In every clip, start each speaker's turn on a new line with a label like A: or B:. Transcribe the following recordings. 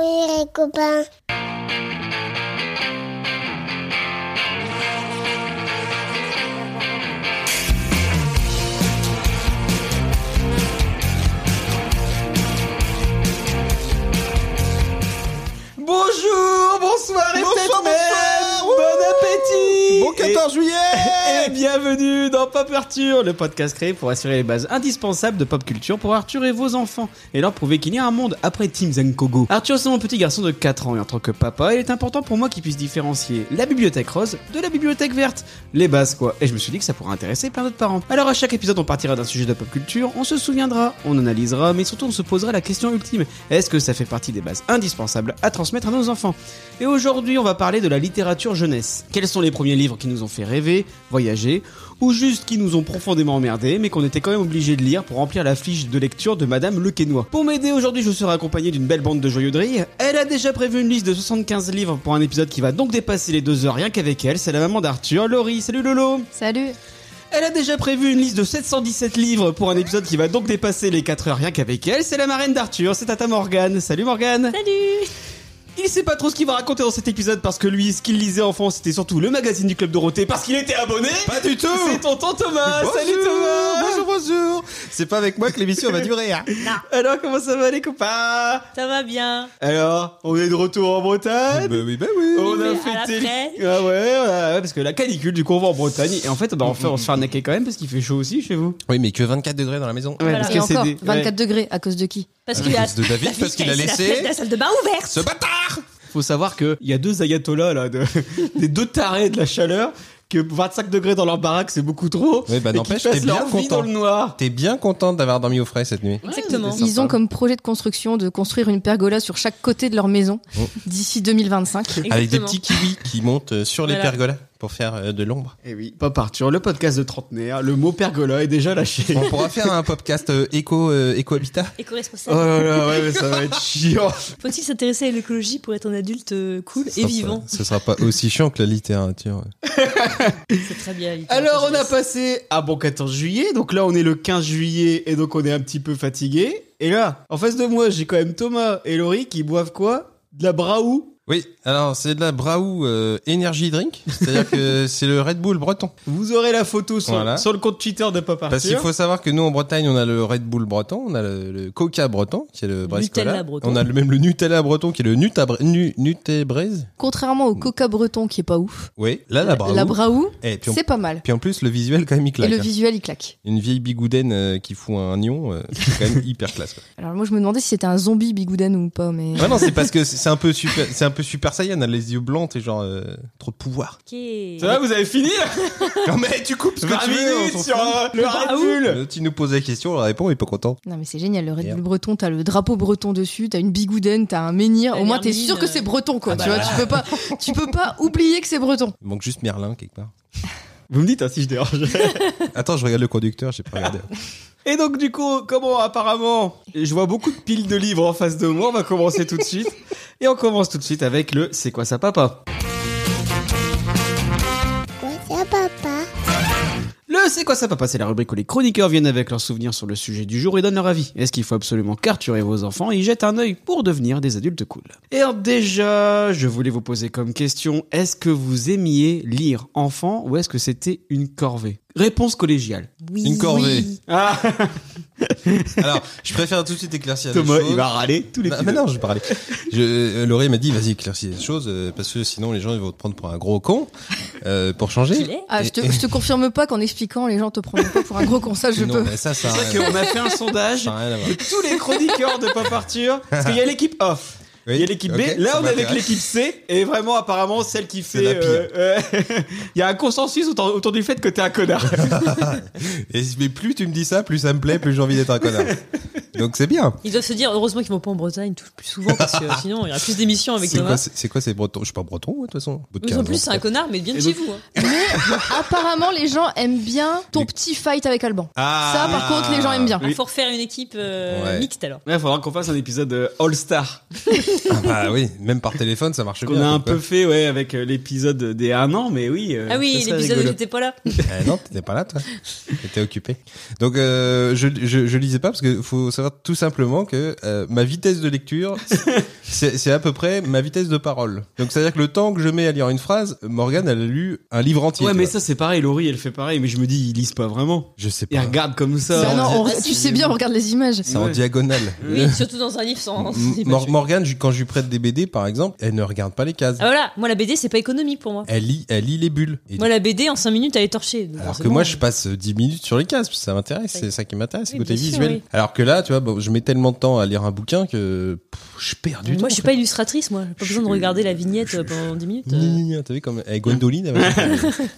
A: les copains.
B: Bonjour, bonsoir et
C: Bonsoir,
B: peut-être même
C: bonsoir.
B: bon appétit
C: Bon 14
B: Et- et
C: juillet
B: bienvenue dans Pop Arthur, le podcast créé pour assurer les bases indispensables de pop culture pour Arthur et vos enfants, et leur prouver qu'il y a un monde après Tim Zankogo. Arthur, c'est mon petit garçon de 4 ans, et en tant que papa, il est important pour moi qu'il puisse différencier la bibliothèque rose de la bibliothèque verte. Les bases, quoi. Et je me suis dit que ça pourrait intéresser plein d'autres parents. Alors à chaque épisode, on partira d'un sujet de pop culture, on se souviendra, on analysera, mais surtout on se posera la question ultime. Est-ce que ça fait partie des bases indispensables à transmettre à nos enfants Et aujourd'hui, on va parler de la littérature jeunesse. Quels sont les premiers livres qui nous ont fait rêver, voyager, ou juste qui nous ont profondément emmerdés, mais qu'on était quand même obligés de lire pour remplir la fiche de lecture de Madame Le Quesnoy. Pour m'aider aujourd'hui, je serai accompagné d'une belle bande de joyeux drilles. Elle a déjà prévu une liste de 75 livres pour un épisode qui va donc dépasser les deux heures rien qu'avec elle. C'est la maman d'Arthur, Laurie. Salut Lolo
D: Salut
B: elle a déjà prévu une liste de 717 livres pour un épisode qui va donc dépasser les 4 heures rien qu'avec elle. C'est la marraine d'Arthur, c'est Tata Morgane. Salut Morgane
D: Salut
B: Il sait pas trop ce qu'il va raconter dans cet épisode parce que lui, ce qu'il lisait enfant, c'était surtout le magazine du Club Dorothée parce qu'il était abonné
C: Pas du tout
B: C'est tonton Thomas
C: Bonjour,
B: Salut Thomas
C: Bonjour, bonjour C'est pas avec moi que l'émission va durer, hein
B: Alors, comment ça va les copains
E: Ça va bien.
B: Alors, on est de retour en Bretagne
C: Bah oui, bah oui
B: On
E: Mais
B: a
E: à
B: fêté.
E: l'après.
B: le- Ah ouais, on a- ouais, parce que la canicule, du coup, on va en Bretagne. Et en fait, bah, on, fait, on se fait arnaquer quand même parce qu'il fait chaud aussi chez vous.
C: Oui, mais que 24 degrés dans la maison.
B: Ouais,
E: Voilà.
B: parce
D: Et
B: que c'est
D: encore,
B: des- ouais.
D: 24 degrés, à cause de qui
E: Parce
C: À
E: qu'il a.
C: cause Ah, de David,
E: la fille
C: parce qu'il a
E: laissé
C: laissé-
E: la, salle de bain ouverte.
C: Ce bâtard
B: Faut savoir qu'il y a deux ayatollahs, là, de- des deux tarés de la chaleur, que 25 degrés dans leur baraque, c'est beaucoup trop.
C: Ouais, bah,
B: et qu'ils
C: n'empêche,
B: passent
C: t'es bien
B: leur vie
C: content.
B: dans le noir.
C: T'es bien contente d'avoir dormi au frais cette nuit
E: Exactement.
C: c'était
D: Ils ont comme projet de construction de construire une pergola sur chaque côté de leur maison
C: Oh.
D: d'ici 2025.
C: Avec des
E: Exactement.
C: petits kiwis qui montent euh, sur les
E: Voilà.
C: pergolas pour faire euh, de l'ombre.
B: Et Eh oui, Pop Arthur, le podcast de trentenaire, le mot pergola est déjà lâché.
C: On pourra faire un podcast euh, éco, euh, éco-habitat
B: Oh
E: Éco-responsable.
B: là là, ouais, mais ça va être chiant.
C: Oh.
E: Faut-il s'intéresser à l'écologie pour être un adulte euh, cool
C: Ce
E: et
C: sera
E: vivant
C: pas- Ce sera pas aussi chiant que la littérature.
E: C'est très bien. Victor.
B: Alors, on a
E: Je-
B: passé à bon 14 juillet. Donc là, on est le 15 juillet et donc on est un petit peu fatigué. Et là, en face de moi, j'ai quand même Thomas et Laurie qui boivent quoi De la braou
C: Oui, alors c'est de la Braou euh, Energy Drink, c'est-à-dire que c'est le Red Bull breton.
B: Vous aurez la photo sur,
C: Voilà.
B: sur le compte Twitter de Pop
C: Parce qu'il
B: Arthur.
C: faut savoir que nous en Bretagne, on a le Red Bull breton, on a le, le Coca breton, qui est le Brescola.
E: Nutella breton.
C: On a le, même le Nutella breton, qui est le Nuta Bre- Nu- Nuté Braise.
D: Contrairement au coca breton qui est pas ouf,
C: Oui, là, Ah, la Braou.
D: la braou,
C: Et puis, en-
D: c'est pas mal.
C: puis en plus, le visuel, quand même, il
D: Et
C: claque.
D: le
C: hein.
D: visuel, il claque.
C: Une vieille bigoudaine euh, qui fout un nion, euh, c'est quand même hyper classe. quoi.
D: Alors moi, je me demandais si c'était un zombie Bigouden ou pas, mais...
C: Ouais, non, c'est parce que c'est un peu super, c'est un peu super saiyan, elle a les yeux blancs, t'es genre, euh, trop de pouvoir.
B: Ça va,
E: Ok.
B: vous avez fini là
C: Non, mais tu coupes ce que
B: 20
C: tu veux,
B: minutes
C: on s'en
B: sur
C: fout.
B: euh, le Red Bull.
C: Euh, Tu nous poses la question, on répond, il est pas content.
D: Non mais c'est génial, le Red
C: Merde.
D: Bull breton, t'as le drapeau breton dessus, t'as une bigoudaine, t'as un menhir,
E: T'as
D: au moins t'es
E: l'hermine,
D: sûr que
E: euh.
D: c'est breton quoi,
C: Ah
D: tu
C: bah
D: vois, tu peux pas, tu peux pas oublier que c'est breton.
C: Il manque juste Merlin quelque part.
B: Vous me dites hein, si je dérange.
C: Attends, je regarde le conducteur, j'ai pas regardé.
B: Et donc du coup, comment apparemment, je vois beaucoup de piles de livres en face de moi, on va commencer tout de suite. Et on commence tout de suite avec le C'est quoi ça papa
A: Quoi ça, papa
B: Le C'est quoi ça papa, c'est la rubrique où les chroniqueurs viennent avec leurs souvenirs sur le sujet du jour et donnent leur avis. Est-ce qu'il faut absolument carturer vos enfants et y jettent un œil pour devenir des adultes cool Et alors déjà, je voulais vous poser comme question, est-ce que vous aimiez lire enfant ou est-ce que c'était une corvée Réponse collégiale.
E: Oui.
C: Une corvée.
B: Ah,
C: Alors, je préfère tout de suite éclaircir les
B: Thomas,
C: choses.
B: il va râler tous les
C: Non, Bah, mais non, je vais parler. Je, euh, Laurie m'a dit, vas-y, éclaircis les choses, euh, parce que sinon les gens ils vont te prendre pour un gros con, euh, pour
E: Tu
C: changer.
E: l'es
D: Ah, je te, je te confirme pas qu'en expliquant, les gens te prennent pas pour un gros con, ça je
C: non,
D: peux.
C: mais ça, ça a
B: C'est
C: rien-
B: vrai qu'on a fait un sondage
C: ça a rien à voir.
B: de tous les chroniqueurs de Pop Arthur. Parce qu'il y a l'équipe off,
C: Oui,
B: il y a l'équipe
C: ok,
B: B. Là,
C: ça
B: on est avec
C: m'intéresse.
B: l'équipe C. Et vraiment, apparemment, celle qui
C: C'est
B: fait.
C: la pire.
B: euh, euh, il y a un consensus autour, autour du fait que t'es un connard.
C: Et, mais plus tu me dis ça, plus ça me plaît, plus j'ai envie d'être un connard. Donc c'est bien.
E: Ils doivent se dire, heureusement qu'ils vont pas en Bretagne tout plus souvent, parce que sinon, il y aura plus d'émissions avec
C: C'est quoi,
E: Thomas.
C: c'est c'est quoi ces bretons Je suis pas breton, moi, de toute façon. Au bout de
E: Mais en
C: 15
E: plus,
C: ans,
E: c'est un connard, mais bien de
B: Et
E: chez
B: donc-
E: vous. hein.
D: Apparemment, les gens aiment bien ton
C: Mais-
D: petit fight avec Alban.
C: Ah.
D: Ça, par contre, les gens aiment bien.
B: Oui.
E: Il faut refaire une équipe euh,
C: Ouais.
E: mixte alors.
B: euh, Il faudra qu'on fasse un épisode All Star.
C: Ah bah oui, même par téléphone, ça marche
B: Qu'on
C: bien.
B: a un
C: quoi.
B: peu fait, ouais, avec euh, l'épisode des un an, mais oui. euh,
E: Ah oui,
B: c'est ça,
E: l'épisode où
B: rigolo.
E: j'étais pas là.
C: Eh non, t'étais pas là, toi. T'étais occupé. Donc, euh, je, je, je lisais pas parce que faut savoir tout simplement que euh, ma vitesse de lecture, c'est c'est à peu près ma vitesse de parole. Donc, c'est-à-dire que le temps que je mets à lire une phrase, Morgane, elle a lu un livre entier.
B: Ouais,
C: tu
B: mais
C: vois.
B: ça, c'est pareil. Laurie, elle fait pareil, mais je me dis, ils lisent pas vraiment.
C: je sais
B: Ils
C: pas.
B: regardent comme ça.
D: Bah
C: on
D: non,
C: dirait-
D: on- tu sais bien, on regarde les images.
C: C'est en
B: Ouais.
C: diagonale.
E: Oui, surtout dans un livre sans.
C: M- Mor- Morgane, je- quand je lui prête des BD, par exemple, elle ne regarde pas les cases.
E: Ah voilà, moi la BD c'est pas économique pour moi.
C: Elle lit, elle lit les bulles. Et
E: Moi la BD en 5 minutes elle est torchée. donc
C: Eh, Alors que
E: forcément,
C: moi, je passe euh, 10 minutes sur les cases, parce que ça m'intéresse, c'est ça qui m'intéresse, c'est
E: Oui,
C: le côté
E: bien sûr,
C: visuel.
E: oui.
C: Alors que là, tu vois, bon, je mets tellement de temps à lire un bouquin que pff, je perds du temps.
E: Moi je suis
C: en fait.
E: pas illustratrice moi, J'ai pas besoin de regarder la vignette euh, pendant 10 minutes.
C: Gna,
E: euh.
C: gna, gna, T'as vu comme avec Gwendoline avec-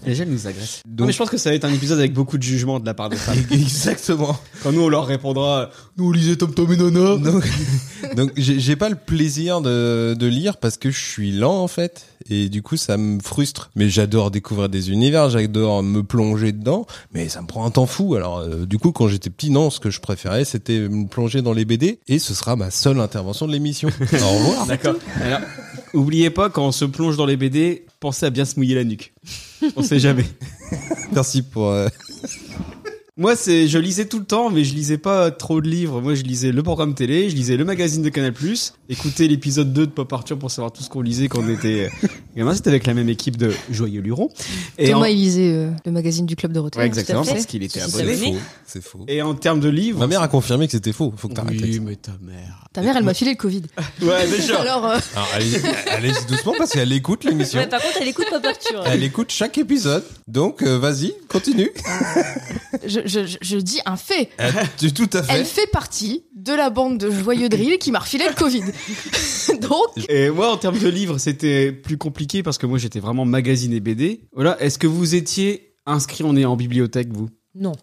B: Les jeunes nous agressent.
C: Donc-
B: Non, mais je pense que ça va être un épisode avec beaucoup de jugement de la part des femmes.
C: Exactement.
B: Quand nous, on leur répondra, euh, nous, on lisait Tom Tom et Nana.
C: Donc, donc j'ai j'ai pas le plaisir de, de lire parce que je suis lent en fait et du coup ça me frustre. Mais j'adore découvrir des univers, j'adore me plonger dedans, mais ça me prend un temps fou. Alors euh, du coup quand j'étais petit, non, ce que je préférais c'était me plonger dans les BD et ce sera ma seule intervention de l'émission. Au revoir.
B: D'accord. Alors, oubliez pas, quand on se plonge dans les BD, pensez à bien se mouiller la nuque. On sait jamais.
C: Merci pour. euh,
B: Moi, c'est, je lisais tout le temps, mais je lisais pas trop de livres. Moi, je lisais le programme télé, je lisais le magazine de Canal+, écoutais l'épisode 2 de Pop Arthur pour savoir tout ce qu'on lisait quand on était euh, gamin. C'était avec la même équipe de Joyeux Luron. Et en...
D: Thomas, il lisait euh, le magazine du club de retour.
B: Ouais, exactement,
E: Tout à fait.
B: parce qu'il était
E: Je
B: abonné.
E: savais.
C: C'est
E: abonné.
C: faux. C'est faux.
B: Et en termes de livres...
C: Ma mère a confirmé que c'était faux. Faut que t'arrêtes.
B: Oui, mais ta mère.
D: Ta mère, elle m'a filé le Covid.
B: Ouais, déjà.
D: Alors, euh,
C: Alors, allez, allez-y doucement parce qu'elle écoute l'émission.
E: Ouais, par contre elle écoute pas Arthur.
C: Elle écoute chaque épisode. Donc euh, vas-y, continue.
D: je, je- je- je dis un fait.
C: Elle- tu- tout à fait.
D: Elle fait partie de la bande de joyeux drill qui m'a refilé le Covid. Donc,
B: Et moi, en termes de livres, c'était plus compliqué parce que moi, j'étais vraiment magazine et BD. Voilà. Est-ce que vous étiez inscrit en, en bibliothèque, vous
E: Non.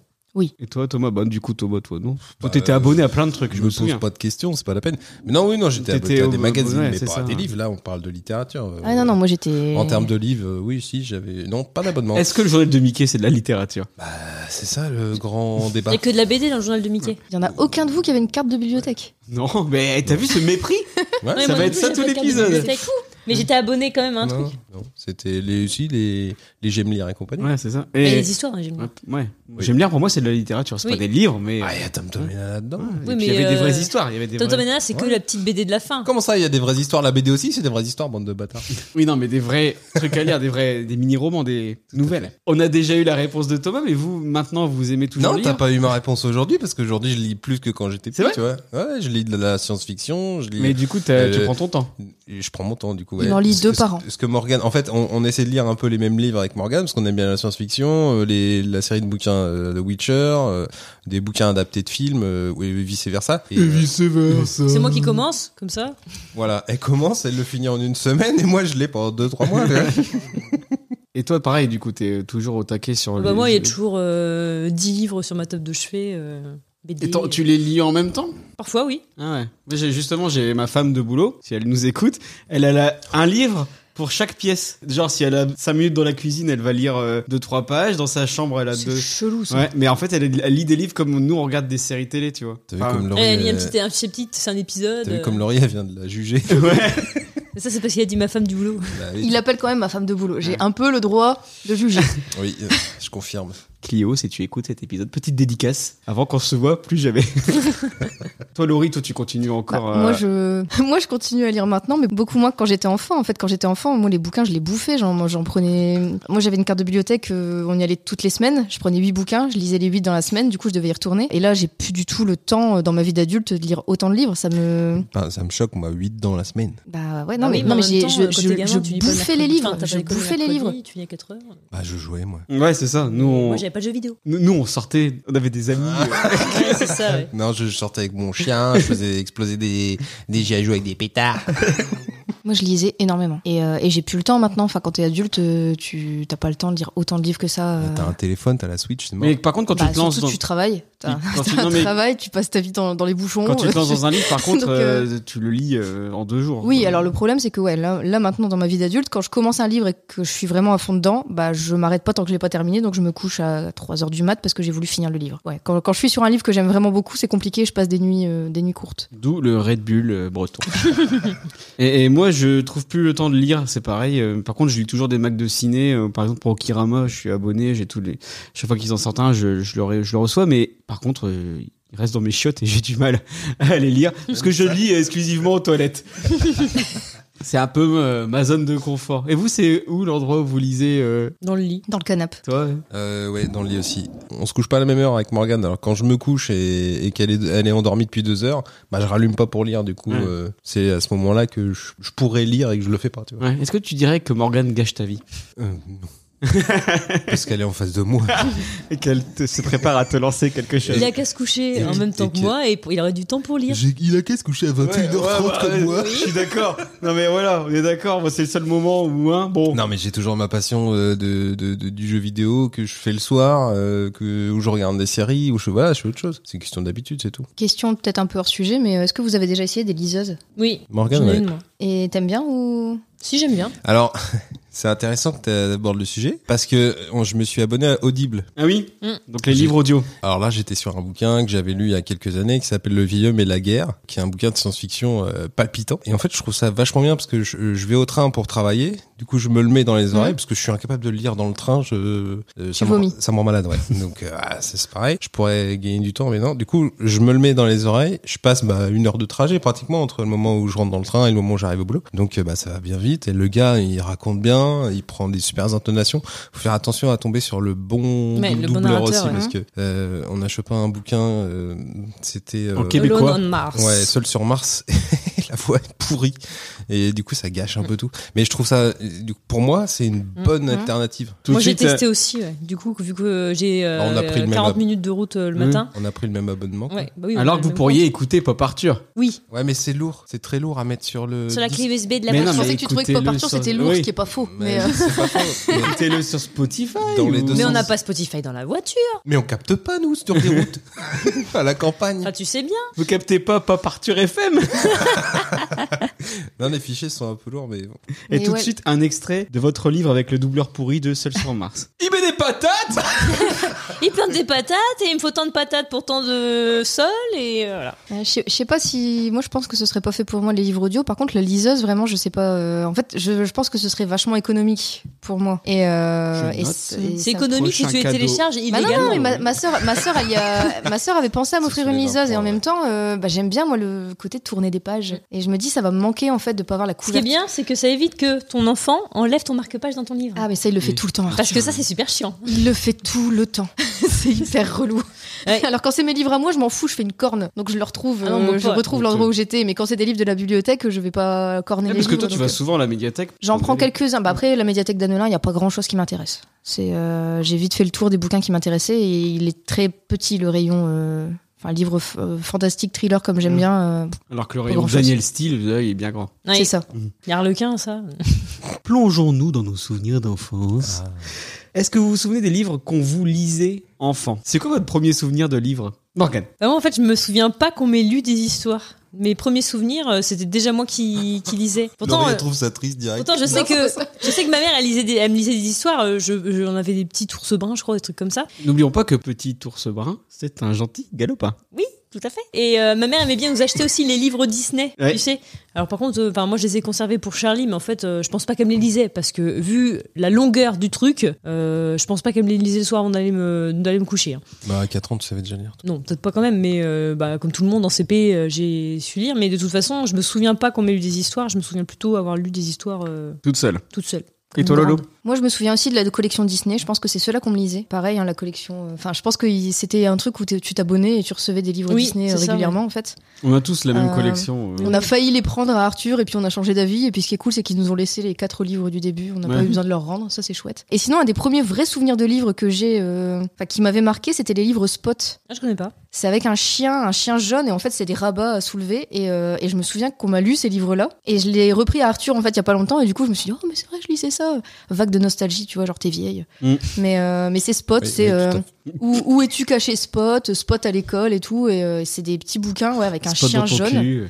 B: Et toi, Thomas Bah, du coup, Thomas, toi, non Toi,
C: Bah,
B: t'étais
C: euh,
B: abonné à plein de trucs,
C: Je
B: je
C: me
B: me
C: pose
B: souviens.
C: pas de questions, c'est pas la peine. Mais non, oui, non, j'étais
B: T'étais
C: abonné à
B: au-
C: des magazines,
B: ouais,
C: mais
B: c'est
C: pas
B: ça.
C: à des livres. Là, on parle de littérature. Euh,
D: ah non, non, moi j'étais.
C: En termes de livres, euh, oui, si, j'avais. Non, pas d'abonnement.
B: Est-ce que le journal de Mickey, c'est de la littérature
C: Ah, C'est ça le grand
E: Il
C: débat.
E: y a que de la BD dans le journal de Mickey.
D: Il y en a aucun de vous qui avait une carte de bibliothèque.
B: Non, mais t'as vu ce mépris
C: Ouais,
E: Ouais,
B: Ça
E: moi,
B: va
E: du
B: être
E: coup,
B: ça
E: j'ai
B: tout
E: pas de carte de
B: l'épisode.
E: bibliothèque. Mais j'étais abonné quand même à un
C: Non,
E: truc.
C: non, c'était les, aussi les, les j'aime lire et compagnie.
B: Ouais, c'est ça.
E: Et
B: Et...
E: les histoires, hein, j'aime bien.
B: Ouais, ouais. J'aime lire, pour moi, c'est de la littérature. C'est
E: Oui.
B: pas des livres, mais.
C: Ah, il y a Tom Tom et Nana dedans.
B: Ouais, et
E: Oui,
B: puis, il y
E: mais,
B: avait des
E: euh,
B: vraies histoires. Il y avait des
E: Tom
B: vraies-
E: Tom et Nana, c'est que
C: Ouais.
E: la petite BD de la fin.
C: Comment ça, il y a des vraies histoires La BD aussi, c'est des vraies histoires, bande de bâtards.
B: Oui, non, mais des vrais trucs à lire, des vrais, des mini-romans, des nouvelles. On a déjà eu la réponse de Thomas, mais vous, maintenant, vous aimez toujours
C: non,
B: lire
C: t'as pas eu ma réponse aujourd'hui parce qu'aujourd'hui, je lis plus que quand j'étais
B: C'est
C: petit, tu vois. Ouais, je lis de la science-fiction, je lis.
B: Mais du coup, t'as-
C: Euh,
B: tu prends ton temps.
C: Et Je prends mon temps du coup.
D: Il
C: ouais.
D: en lit
C: Ce
D: deux
C: que-
D: par an.
C: Ce que Morgan, en fait, on, on essaie de lire un peu les mêmes livres avec Morgan parce qu'on aime bien la science-fiction, euh, les la série de bouquins euh, The Witcher, euh, des bouquins adaptés de films euh, ou- et vice versa. Et, euh,
B: versa.
E: C'est moi qui commence, comme ça.
C: voilà, elle commence, elle le finit en une semaine et moi je l'ai pendant deux trois mois. tu vois.
B: Et toi, pareil, du coup, t'es euh, toujours au taquet sur
E: Bah,
B: Oh, les-
E: moi, il y a toujours euh, 10 livres sur ma table de chevet. euh, BD.
B: Et t'en- tu les lis en même temps
E: Parfois, oui.
B: Ah ouais. Mais j'ai- justement, j'ai ma femme de boulot, si elle nous écoute, elle a la- un livre pour chaque pièce. Genre, si elle a 5 minutes dans la cuisine, elle va lire 2-3 pages. Dans sa chambre, elle a
D: C'est
B: 2.
D: chelou ça.
B: Ouais, mais en fait, elle, elle lit des livres comme nous, on regarde des séries télé, tu vois.
C: T'as vu
B: Enfin,
C: comme Laurie,
E: Elle a mis un
C: euh,
E: petit, un petit chapitre, c'est un épisode.
C: t'as vu
E: euh.
C: comme Laurie, elle vient de la juger.
B: ouais.
E: Ça, c'est parce qu'il a dit ma femme du boulot.
C: Bah oui,
D: Il appelle quand même ma femme de boulot. J'ai un peu le droit de juger.
C: oui, euh, je confirme.
B: Clio, si tu écoutes cet épisode, petite dédicace. Avant qu'on se voit, plus jamais. toi, Laurie, toi, tu continues
D: Bah,
B: encore.
D: Moi,
B: euh,
D: je, moi, je continue à lire maintenant, mais beaucoup moins que quand j'étais enfant. En fait, quand j'étais enfant, moi, les bouquins, je les bouffais. Genre, moi, j'en prenais. Moi, j'avais une carte de bibliothèque. euh, on y allait toutes les semaines. Je prenais huit bouquins. Je lisais les huit dans la semaine. Du coup, je devais y retourner. Et là, j'ai plus du tout le temps euh, dans ma vie d'adulte de lire autant de livres. Ça me.
C: Enfin, ça me choque, moi, 8 dans la semaine.
D: Bah ouais, non,
E: Ah
D: mais,
E: oui,
D: non,
E: en
D: mais
E: même
D: j'ai-
E: temps,
D: je,
E: quand
D: je-
E: t'es gamin,
D: je
E: tu lis pas le
D: bouffais les
E: mercredi.
D: livres.
E: Enfin, t'as
D: je
E: pas l'école
D: bouffais les
E: mercredi,
D: livres.
E: Tu finis à 4 heures.
C: Bah je jouais moi.
B: Ouais, c'est ça. Nous on...
E: Moi, j'avais pas de jeux vidéo.
B: nous, nous, on sortait, on avait des amis. euh,
E: Ouais, c'est ça, ouais.
C: Non, je sortais avec mon chien, je faisais exploser des des jouer avec des pétards.
D: Moi, je lisais énormément. Et, euh, et j'ai plus le temps maintenant. Enfin, quand t'es adulte, euh, tu t'as pas le temps de lire autant de livres que ça. euh.
C: T'as un téléphone, t'as la Switch, c'est mort.
B: Mais par contre, quand
D: Bah,
B: tu te lances
D: surtout,
B: dans...
D: tu travailles. T'as
B: Quand tu-
D: t'as un
B: non, mais-
D: travail, tu passes ta vie dans, dans les bouchons. euh,
B: Quand tu te lances dans un livre, par contre,
D: Donc, euh,
B: euh, tu le lis euh, en deux jours.
D: Oui,
B: quoi.
D: alors le problème, c'est que ouais, là, là, maintenant, dans ma vie d'adulte, quand je commence un livre et que je suis vraiment à fond dedans, bah, je m'arrête pas tant que je l'ai pas terminé, donc je me couche à 3 heures du mat parce que j'ai voulu finir le livre. Ouais, quand, quand je suis sur un livre que j'aime vraiment beaucoup, c'est compliqué, je passe des nuits, euh, des nuits courtes.
B: D'où le Red Bull euh, breton. et, et moi, je trouve plus le temps de lire, c'est pareil. Euh, Par contre, je lis toujours des Macs de ciné. euh, Par exemple, pour Okirama, je suis abonné, j'ai tous les. Chaque fois qu'ils en sortent un, je, je le, re- je le reçois, mais par contre. euh, il reste dans mes chiottes et j'ai du mal à les lire parce que je lis exclusivement aux toilettes. c'est un peu euh, ma zone de confort. Et vous, c'est où l'endroit où vous lisez euh,
E: Dans le lit.
D: Dans le canapé.
B: Toi
C: Euh, ouais, dans le lit aussi. On se couche pas à la même heure avec Morgane. Alors quand je me couche et, et qu'elle est, elle est endormie depuis deux heures, bah je rallume pas pour lire. Du coup,
B: Ouais.
C: euh, c'est à ce moment-là que je, je pourrais lire et que je le fais pas. Tu vois.
B: Ouais. Est-ce que tu dirais que Morgane gâche ta vie
C: Euh, non. Parce qu'elle est en face de moi.
B: et qu'elle te- se prépare à te lancer quelque chose.
E: Il a qu'à se coucher
C: Et
E: en
C: qui-
E: même
C: et
E: temps que
C: qui-
E: moi et il aurait du temps pour lire.
C: J'ai- Il a qu'à se coucher à 21h30 comme moi.
B: bah, Je suis d'accord. Non mais voilà, on est d'accord. Moi, c'est le seul moment où hein, bon.
C: Non mais j'ai toujours ma passion euh, de, de- de- du jeu vidéo que je fais le soir, euh, que où je regarde des séries, où je voilà, je fais autre chose. C'est une question d'habitude, c'est tout.
D: Question peut-être un peu hors sujet, mais euh, est-ce que vous avez déjà essayé des liseuses
E: Oui.
C: Morgane,
E: J'en ai
C: ouais.
E: une, moi.
D: Et t'aimes bien ou
E: Si j'aime bien.
C: Alors, c'est intéressant que tu abordes le sujet parce que on- je me suis abonné à Audible.
B: Ah oui.
E: Mm.
B: Donc les livres audio.
C: Alors là, j'étais sur un bouquin que j'avais lu il y a quelques années qui s'appelle Le vieil homme et la guerre, qui est un bouquin de science-fiction euh, palpitant. Et en fait, je trouve ça vachement bien parce que je, je vais au train pour travailler. Du coup, je me le mets dans les oreilles parce que je suis incapable de le lire dans le train. Je, euh, ça me-
D: vomis.
C: Ça me rend malade, ouais. Donc, euh, ah, c'est c'est pareil. Je pourrais gagner du temps, mais non. Du coup, je me le mets dans les oreilles. Je passe bah, une heure de trajet pratiquement entre le moment où je rentre dans le train et le moment où j'arrive au boulot. Donc, euh, bah, ça va bien vite. Et le gars, il raconte bien. Il prend des super intonations. Faut faire attention à tomber sur le bon
E: Ouais,
C: dou-
E: le bon
C: doubleur
E: narrateur,
C: aussi
E: ouais.
C: parce que euh, on a chopé un bouquin. euh, C'était euh,
B: En Québécois.
E: Alone on Mars.
C: Ouais, seul sur Mars. Et la voix est pourrie et du coup ça gâche un peu tout. Mais je trouve ça, euh, du coup, pour moi, c'est une bonne
D: Mhm.
C: alternative.
B: Tout
E: Mm-hmm. moi
B: de
E: j'ai
B: suite.
E: testé aussi, ouais. du coup, vu que j'ai euh,
C: euh, On a pris le même
E: 40
C: ab-
E: minutes de route euh, le
B: Oui.
E: matin.
C: On a pris le même abonnement. quoi.
E: Ouais, bah oui, on a
B: Alors
E: le
B: que vous
E: même
B: pourriez écouter Pop Arthur.
E: compte. Oui,
C: Ouais, mais c'est lourd. C'est très lourd à mettre sur le.
E: sur la
C: disque.
E: clé USB de la
B: Mais
D: Je
B: non,
E: voiture.
D: pensais que tu trouvais que
B: écoutez-le
D: Pop Arthur
B: sur-
D: c'était lourd,
B: oui.
D: ce qui est pas faux. Mais,
C: Mais,
D: euh,
C: c'est pas faux. Mais-
B: Écoutez-le sur Spotify.
C: Dans les
B: ou-
C: deux
E: Mais on
C: sens.
E: n'a pas Spotify dans la voiture.
C: mais on capte pas nous sur des routes à la campagne.
E: Ah, tu sais bien.
B: Vous captez pas Pop Arthur FM
C: Non, les fichiers sont un peu lourds, mais bon.
B: Et
D: Mais
B: tout
D: ouais.
B: de suite un extrait de votre livre avec le doubleur pourri de Seul sur Mars. Il met des patates.
E: Il plante des patates et il me faut tant de patates pour tant de sol et euh, voilà.
D: Euh, Je sais- je sais pas si moi je pense que ce serait pas fait pour moi les livres audio. Par contre la liseuse vraiment je sais pas. euh, En fait je, je pense que ce serait vachement économique pour moi. Et, euh,
B: Je
D: et
B: note.
D: c'est- et ça-
E: C'est économique si
B: prochain
E: tu les
B: cadeau.
E: télécharges
D: Bah non, non,
E: illégalement.
D: mais ma, ma soeur, ma sœur, elle y a- ma sœur avait pensé à m'offrir
C: sur
D: une
C: les
D: liseuse et en
C: enfants,
D: même temps, euh, bah, j'aime bien moi le côté de tourner des pages. Et je me dis, ça va me manquer en fait de pas avoir la
E: Ce qui est
D: couverture.
E: bien, c'est que ça évite que ton enfant enlève ton marque-page dans ton livre.
D: Ah mais ça, il le fait
B: Oui.
D: tout le temps.
E: Parce que ça, c'est super chiant.
D: Il le fait tout le temps. c'est hyper relou.
E: Ouais.
D: Alors quand c'est mes livres à moi, je m'en fous, je fais une corne. Donc je le retrouve,
E: Ah non,
D: euh,
E: mon
D: je
E: pote.
D: retrouve l'endroit où j'étais. Mais quand c'est des livres de la bibliothèque, je vais pas corner les
B: Parce que
D: livres,
B: toi, tu
D: donc,
B: vas
D: euh,
B: souvent à la médiathèque.
D: J'en prends quelques-uns. Bah après, la médiathèque d'Annelin, il n'y a pas grand-chose qui m'intéresse. C'est, euh, j'ai vite fait le tour des bouquins qui m'intéressaient et il est très petit le rayon. euh, Enfin, livre f- euh, fantastique, thriller comme j'aime
B: Mm.
D: bien. euh,
B: Alors que le rayon
D: grand-chose.
B: Daniel Steele, là, il est bien grand.
E: Ouais,
D: C'est ça.
E: Il y a Harlequin, ça.
B: Plongeons-nous dans nos souvenirs d'enfance. Ah. Est-ce que vous vous souvenez des livres qu'on vous lisait enfant C'est quoi votre premier souvenir de livre Morgan.
E: Bah, moi, en fait, je me souviens pas qu'on m'ait lu des histoires. Mes premiers souvenirs, euh, c'était déjà moi qui, qui lisais. Pourtant,
C: Laurie,
E: euh,
C: elle trouve ça triste direct.
E: pourtant, je sais que je sais que ma mère, elle lisait des, elle me lisait des histoires. euh, Je, je- on avait des petits ours bruns, je crois, des trucs comme ça.
B: N'oublions pas que Petit Ours Brun, c'est un gentil galopin.
E: Oui, tout à fait. Et euh, ma mère aimait bien nous acheter aussi les livres Disney,
B: Ouais.
E: tu sais. Alors par contre, euh, enfin, moi je les ai conservés pour Charlie, mais en fait, euh, je pense pas qu'elle me les lisait parce que vu la longueur du truc, euh, je pense pas qu'elle me les lisait le soir avant d'aller me d'aller me coucher. hein.
C: Bah à 4 ans, tu savais déjà lire. toi.
E: Non, peut-être pas quand même, mais euh, bah, comme tout le monde en CP, euh, j'ai su lire. Mais de toute façon, je me souviens pas qu'on m'ait lu des histoires. Je me souviens plutôt avoir lu des histoires euh,
B: Toute seule.
E: toute seule.
B: Et
E: Comme
B: toi,
E: une
B: Lolo
E: grande.
D: Moi, je me souviens aussi de la collection Disney. Je pense que c'est ceux-là qu'on me lisait. Pareil, hein, la collection. euh, Enfin, je pense que il- c'était un truc où t'es- tu t'abonnais et tu recevais des livres
E: Oui,
D: Disney
E: c'est
D: euh,
E: ça,
D: régulièrement, en fait.
B: On a tous la même
D: Euh,
B: collection. euh.
D: On a failli les prendre à Arthur et puis on a changé d'avis. Et puis ce qui est cool, c'est qu'ils nous ont laissé les quatre livres du début. On n'a
B: Ouais.
D: pas eu besoin de leur rendre. Ça, c'est chouette. Et sinon, un des premiers vrais souvenirs de livres que j'ai, euh, enfin, qui m'avait marqué, c'était les livres Spot.
E: Ah, je connais pas.
D: C'est avec un chien, un chien jaune, et en fait, c'est des rabats à soulever. Et, euh, et je me souviens qu'on m'a lu ces livres-là. Et je l'ai repris à Arthur, en fait, il y a pas longtemps. Et du coup, je me suis dit, oh, mais c'est vrai, je lisais ça. Vague de nostalgie, tu vois, genre t'es vieille.
B: Mm.
D: Mais, euh, mais c'est Spot,
C: Oui,
D: c'est
C: oui, tout à
D: euh, où, où es-tu caché Spot, Spot à l'école et tout. Et euh, c'est des petits bouquins ouais, avec un
B: Spot
D: chien
B: dans ton
D: jaune.
B: cul.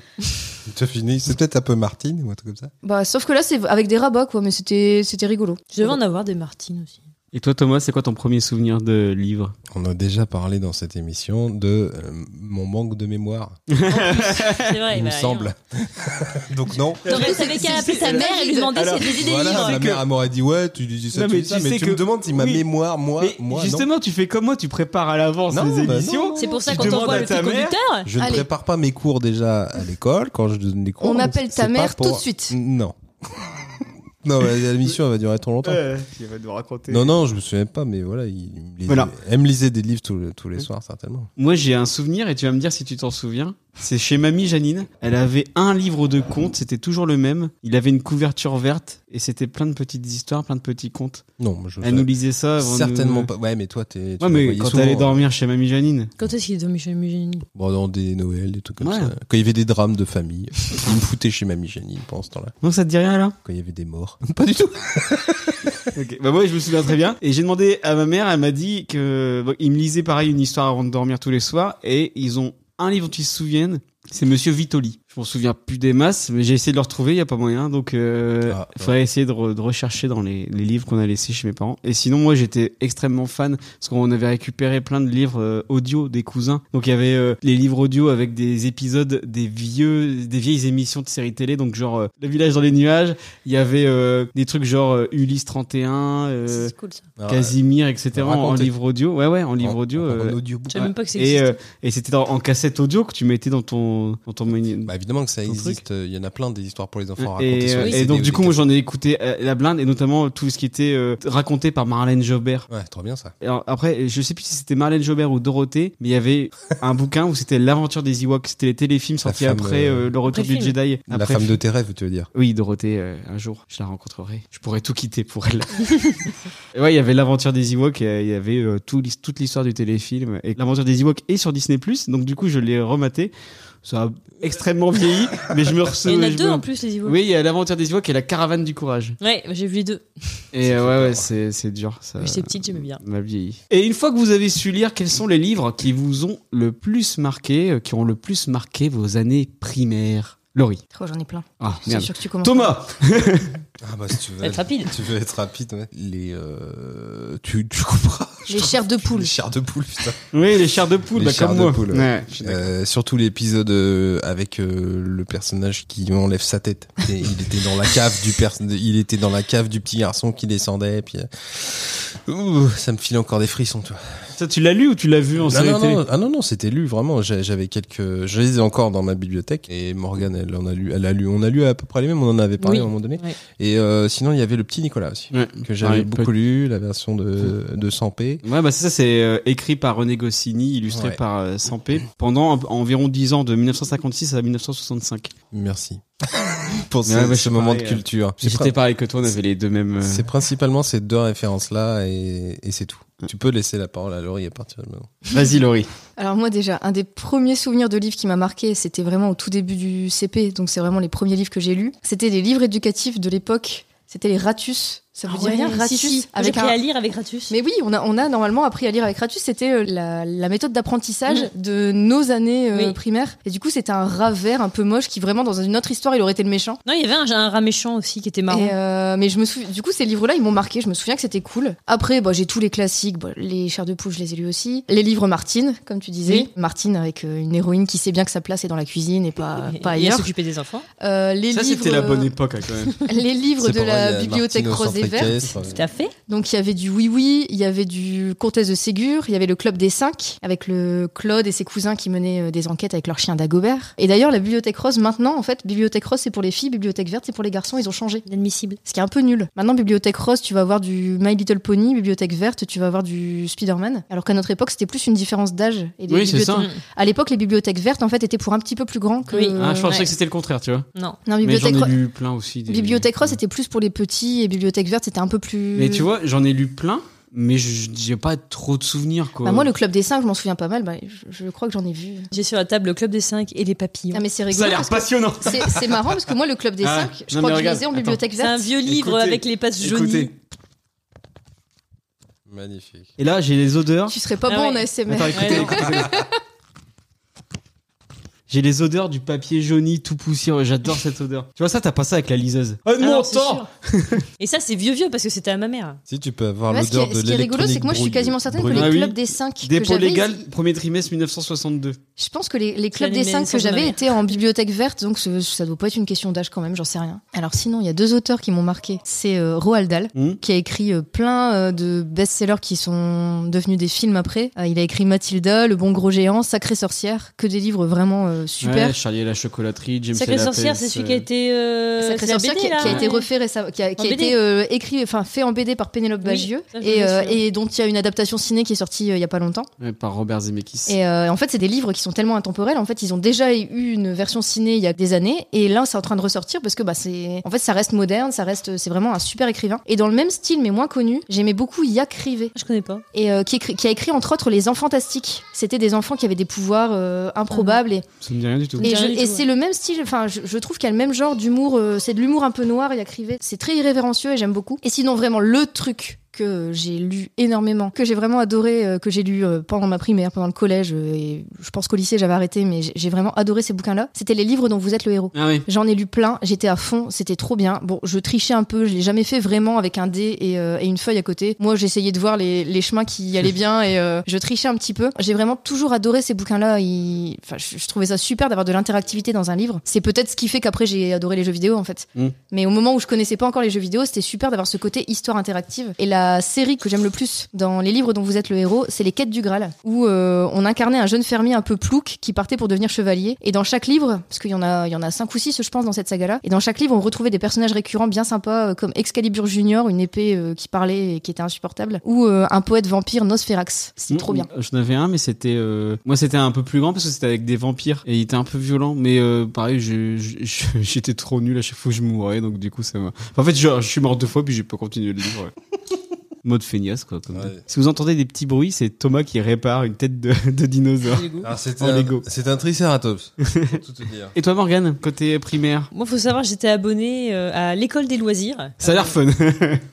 C: Tu as fini. C'est peut-être un peu Martine ou un truc comme ça.
D: Bah, sauf que là, c'est avec des rabats, quoi, mais c'était c'était rigolo.
E: Je devais en avoir des Martines aussi.
B: Et toi, Thomas, c'est quoi ton premier souvenir de livre
C: On a déjà parlé dans cette émission de euh, mon manque de mémoire,
E: C'est
B: Ah,
E: vrai,
C: il me
E: bah,
C: semble. Donc non.
E: T'aurais t'avais qu'à appeler sa mère et lui demander si
C: Alors,
E: elle lisait des
C: Voilà,
E: livres.
C: ma
B: que-
C: mère elle m'aurait dit ouais, tu dis ça,
B: Non,
C: tu
B: mais
C: dis
B: tu
C: ça, mais
B: sais
C: tu
B: que-
C: me demandes si ma
B: oui.
C: mémoire, moi,
B: Mais
C: moi, non.
B: Justement, tu fais comme moi, tu prépares à l'avance
C: Non,
B: les
C: bah non,
B: émissions.
C: non,
E: C'est pour ça
B: Tu
E: quand on
B: demandes
E: voit
B: à
E: le
B: ta
E: fil
B: mère.
E: conducteur,
C: Je
D: Allez.
C: ne prépare pas mes cours déjà à l'école quand je donne les cours.
D: On
C: donc
D: appelle
C: c'est
D: ta
C: pas
D: mère
C: pour-
D: tout de suite.
C: Non. non, mais la mission elle va durer trop longtemps.
B: Euh, il va nous raconter.
C: Non, non, je me souviens pas, mais voilà, il me lisait-
B: Voilà.
C: elle me lisait des livres tous, les- tous les soirs, certainement.
B: Moi, j'ai un souvenir et tu vas me dire si tu t'en souviens. C'est chez Mamie Janine. Elle avait un livre de contes, c'était toujours le même. Il avait une couverture verte et c'était plein de petites histoires, plein de petits contes.
C: Non, moi, je
B: Elle nous lisait ça avant de-
C: certainement pas. Ouais, mais toi, t'es. tu
B: Ouais,
C: la
B: mais
C: voyais
B: quand
C: souvent,
B: elle allait
C: hein.
B: dormir chez Mamie Janine.
E: quand est-ce qu'il est devenu chez Mugini
C: Bon, dans des Noëls, des trucs comme
B: Ouais.
C: ça. Quand il y avait des drames de famille, ils me foutaient chez mamie Janine pendant ce temps-là.
B: Non, ça te dit rien là
C: Quand il y avait des morts. Pas du tout.
B: Ok. Bah moi je me souviens très bien et j'ai demandé à ma mère, elle m'a dit que bon, ils me lisaient pareil une histoire avant de dormir tous les soirs et ils ont un livre dont ils se souviennent, c'est Monsieur Vitoli. Je m'en souviens plus des masses, mais j'ai essayé de le retrouver, il y a pas moyen, donc euh,
C: Ah, ouais.
B: faudrait essayer de, re- de rechercher dans les, les livres qu'on a laissés chez mes parents. Et sinon moi j'étais extrêmement fan parce qu'on avait récupéré plein de livres euh, audio des cousins. Donc il y avait euh, les livres audio avec des épisodes des vieux, des vieilles émissions de séries télé, donc genre euh, Le village dans les nuages. Il y avait euh, des trucs genre euh, Ulysse 31, euh,
E: C'est cool ça.
C: Alors,
B: Casimir, etc. En, en
C: raconter.
B: livre audio. Ouais, ouais, en
C: euh,
B: livre
C: Ah, en-
B: audio.
C: en- en
B: euh,
C: audio.
E: Je savais même pas que ça
B: et
E: existait.
B: euh, et c'était en, en cassette audio que tu mettais dans ton dans ton menu.
C: Bah, évidemment que ça
B: Ton
C: existe. euh, Il y en a plein des histoires pour les enfants racontées
B: Et,
C: sur
B: euh,
C: les
B: et
C: CD
B: donc
C: ou
B: du
C: des
B: coup, moi
C: cassettes.
B: j'en ai écouté euh, la blinde et notamment tout ce qui était euh, raconté par Marlène Jobert.
C: Ouais, trop bien ça.
B: Et alors, après, je sais plus si c'était Marlène Jobert ou Dorothée, mais il y avait un bouquin où c'était l'aventure des Ewoks. C'était les téléfilms sortis
C: femme,
B: après
C: euh,
B: euh, le retour
E: après
B: du
E: film.
B: Jedi.
C: la
B: Après
C: femme de tes rêves, tu veux dire.
B: Oui, Dorothée, euh, un jour, je la rencontrerai. Je pourrais tout quitter pour elle. Et ouais, il y avait l'aventure des Ewoks, euh, il y avait euh, tout l'his- toute l'histoire du téléfilm. Et l'aventure des Ewoks est sur Disney+, donc du coup, je l'ai rematé. Ça a extrêmement vieilli, mais je me
E: Il
B: ressens...
E: y en a
B: je
E: deux
B: me-
E: en plus, les Ewoks.
B: Oui, il y a l'aventure des Ewoks et la caravane du courage.
E: Ouais, j'ai vu les deux.
B: Et euh, ouais,
C: peur.
B: ouais, c'est c'est dur. Ça
E: Quand J'étais petite, j'aimais bien.
B: m'a vieilli. Et une fois que vous avez su lire, quels sont les livres qui vous ont le plus marqué, euh, qui ont le plus marqué vos années primaires Laurie.
D: Oh, J'en ai plein.
B: Ah,
D: Je suis
B: merde.
D: sûre que tu commences.
B: Thomas
C: Ah bah si tu veux
E: Être rapide.
C: Tu veux être rapide, ouais. Les. euh, tu, tu couperas.
D: Les chairs de poule.
C: Les chars de poule, putain.
B: Oui, les chars de poule,
C: Les
B: bah,
C: chars
B: comme
C: de
B: moi.
C: poule, ouais.
B: Ouais, je suis d'accord.
C: Euh, surtout l'épisode euh, avec euh, le personnage qui enlève sa tête. Et il était dans la cave du pers- il était dans la cave du petit garçon qui descendait. Puis euh, ouh, ça me file encore des frissons, toi.
B: Ça, tu l'as lu ou tu l'as vu en
C: Non,
B: série
C: non,
B: télé
C: non, ah non, non, c'était lu vraiment. J'ai- J'avais quelques, je les ai encore dans ma bibliothèque. Et Morgane, elle en a lu, elle a lu, on a lu à peu près les mêmes. On en avait parlé
E: Oui.
C: à un moment donné.
E: Ouais.
C: Et euh, sinon, il y avait le petit Nicolas aussi
B: Ouais.
C: que j'avais
B: Ouais,
C: beaucoup lu, la version de de 100p.
B: Ouais, bah c'est ça, c'est euh, écrit par René Goscinny, illustré
C: Ouais.
B: par euh, Sampé, pendant en- environ 10 ans, de 1956 à 1965.
C: Merci pour ce,
B: Ouais, ouais,
C: ce
B: c'est
C: moment de
B: pareil, euh,
C: culture. C'est
B: J'étais pareil que toi, on avait les deux mêmes... euh,
C: C'est principalement ces deux références-là et, et c'est tout.
B: Mm.
C: Tu peux laisser la parole à Laurie à partir de maintenant.
B: Vas-y, Laurie.
D: Alors moi déjà, un des premiers souvenirs de livres qui m'a marqué, c'était vraiment au tout début du CP, donc c'est vraiment les premiers livres que j'ai lus. C'était les livres éducatifs de l'époque, c'était les Ratus. Ça vous dit rien Ratus
E: J'ai
D: avec
E: appris
D: un-
E: à lire avec Ratus.
D: Mais oui, on a, on a normalement appris à lire avec Ratus, c'était euh, la, la méthode d'apprentissage de nos années euh,
E: Oui.
D: primaires. Et du coup, c'était un rat vert un peu moche qui vraiment dans une autre histoire, il aurait été le méchant.
E: Non, il y avait un, un rat méchant aussi qui était marrant.
D: Et, euh, mais je me souviens, du coup, ces livres-là, ils m'ont marqué. Je me souviens que c'était cool. Après, bah, j'ai tous les classiques. Bah, les chairs de poule, je les ai lus aussi. Les livres Martine, comme tu disais.
E: Oui.
D: Martine avec euh, une héroïne qui sait bien que sa place est dans la cuisine et pas,
E: Et-
D: pas
E: et à
D: ailleurs.
E: s'occuper des enfants.
D: Euh, les
B: Ça,
D: livres,
B: c'était la bonne
D: euh,
B: époque, hein, quand même.
D: les livres
C: C'est
D: de
C: pas vrai, il y
D: la
C: a
D: bibliothèque
C: Martine au
D: rose et
C: centre
D: verte.
C: équestre.
E: Tout à fait.
D: Donc il y avait du Oui Oui, il y avait du Comtesse de Ségur, il y avait le Club des Cinq, avec le Claude et ses cousins qui menaient euh, des enquêtes avec leur chien Dagobert. Et d'ailleurs, la Bibliothèque Rose, maintenant, en fait, Bibliothèque Rose, c'est pour les filles, Bibliothèque Verte, c'est pour les garçons, ils ont changé.
E: Inadmissible.
D: Ce qui est un peu nul. Maintenant, Bibliothèque Rose, tu vas avoir du My Little Pony, Bibliothèque Verte, tu vas avoir du Spider-Man. Alors qu'à notre époque, c'était plus une différence d'âge. Et les
B: Oui, c'est
D: bibliothèques-
B: ça.
D: À l'époque, les bibliothèques vertes, en fait, étaient pour un petit peu plus grands que.
E: Oui.
B: Ah, je pensais
D: euh,
E: Ouais.
B: que c'était le contraire, tu vois.
E: Non.
D: Non,
B: Mais j'en
D: Bibliothèque
B: ai
D: Rose.
B: lu plein aussi. des-
D: Bibliothèque Rose, c'était plus pour les petits et Bibliothèque Verte, c'était un peu plus.
B: Mais tu vois, j'en ai lu plein, mais je- j'ai pas trop de souvenirs, quoi.
D: Bah, moi, le Club des Cinq, je m'en souviens pas mal. Bah, je, je crois que j'en ai vu.
E: J'ai sur la table le club des 5 et les papillons.
D: Ah, mais c'est
B: Ça a
D: rigolo.
B: l'air
D: parce que
B: passionnant
D: C'est c'est marrant parce que moi, le Club des
B: Ah,
D: Cinq, je
B: non, mais
D: crois que je
B: regarde,
D: lisais en
B: attends.
D: Bibliothèque
E: C'est un
D: Verte.
E: vieux livre
B: Écoutez,
E: avec les pages jaunies.
B: Écoutez,
C: Magnifique.
B: Et là, j'ai les odeurs.
D: Tu serais pas
E: Ah
D: bon
E: ouais.
D: en ASMR.
B: hein. Attends,
E: Ouais,
B: écoutez,
E: non.
B: écoutez, écoutez. J'ai les odeurs du papier jauni tout poussiéreux. J'adore cette odeur. Tu vois ça, t'as pas ça avec la liseuse. Ah,
E: Ah non,
B: mon
E: c'est
B: temps
E: sûr. Et ça, c'est vieux, vieux parce que c'était à ma mère.
C: Si tu peux avoir
D: Ouais, ce qui
C: l'odeur
D: est,
C: de
D: ce qui est rigolo, c'est que moi, je suis
C: l'électronique
D: quasiment certaine que
C: brûlée.
D: les
B: Ah oui.
D: clubs des 5 que
B: Dépôt
D: j'avais,
B: légal,
D: ils-
B: premier trimestre 1962.
D: je pense que les, les clubs
E: la
D: des
E: naissance
D: 5 que
E: de
D: j'avais
E: ma mère.
D: étaient en bibliothèque verte, donc ce- ça doit pas être une question d'âge quand même, j'en sais rien. Alors sinon, il y a deux auteurs qui m'ont marqué. C'est euh, Roald Dahl,
B: Hmm.
D: qui a écrit euh, plein euh, de best-sellers qui sont devenus des films après. Euh, il a écrit Mathilda, Le Bon Gros Géant, Sacrée Sorcière, que des livres vraiment euh, super.
B: Ouais, Charlie et la chocolaterie, James et
E: Sacrée
B: la
E: sorcière,
B: Peste,
E: c'est celui
B: euh,
E: qui a été. euh,
D: Sacrée
E: c'est la
D: Sorcière
E: BD,
D: qui, a-
E: là,
D: qui a
E: ouais.
D: été refait récemment, qui a, qui a
E: En
D: été
E: BD.
D: euh, écrit, enfin fait en BD par Pénélope
E: Oui,
D: Bagieux
E: ça, je
D: et,
E: me
D: euh,
E: souviens.
D: et dont il y a une adaptation ciné qui est sortie euh, il y a pas longtemps.
B: ouais, par Robert Zemeckis.
D: Et euh, en fait, c'est des livres qui sont tellement intemporels. En fait, ils ont déjà eu une version ciné il y a des années, et là, c'est en train de ressortir parce que bah c'est, en fait, ça reste moderne, ça reste, c'est vraiment un super écrivain. Et dans le même style, mais moins connu, j'aimais beaucoup Yak Rivet,
E: Ah, Je connais pas.
D: et euh, qui, écrit- qui a écrit entre autres Les Enfants Fantastiques. C'était des enfants qui avaient des pouvoirs euh, improbables, et,
B: Ça me dit rien du tout.
E: Oui.
D: et,
E: dit
D: je-
E: rien du
D: et
E: tout,
D: c'est le même style. Enfin, je, je trouve qu'il y a le même genre d'humour. euh, c'est de l'humour un peu noir, Yak Rivet. C'est très irrévérencieux et j'aime beaucoup. Et sinon, vraiment le truc que j'ai lu énormément, que j'ai vraiment adoré, euh, que j'ai lu euh, pendant ma primaire, pendant le collège, euh, et je pense qu'au lycée j'avais arrêté, mais j'ai- j'ai vraiment adoré ces bouquins-là. C'était les livres dont vous êtes le héros.
B: Ah oui.
D: J'en ai lu plein, j'étais à fond, c'était trop bien. Bon, je trichais un peu, je l'ai jamais fait vraiment avec un dé et, euh, et une feuille à côté. Moi, j'essayais de voir les, les chemins qui y allaient bien et euh, je trichais un petit peu. J'ai vraiment toujours adoré ces bouquins-là. ils- Enfin, je, je trouvais ça super d'avoir de l'interactivité dans un livre. C'est peut-être ce qui fait qu'après j'ai adoré les jeux vidéo en fait.
B: Mm.
D: Mais au moment où je connaissais pas encore les jeux vidéo, c'était super d'avoir ce côté histoire interactive. Et la série que j'aime le plus dans les livres dont vous êtes le héros, c'est Les Quêtes du Graal, où euh, on incarnait un jeune fermier un peu plouc qui partait pour devenir chevalier. Et dans chaque livre, parce qu'il y en a, il y en a cinq ou six, je pense, dans cette saga-là. Et dans chaque livre, on retrouvait des personnages récurrents bien sympas, euh, comme Excalibur Junior, une épée euh, qui parlait et qui était insupportable, ou euh, un poète vampire Nosferax. C'était trop bien.
B: Mm, J'en avais un, mais c'était. euh, Moi, c'était un peu plus grand parce que c'était avec des vampires et il était un peu violent. Mais euh, pareil, je- je- je- j'étais trop nul à chaque fois que je mourais, donc du coup, ça m'a. Enfin, en fait, genre, je suis mort deux fois, puis j'ai pas continué le livre. Mode feignasse, quoi. comme
C: Ouais.
B: d'hab. Si vous entendez des petits bruits, c'est Thomas qui répare une tête de, de dinosaure.
C: Alors, c'était
B: En
C: un-
B: Lego.
C: Ah, C'est un triceratops. pour tout te dire.
B: Et toi, Morgane, côté primaire
E: Moi, faut savoir, j'étais abonnée euh, à l'école des loisirs.
B: Ça a l'air fun.
E: Euh,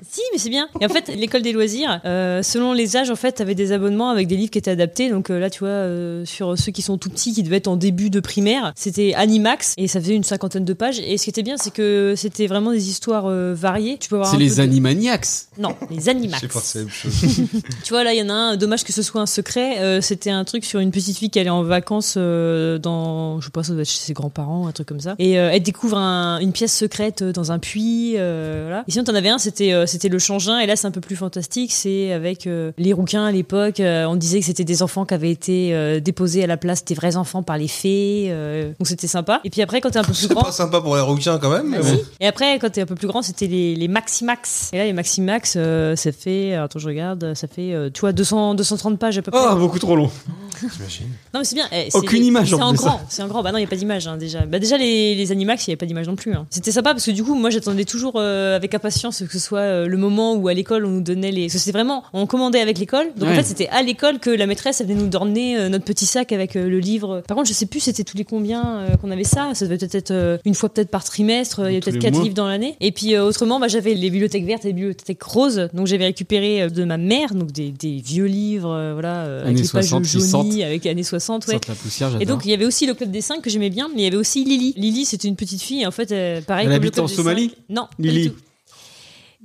E: Si, mais c'est bien. Et en fait, l'école des loisirs, euh, selon les âges, en fait, t'avais des abonnements avec des livres qui étaient adaptés. Donc euh, là, tu vois, euh, sur ceux qui sont tout petits, qui devaient être en début de primaire, c'était Animax et ça faisait une cinquantaine de pages. Et ce qui était bien, c'est que c'était vraiment des histoires euh, variées. Tu peux avoir
B: c'est
E: un peu
B: les
E: de-
B: Animaniacs.
E: Non, les Animax.
C: J'ai pensé à la même chose.
E: Tu vois, là, il y en a un, dommage que ce soit un secret. euh, c'était un truc sur une petite fille qui allait en vacances euh, dans, je sais pas, ça doit être chez ses grands-parents, un truc comme ça. Et euh, elle découvre un- une pièce secrète euh, dans un puits. euh, voilà. Et sinon, t'en avais un, c'était euh, c'était le changin. Et là, c'est un peu plus fantastique. C'est avec euh, les rouquins à l'époque. euh, on disait que c'était des enfants qui avaient été euh, déposés à la place des vrais enfants par les fées. euh, donc c'était sympa. Et puis après, quand t'es un peu plus
C: C'est
E: grand.
C: pas sympa pour les rouquins quand même. mais
E: Ah,
C: bon.
E: si. Et après, quand t'es un peu plus grand, c'était les, les Maximax. Et là, les Maximax, euh, ça fait, euh, attends, je regarde, ça fait, euh, tu vois, 200, 230 pages à peu près.
B: Oh, beaucoup trop long.
C: T'imagines
E: Non, mais c'est bien. eh, c'est-
B: Aucune image, en
E: C'est en
B: plus.
E: grand. C'est en grand. Bah non, il n'y a pas d'image hein, déjà. Bah déjà, les, les Animax, il n'y avait pas d'image non plus. hein. C'était sympa parce que du coup, moi, j'attendais toujours euh, avec impatience que ce soit euh, le moment où à l'école, on nous donnait les. Parce que c'était vraiment, on commandait avec l'école. Donc
B: Ouais.
E: en fait, c'était à l'école que la maîtresse, elle venait nous donner euh, notre petit sac avec euh, le livre. Par contre, je sais plus, c'était tous les combien euh, qu'on avait ça. Ça devait peut-être être euh, une fois peut-être par trimestre. euh, Il y a
B: Tous
E: peut-être
B: les
E: quatre
B: mois.
E: livres dans l'année. Et puis euh, autrement, bah, j'avais les bibliothèques vertes et les bibliothèques roses. Donc j'avais récupéré euh, de ma mère, donc des, des vieux livres, euh, voilà, euh, avec
B: Années
E: les pages
B: 60,
E: jaunies,
B: puissantes.
E: avec années 60, ouais.
B: Sorte la poussière, j'adore.
E: Et donc il y avait aussi le club des 5 que j'aimais bien, mais il y avait aussi Lily. Lily, c'était une petite fille, en fait, euh, pareil.
B: Elle
E: comme le
B: habite
E: club
B: en
E: des
B: Somalie
E: cinq. Non, pas
B: Lily.
E: du tout.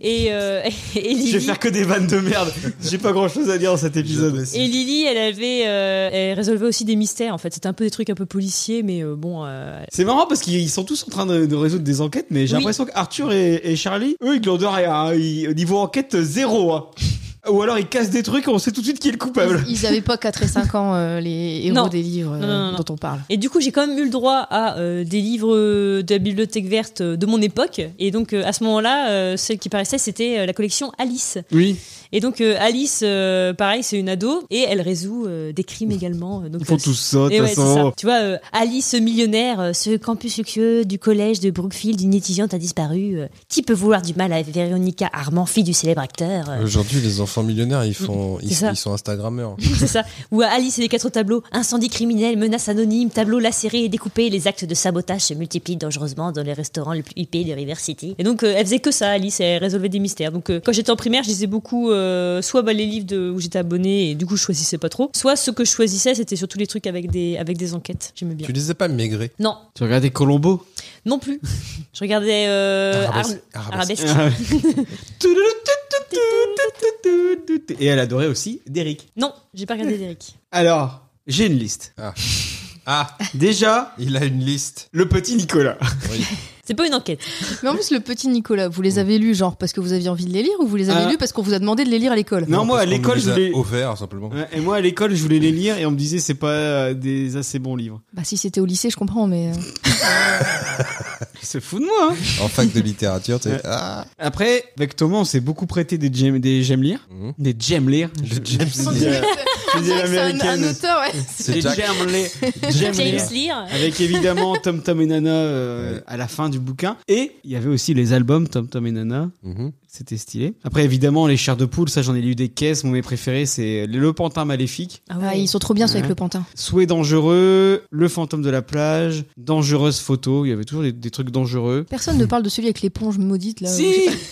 E: Et, euh, et
B: Je vais
E: Lily.
B: faire que des vannes de merde. J'ai pas grand chose à dire dans cet épisode.
E: Et Lily, elle avait, euh, elle résolvait aussi des mystères en fait. C'était un peu des trucs un peu policiers, mais euh, bon, euh,
B: C'est marrant parce qu'ils sont tous en train de, de résoudre des enquêtes, mais j'ai
E: Oui.
B: l'impression qu'Arthur et, et Charlie, eux, ils glandent rien. hein. Ils- au niveau enquête, zéro. hein. Ou alors ils cassent des trucs et on sait tout de suite qui est le coupable.
D: Ils avaient pas 4 et 5 ans, euh, les héros
E: Non.
D: des livres euh,
E: Non, non, non, non.
D: dont on parle.
E: Et du coup, j'ai quand même eu le droit à euh, des livres euh, de la bibliothèque verte euh, de mon époque. Et donc, euh, à ce moment-là, euh, celle qui paraissait, c'était euh, la collection Alice.
B: Oui,
E: Et donc, euh, Alice, euh, pareil, c'est une ado. Et elle résout euh, des crimes également. euh, donc,
B: ils font
E: euh,
B: tous ça, de
E: et
B: toute
E: ouais, c'est ça.
B: façon.
E: Tu vois, euh, Alice millionnaire, euh, ce campus luxueux du collège de Brookfield, une étudiante a disparu. euh, qui peut vouloir du mal à Véronica Armand, fille du célèbre acteur euh,
C: Aujourd'hui, les enfants sont millionnaires, ils font, ils,
E: c'est ça.
C: ils sont Instagrammeurs.
E: C'est ça. Ou à Alice et les quatre tableaux, incendie criminel, menace anonyme, tableau lacéré et découpé, les actes de sabotage se multiplient dangereusement dans les restaurants les plus huppés de River City. Et donc, euh, elle faisait que ça, Alice, elle résolvait des mystères. Donc, euh, quand j'étais en primaire, je lisais beaucoup euh, soit bah, les livres de, où j'étais abonnée et du coup, je choisissais pas trop, soit ce que je choisissais, c'était surtout les trucs avec des, avec des enquêtes. J'aimais bien.
C: Tu les as pas maigrés.
E: Non,
B: Tu regardais Colombo
E: non plus. je regardais euh,
C: Arabes-
E: Arle-
C: Arabesque.
E: Arabesque.
B: Et elle adorait aussi Derrick.
E: Non, j'ai pas regardé Derek.
B: Alors, j'ai une liste.
C: Ah,
B: Déjà,
C: il a une liste.
B: le petit Nicolas.
C: Oui.
E: C'est pas une enquête.
D: Mais en plus, le petit Nicolas, vous
B: Mm.
D: les avez lus, genre, parce que vous aviez envie de les lire ou vous les avez
B: Ah.
D: lus parce qu'on vous a demandé de les lire à l'école
B: Non, moi, à
C: parce qu'on
B: l'école,
C: nous les
B: je
C: a
B: voulais-
C: offerts, simplement.
B: Ouais, Et moi, à l'école, je voulais les lire et on me disait c'est pas euh, des assez bons livres.
D: Bah, si c'était au lycée, je comprends, mais. euh,
B: C'est fou de moi. hein.
C: En fac de littérature, tu sais.
B: Ouais.
C: Ah,
B: Après, avec Thomas, on s'est beaucoup prêté des j'aime des j'aime lire,
C: Mhm.
B: des j'aime lire.
C: Le James
D: on
C: Lee.
D: dirait que c'est-
B: Je
D: on
B: disais
D: dirait que Ah, c'est un, un
B: l'américaine.
D: auteur, ouais.
E: Ah
C: C'est
B: Des
C: Jack.
B: j'aime lire. J'aime
E: James
B: lire.
E: Lear.
B: Avec évidemment Tom Tom et Nana euh,
C: Ouais.
B: à la fin du bouquin. Et il y avait aussi les albums Tom Tom et Nana.
C: Mhm.
B: C'était stylé. Après, évidemment, les chairs de poule, ça j'en ai lu des caisses. Mon mes préférés, c'est Le Pantin Maléfique,
E: Ah
D: Ah,
E: ouais,
D: ils sont trop bien, ceux
B: Ouais.
D: avec le pantin.
B: Souhait Dangereux, Le Fantôme de la Plage, Dangereuse Photo. Il y avait toujours des, des trucs dangereux.
D: Personne ne parle de celui avec l'éponge maudite, là.
B: Si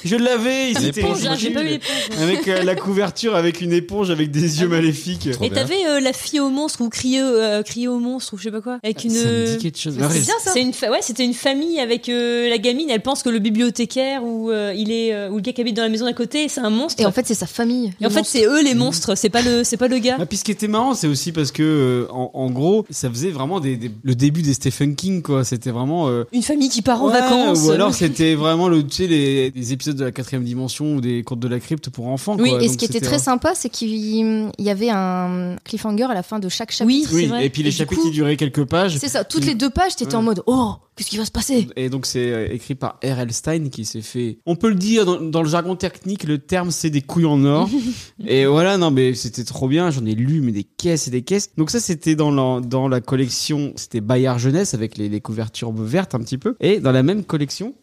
B: Je l'avais il s'était-
E: Éponge, hein, j'ai pas eu
B: nul.
E: l'éponge.
B: Avec euh, la couverture, avec une éponge, avec des yeux maléfiques.
C: Trop
E: Et
C: bien.
E: t'avais euh, la fille au monstre ou crier, euh, crier au monstre ou je sais pas quoi avec une.
B: Ah, Ça me dit quelque chose.
E: C'est
B: Arrête.
E: bien, ça. C'est une fa- ouais, c'était une famille avec euh, la gamine. Elle pense que le bibliothécaire ou euh, il est euh, ou le gars qui habite dans la maison d'à côté, c'est un monstre.
D: Et en fait, c'est sa famille.
E: Et
D: les
E: en fait,
D: monstres.
E: c'est eux les monstres. C'est pas le c'est pas le gars.
B: Ah, puis ce qui était marrant, c'est aussi parce que, euh, en, en gros, ça faisait vraiment des, des- le début des Stephen King, quoi. C'était vraiment. euh,
E: Une famille qui part en
B: ouais,
E: vacances.
B: Ou alors c'était vraiment le, tu sais, les, les épisodes de la quatrième dimension ou des contes de la crypte pour enfants.
D: Oui,
B: quoi.
D: et
B: Donc
D: ce qui était
B: c'était-
D: très sympa, c'est qu'il il y avait un cliffhanger à la fin de chaque chapitre.
E: Oui, c'est
B: Oui,
E: vrai.
B: et puis les
D: Et du
B: chapitres
D: coup-
B: qui duraient quelques pages.
D: C'est ça, toutes les deux pages, t'étais en
B: Ouais.
D: mode Oh, qu'est-ce qui va se passer
B: Et donc c'est euh, écrit par R.L. Stein qui s'est fait. On peut le dire dans, dans le jargon technique, le terme c'est des couilles en or. et voilà, non mais c'était trop bien. J'en ai lu mais des caisses et des caisses. Donc ça c'était dans la, dans la collection, c'était Bayard jeunesse avec les, les couvertures vertes un petit peu. Et dans la même collection.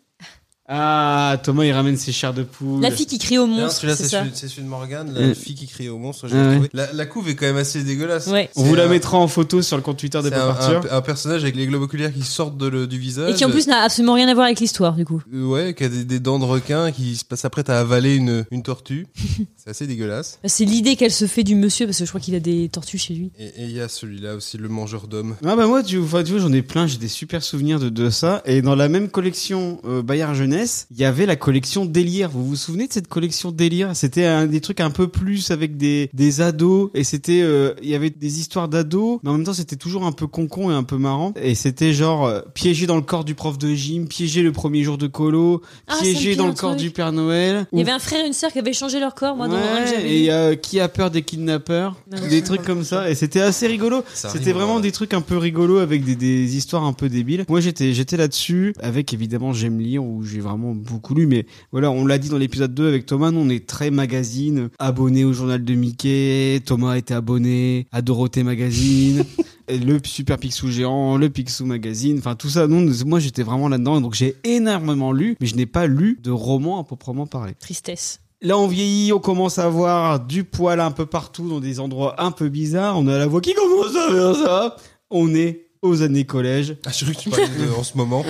B: Ah, Thomas il ramène ses chairs de poule.
E: La fille qui crie au
C: Non,
E: monstre.
C: celui-là,
E: c'est
C: c'est
E: ça.
C: celui, c'est celui de Morgane,
B: Euh.
C: la fille qui crie au monstre. je
B: Ah
C: l'ai
B: ouais.
C: trouvé. La, la couve est quand même assez dégueulasse.
E: Ouais.
B: On vous
C: C'est
B: la
C: un-
B: mettra en photo sur le compte Twitter de
C: C'est un,
B: Pop
C: un- un personnage avec les globes oculaires qui sortent de le- du visage.
E: Et qui en plus n'a absolument rien à voir avec l'histoire du coup.
C: Euh, Ouais, qui a des, des dents de requin, qui se passe après à avaler une, une tortue. c'est assez dégueulasse.
E: C'est l'idée qu'elle se fait du monsieur parce que je crois qu'il a des tortues chez lui.
C: Et et il y a celui-là aussi, le mangeur d'hommes.
B: Ah bah moi tu vois, tu vois j'en ai plein, j'ai des super souvenirs de, de ça et dans la même collection euh, Bayard jeunesse, il y avait la collection Délire. Vous vous souvenez de cette collection Délire C'était un des trucs un peu plus avec des des ados et c'était euh, il y avait des histoires d'ados mais en même temps c'était toujours un peu concon et un peu marrant et c'était genre euh, piégé dans le corps du prof de gym, piégé le premier jour de colo,
E: Ah, ça me
B: piégé
E: dit
B: dans
E: un
B: le corps
E: truc.
B: du Père Noël.
E: Il y
B: Ou-
E: avait un frère et une sœur qui avaient changé leur corps. Moi, dans un que
B: Ouais,
E: j'avais
B: et il
E: lu.
B: y a, euh, qui a peur des kidnappeurs,
E: Non, je
B: des
E: sais
B: trucs
E: pas.
B: comme ça, et c'était assez rigolo.
C: Ça euh,
B: C'était
C: rime,
B: vraiment
C: ouais.
B: des trucs un peu rigolos avec des, des histoires un peu débiles. Moi j'étais j'étais là-dessus, avec évidemment J'aime lire où j'ai vraiment beaucoup lu, mais voilà, on l'a dit dans l'épisode 2 avec Thomas, nous on est très magazine, abonné au journal de Mickey, Thomas était abonné à Dorothée Magazine. et Le Super Picsou Géant, le Picsou Magazine, enfin tout ça. Non, nous- moi j'étais vraiment là-dedans, donc j'ai énormément lu, mais je n'ai pas lu de roman à proprement parler.
E: Tristesse.
B: Là, on vieillit, on commence à avoir du poil un peu partout dans des endroits un peu bizarres. On a la voix qui commence à faire ça. On est aux années collège.
C: Ah, je crois que tu parlais de, en ce moment.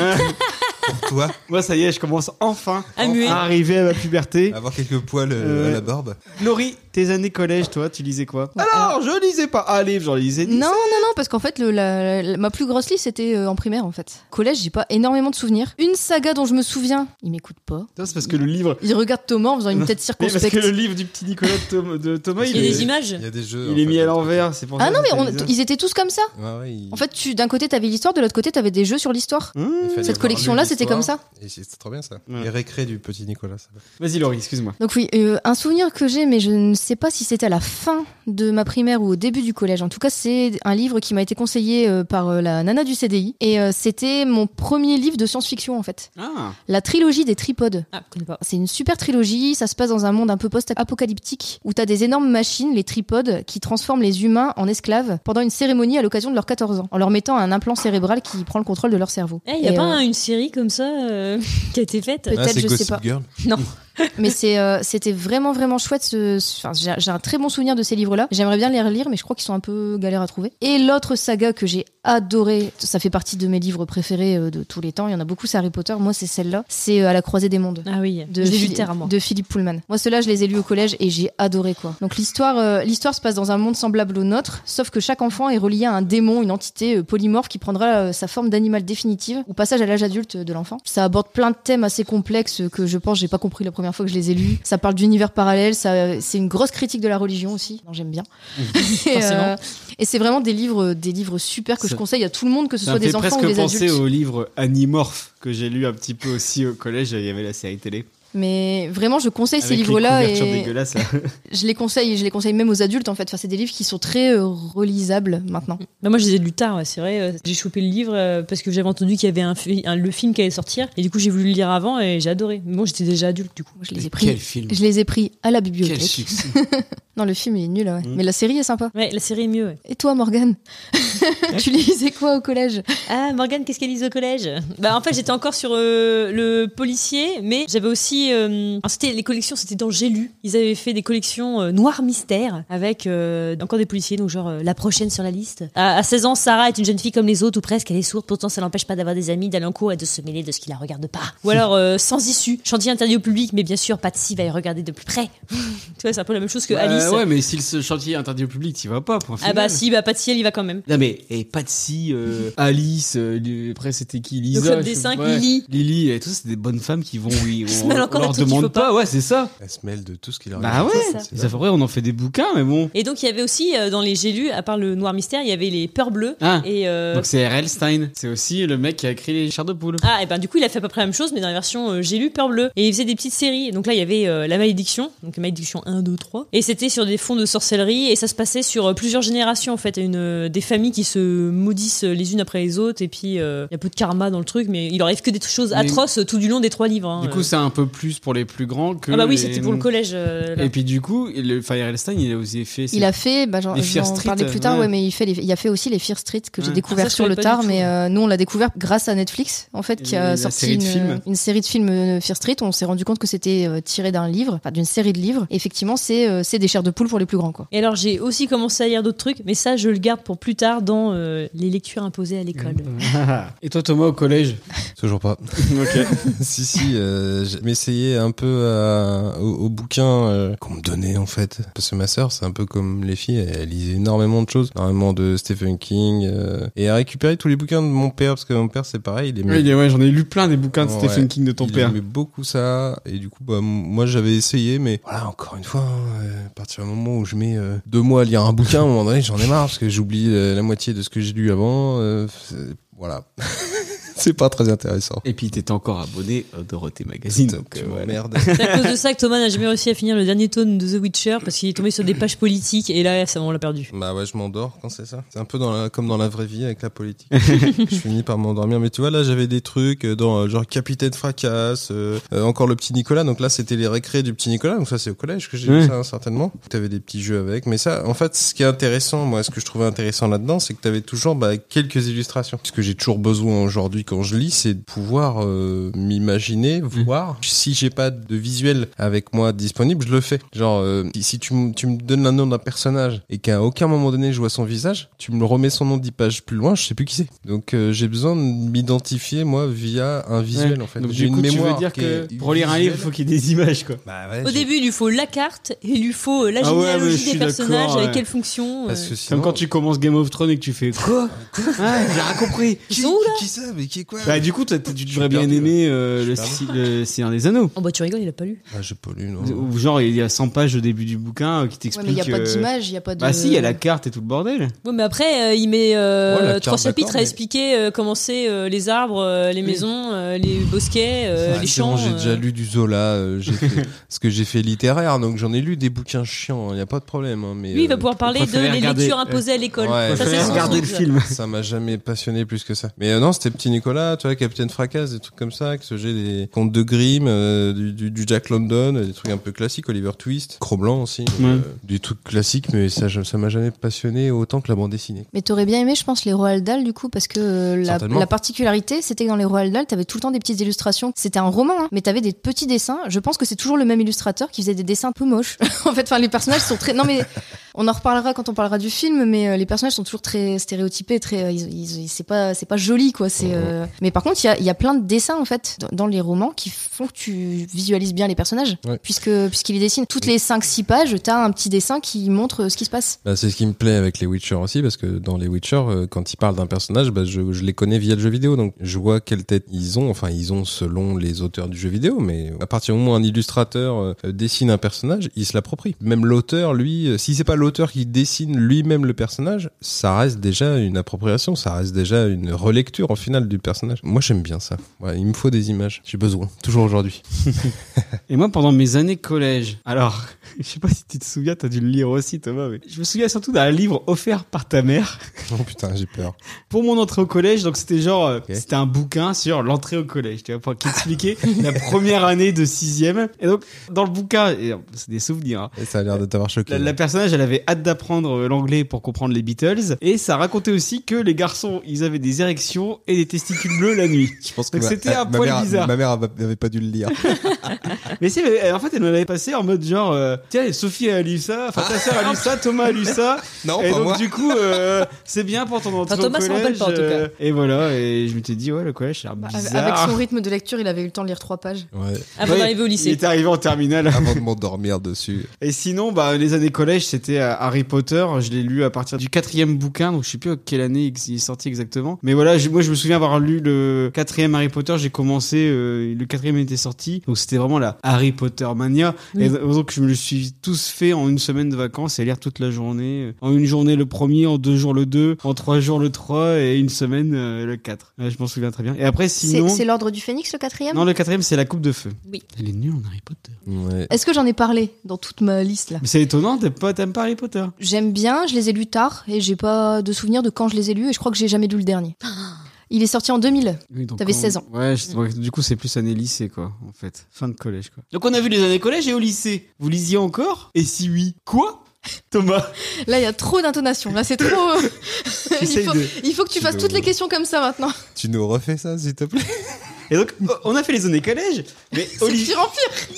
C: Pour toi,
B: Moi, ça y est, je commence enfin
E: À muer.
B: à arriver à ma puberté.
C: avoir quelques poils euh,
B: Euh,
C: à la barbe.
B: Laurie, tes années collège, toi, tu lisais quoi
D: Ouais,
B: Alors, je lisais pas un livre, j'en lisais dix.
D: Non, non, non, parce qu'en fait, le- la- la- ma plus grosse liste, c'était euh, en primaire, en fait. Collège, j'ai pas énormément de souvenirs. Une saga dont je me souviens, il m'écoute pas.
B: Putain, C'est parce que le livre.
D: Il regarde Thomas en faisant une tête
B: Mais parce que le
D: circonspecte.
B: livre du petit Nicolas de, Tom- de Thomas,
E: Il
B: il
E: y a
B: est,
E: des images.
C: Il y a des jeux.
B: il est
C: en
B: mis
C: fait.
B: à l'envers. C'est pour
D: Ah
B: ça
D: non,
B: que
D: mais
B: c'est
D: on-
B: bizarre.
D: ils étaient tous comme ça.
C: Ouais, ouais, il-
D: En fait, tu d'un côté, t'avais l'histoire, de l'autre côté, t'avais des jeux sur l'histoire.
B: Hum.
C: il fallait
D: cette
C: avoir
D: collection-là,
C: lu
D: c'était comme
C: l'histoire.
D: ça
C: Et C'est c'est trop bien ça.
B: Ouais.
C: Les récré du petit Nicolas. ça va.
B: Vas-y, Laurie, excuse-moi.
D: Donc oui, euh, un souvenir que j'ai, mais je ne sais pas si c'était à la fin de ma primaire ou au début du collège. En tout cas, c'est un livre qui m'a été conseillé euh, par euh, la nana du CDI. Et euh, c'était mon premier livre de science-fiction, en fait.
B: Ah,
D: La trilogie des tripodes.
E: Ah, je connais pas.
D: C'est une super trilogie, ça se passe dans un monde un peu post-apocalyptique où t'as des énormes machines, les tripodes, qui transforment les humains en esclaves pendant une cérémonie à l'occasion de leurs 14 ans, en leur mettant un implant cérébral qui prend le contrôle de leur cerveau.
E: Eh, y a
D: Et,
E: pas
D: euh,
E: un- une série comme ça euh, qui a été faite
D: Peut-être,
C: Ah, c'est
D: je sais
C: Gossip
D: pas.
C: Girl.
E: Non.
D: Mais c'est, euh, c'était vraiment, vraiment chouette. ce- ce- enfin, j'ai, j'ai un très bon souvenir de ces livres-là. J'aimerais bien les relire, mais je crois qu'ils sont un peu galères à trouver. Et l'autre saga que j'ai adorée, ça fait partie de mes livres préférés euh, de tous les temps. Il y en a beaucoup, c'est Harry Potter. Moi, c'est celle-là. C'est euh, À la croisée des mondes.
E: Ah oui,
D: De,
E: je l'ai vu
D: Philippe-
E: le terre à moi.
D: de Philippe Pullman. Moi, ceux-là, je les ai lus au collège et j'ai adoré quoi. Donc l'histoire, euh, l'histoire se passe dans un monde semblable au nôtre, sauf que chaque enfant est relié à un démon, une entité euh, polymorphe qui prendra euh, sa forme d'animal définitive au passage à l'âge adulte euh, de l'enfant. Ça aborde plein de thèmes assez complexes euh, que je pense j'ai pas compris la première fois que je les ai lus. Ça parle d'univers parallèle, ça, euh, c'est une grosse critique de la religion aussi. Non, j'aime bien.
B: Mmh.
D: et, euh,
E: Forcément.
D: et c'est vraiment des livres, euh, des livres super que je
B: Ça-
D: conseille à tout le monde, que ce
B: Ça me
D: soit
B: fait
D: des enfants
B: presque
D: ou des
B: penser
D: adultes.
B: au livre Animorphe que j'ai lu un petit peu aussi au collège. Il y avait la série télé.
D: Mais vraiment, je conseille ces
B: Avec les
D: livres-là.
B: couvertures
D: et...
B: dégueulasses, là.
D: Je les conseille, je les conseille même aux adultes en fait. Enfin, c'est des livres qui sont très euh, relisables maintenant.
E: Bah, moi, je les ai lus tard, ouais, c'est vrai. euh, J'ai chopé le livre euh, parce que j'avais entendu qu'il y avait un, fi- un- le film qui allait sortir. Et du coup, j'ai voulu le lire avant et j'ai adoré. Mais bon, j'étais déjà adulte, du coup.
D: Moi, je les ai
B: Quel
D: pris.
B: film
D: Je les ai pris à la bibliothèque.
B: Quel succès
D: non, le film il est nul, ouais.
B: Mm.
D: mais la série est sympa.
E: Ouais, la série est mieux, ouais.
D: Et toi, Morgane Tu lisais quoi au collège
E: Ah, Morgane, qu'est-ce qu'elle lise au collège Bah, en fait, j'étais encore sur euh, le policier, mais j'avais aussi. euh, alors, c'était les collections, c'était dans J'ai lu. Ils avaient fait des collections euh, noir mystère avec euh, encore des policiers, donc genre euh, la prochaine sur la liste. À, à 16 ans, Sarah est une jeune fille comme les autres, ou presque. Elle est sourde, pourtant ça l'empêche pas d'avoir des amis, d'aller en cours et de se mêler de ce qui la regarde pas. Ou alors euh, sans issue, chantier interdit au public, mais bien sûr, Patsy va y regarder de plus près. tu vois, c'est un peu la même chose que
B: Euh,
E: Alice.
B: ouais, mais si le ce chantier est interdit au public, t'y vas pas. Point
E: ah
B: final.
E: bah si, bah Patsy, elle y va quand même.
B: Non mais et Patsy, euh, Alice, euh, lui- après c'était qui Lisa,
E: club
B: je
E: des
B: sais
E: cinq,
B: pas.
E: Lily.
B: Lily et tout, c'est des bonnes femmes qui vont, oui,
E: se
B: on,
E: mêlent
B: on
E: encore
B: leur
E: des trucs qu'il faut
B: demande pas, ouais c'est ça.
C: Elle se mêle de tout ce qu'il a
B: Bah
E: C'est
B: ouais.
E: ça.
B: Et ça fait vrai, on en fait des bouquins, mais bon.
E: Et donc il y avait aussi euh, dans les j'ai lu, à part le Noir Mystère, il y avait les Peurs Bleues
B: Ah.
E: et euh,
B: Donc c'est R.L. Stein, c'est aussi le mec qui a écrit les chars de poule.
E: ah, et ben du coup, il a fait à peu près la même chose, mais dans la version euh, J'ai lu Peur Bleue. Et il faisait des petites séries. Et Donc là, il y avait euh, La Malédiction, donc Malédiction 1, 2, 3. Et c'était sur des fonds de sorcellerie, et ça se passait sur euh, plusieurs générations, en fait. Une, euh, des familles qui se maudissent euh, les unes après les autres, et puis euh, il y a peu de karma dans le truc, mais il leur arrive que des choses
B: Mais-
E: atroces euh, tout du long des trois livres. hein.
B: Du coup,
E: Euh,
B: c'est un peu plus pour les plus grands que.
E: ah bah oui,
B: les-
E: c'était pour le collège. euh, là.
B: Et puis du coup, le enfin, R.L. Stein, il a aussi fait.
D: Il a fait, bah, j'en
B: Les Fear
D: j'en
B: Street, euh,
D: parlais plus tard,
B: ouais. Hmm.
D: ouais. mais il, fait les- il a fait aussi les Fear Street que j'ai
B: Ouais.
D: découvert
E: Ah, ça, je
D: sur le
E: savais pas du
D: tard,
E: tout.
D: mais euh, nous on l'a découvert grâce à Netflix en fait qui
B: Et
D: a
B: la
D: sorti
B: série de
D: une,
B: films.
D: une série de films euh, Fear Street. On s'est rendu compte que c'était euh, tiré d'un livre, enfin d'une série de livres. Et effectivement, c'est euh, c'est des chairs de poule pour les plus grands quoi.
E: Et alors, j'ai aussi commencé à lire d'autres trucs, mais ça, je le garde pour plus tard dans euh, les lectures imposées à l'école.
B: Et toi, Thomas, au collège
C: Toujours pas. si, si, euh, je m'essayais un peu à- au, au bouquin euh, qu'on me donnait en fait. Parce que ma sœur, c'est un peu comme les filles, elle, elle lisait énormément de choses, énormément de Stephen King, euh, et elle récupérait tous les bouquins de mon père, parce que mon père c'est pareil, il aimait
B: Oui, ouais, j'en ai lu plein des bouquins de
C: Ouais.
B: Stephen King de ton
C: il
B: père.
C: aimait beaucoup ça et du coup bah, m- moi j'avais essayé mais voilà encore une fois hein, euh, à partir du moment où je mets euh, deux mois à lire un bouquin à un moment donné j'en ai marre parce que j'oublie euh, la moitié de ce que j'ai lu avant euh, c'est- voilà c'est pas très intéressant
B: Et puis, t'étais encore abonné à Dorothée Magazine. Donc,
C: tu
B: euh, voilà.
C: m'emmerdes
E: C'est à cause de ça que Thomas n'a jamais réussi à finir le dernier tome de The Witcher parce qu'il est tombé sur des pages politiques et là, ça, on l'a perdu.
C: bah ouais je m'endors quand c'est ça c'est un peu dans la- comme dans la vraie vie avec la politique je finis par m'endormir mais tu vois là j'avais des trucs euh, dans euh, genre Capitaine Fracasse euh, euh, encore le petit Nicolas donc là c'était les récrés du petit Nicolas donc ça c'est au collège que j'ai
B: Ouais.
C: vu ça hein, certainement t'avais des petits jeux avec mais ça en fait ce qui est intéressant moi ce que je trouvais intéressant là-dedans c'est que t'avais toujours bah, quelques illustrations ce que j'ai toujours besoin aujourd'hui quand je lis c'est de pouvoir euh, m'imaginer
B: Mhm.
C: voir si j'ai pas de visuel avec moi disponible je le fais genre euh, si- si tu, m- tu me donnes le nom d'un personnage et qu'à aucun moment donné je vois son visage tu me remets son nom dix pages plus loin je sais plus qui c'est donc euh, j'ai besoin de m'identifier moi via un visuel
B: Ouais.
C: en fait
B: Donc,
C: j'ai
B: du
C: une
B: coup, tu
C: mémoire
B: veux dire
C: qui
B: que
C: est
B: pour lire un livre, il faut
C: visuelle.
B: qu'il y ait des images, quoi.
C: Bah ouais,
E: Au
C: j'ai-
E: début, il lui faut la carte et il lui faut euh, la
B: Ah ouais, mais je
E: généalogie
B: suis
E: des personnages,
B: d'accord, ouais.
E: avec quelle fonction. euh.
C: parce que
B: Comme
C: sinon-
B: quand tu commences Game of Thrones et que tu fais quoi Ah, j'ai rien compris.
E: Ils sont où, là
C: Qui ça Mais qui est quoi
B: Bah du coup, toi, t'as- tu
C: Je
B: devrais
C: suis
B: bien
C: perdu,
B: aimer euh, le,
C: Je suis
B: style- le Seigneur des Anneaux.
E: Oh bah tu rigoles, il a pas lu.
C: Ah, j'ai pas lu, non.
E: Euh,
B: Ou Genre, il y a 100 pages au début du bouquin euh, qui
D: Ouais,
B: t'explique.
D: mais il n'y a pas
B: euh,
D: d'image, il n'y a pas de.
B: Bah si, il y a la carte et tout le bordel.
E: Ouais, mais après, euh, il met euh,
C: Ouais, Oh, la carte,
E: trois chapitres
C: d'accord,
E: à
C: mais-
E: expliquer euh, comment c'est euh, les arbres, euh, les maisons, euh, les bosquets, euh,
C: Ah,
E: les
C: c'est
E: champs.
C: bon, j'ai
E: euh.
C: déjà lu du Zola, euh, j'ai fait- parce que j'ai fait littéraire, donc j'en ai lu des bouquins chiants, il n'y a pas de problème. hein, mais,
E: Lui, il va
C: euh,
E: pouvoir parler de
B: préférez
E: les
B: regarder,
E: lectures
B: euh,
E: imposées à l'école.
C: ouais,
E: ça,
C: préférez
E: c'est son
C: regarder
E: truc,
B: le
E: ça.
B: film.
C: Ça m'a jamais passionné plus que ça. Mais euh, non, c'était petit Nicolas, tu vois, Capitaine Fracasse, des trucs comme ça, que ce j'ai des contes de Grimm, euh, du, du- du Jack London, euh, des trucs un peu classiques, Oliver Twist, Cro-Blanc aussi, euh,
B: Ouais.
C: des trucs classiques, mais ça, je- ça m'a jamais passionné autant que la bande dessinée.
D: Mais t'aurais bien aimé, je pense, les Roald Dahl, du coup, parce que euh, la,
C: Certainement.
D: la particularité, c'était que dans les Roald Dahl, t'avais tout le temps des petites illustrations. C'était un roman, hein, mais t'avais des petits dessins. Je pense que c'est toujours le même illustrateur qui faisait des dessins un peu moches. en fait, enfin, les personnages sont très. Non, mais on en reparlera quand on parlera du film, mais euh, les personnages sont toujours très stéréotypés, très. euh, ils- ils- ils- c'est pas, c'est pas joli, quoi.
C: Mhm.
D: C'est. euh, Mais par contre, il y a, il y a plein de dessins, en fait, dans, dans les romans qui font que tu visualises bien les personnages,
C: Ouais.
D: puisque puisqu'ils les dessinent. Toutes les 5-6 pages, t'as un petit dessin qui montre euh, ce qui se passe.
C: Bah, c'est ce qui me plaît avec les Witcher aussi, parce que dans les Witcher, euh, quand ils parlent d'un personnage, bah, je, je les connais via le jeu vidéo, donc je vois quelle tête ils ont, enfin ils ont selon les auteurs du jeu vidéo, mais à partir du moment où un illustrateur euh, dessine un personnage, il se l'approprie. Même l'auteur, lui, euh, si c'est pas l'auteur qui dessine lui-même le personnage, ça reste déjà une appropriation, ça reste déjà une relecture en finale du personnage. Moi j'aime bien ça. Ouais, il me faut des images, j'ai besoin, toujours aujourd'hui.
B: Et moi, pendant mes années collège, alors, je sais pas si tu te souviens, t'as dû le lire aussi, Thomas, mais je me souviens surtout d'un livre offert par ta mère
C: Oh putain, j'ai peur.
B: pour mon entrée au collège. Donc, c'était genre, euh, c'était un bouquin sur l'entrée au collège, tu vois, pour- qui expliquait la première année de sixième. Et donc, dans le bouquin, et, euh, c'est des souvenirs, hein,
C: Et ça a l'air de t'avoir choqué.
B: la, la personnage, elle avait hâte d'apprendre euh, l'anglais pour comprendre les Beatles. Et ça racontait aussi que les garçons, ils avaient des érections et des testicules bleus la nuit.
C: Je pense
B: Donc
C: ma- ah,
B: c'était un
C: ma
B: poil
C: mère-
B: bizarre.
C: Ma mère n'avait pas dû le lire.
B: Mais si, mais, euh, en fait, elle me l'avait passé en mode genre, euh, tiens, Sophie a lu ça, enfin, ta sœur a lu ça, Thomas a lu ça.
C: Non,
B: et
C: Oh, pas
B: donc,
C: moi.
B: du coup, euh, c'est bien pour ton entrée
E: Enfin, Thomas
B: au
E: s'en rappelle
B: collège.
E: pas, en tout cas.
B: euh, et voilà, et je m'étais dit, ouais, le collège, c'est bizarre.
D: Bah, Avec son rythme de lecture, il avait eu le temps de lire trois pages.
C: Ouais,
E: Avant
B: Ouais,
E: d'arriver Ah, au
B: Il
E: lycée.
B: est arrivé en terminale.
C: avant de m'endormir dessus.
B: Et sinon, bah, les années collège, c'était euh, Harry Potter. Je l'ai lu à partir du quatrième bouquin, donc je sais plus à quelle année il est sorti exactement. Mais voilà, je- moi, je me souviens avoir lu le quatrième Harry Potter. J'ai commencé, euh, le quatrième était sorti, donc c'était vraiment la Harry Potter mania.
E: Oui.
B: Et bah, donc, je me le suis tous fait en une semaine de vacances et lire toute la journée. En une journée le premier, en deux jours le deux, en trois jours le trois et une semaine euh, le quatre. Ouais, je m'en souviens très bien. Et après,
D: C'est
B: sinon,
D: c'est l'ordre du phénix, le quatrième
B: non, le quatrième, c'est la coupe de feu.
E: Oui.
B: Elle est nulle en Harry Potter.
C: Ouais.
D: Est-ce que j'en ai parlé dans toute ma liste là
B: Mais c'est étonnant, t'aimes pas, t'aimes pas Harry Potter.
D: J'aime bien, je les ai lus tard et j'ai pas de souvenir de quand je les ai lus et je crois que j'ai jamais lu le dernier. Il est sorti en 2000.
B: Oui, donc
D: T'avais
B: on-
D: 16 ans.
B: Ouais,
E: Mm.
B: je- ouais, du coup, c'est plus année lycée, quoi, en fait. Fin de collège, quoi. Donc, on a vu les années collège et au lycée. Vous lisiez encore Et si oui, quoi Thomas,
D: Là, il y a trop d'intonation. Là, c'est trop. il,
B: essaye
D: faut,
B: de.
D: il faut que tu
C: Tu
D: fasses toutes
C: dois-
D: les questions comme ça maintenant.
C: Tu nous refais ça, s'il te plaît
B: Et donc, on a fait les années collège, mais au
D: C'est de
B: lycée.
D: pire en pire.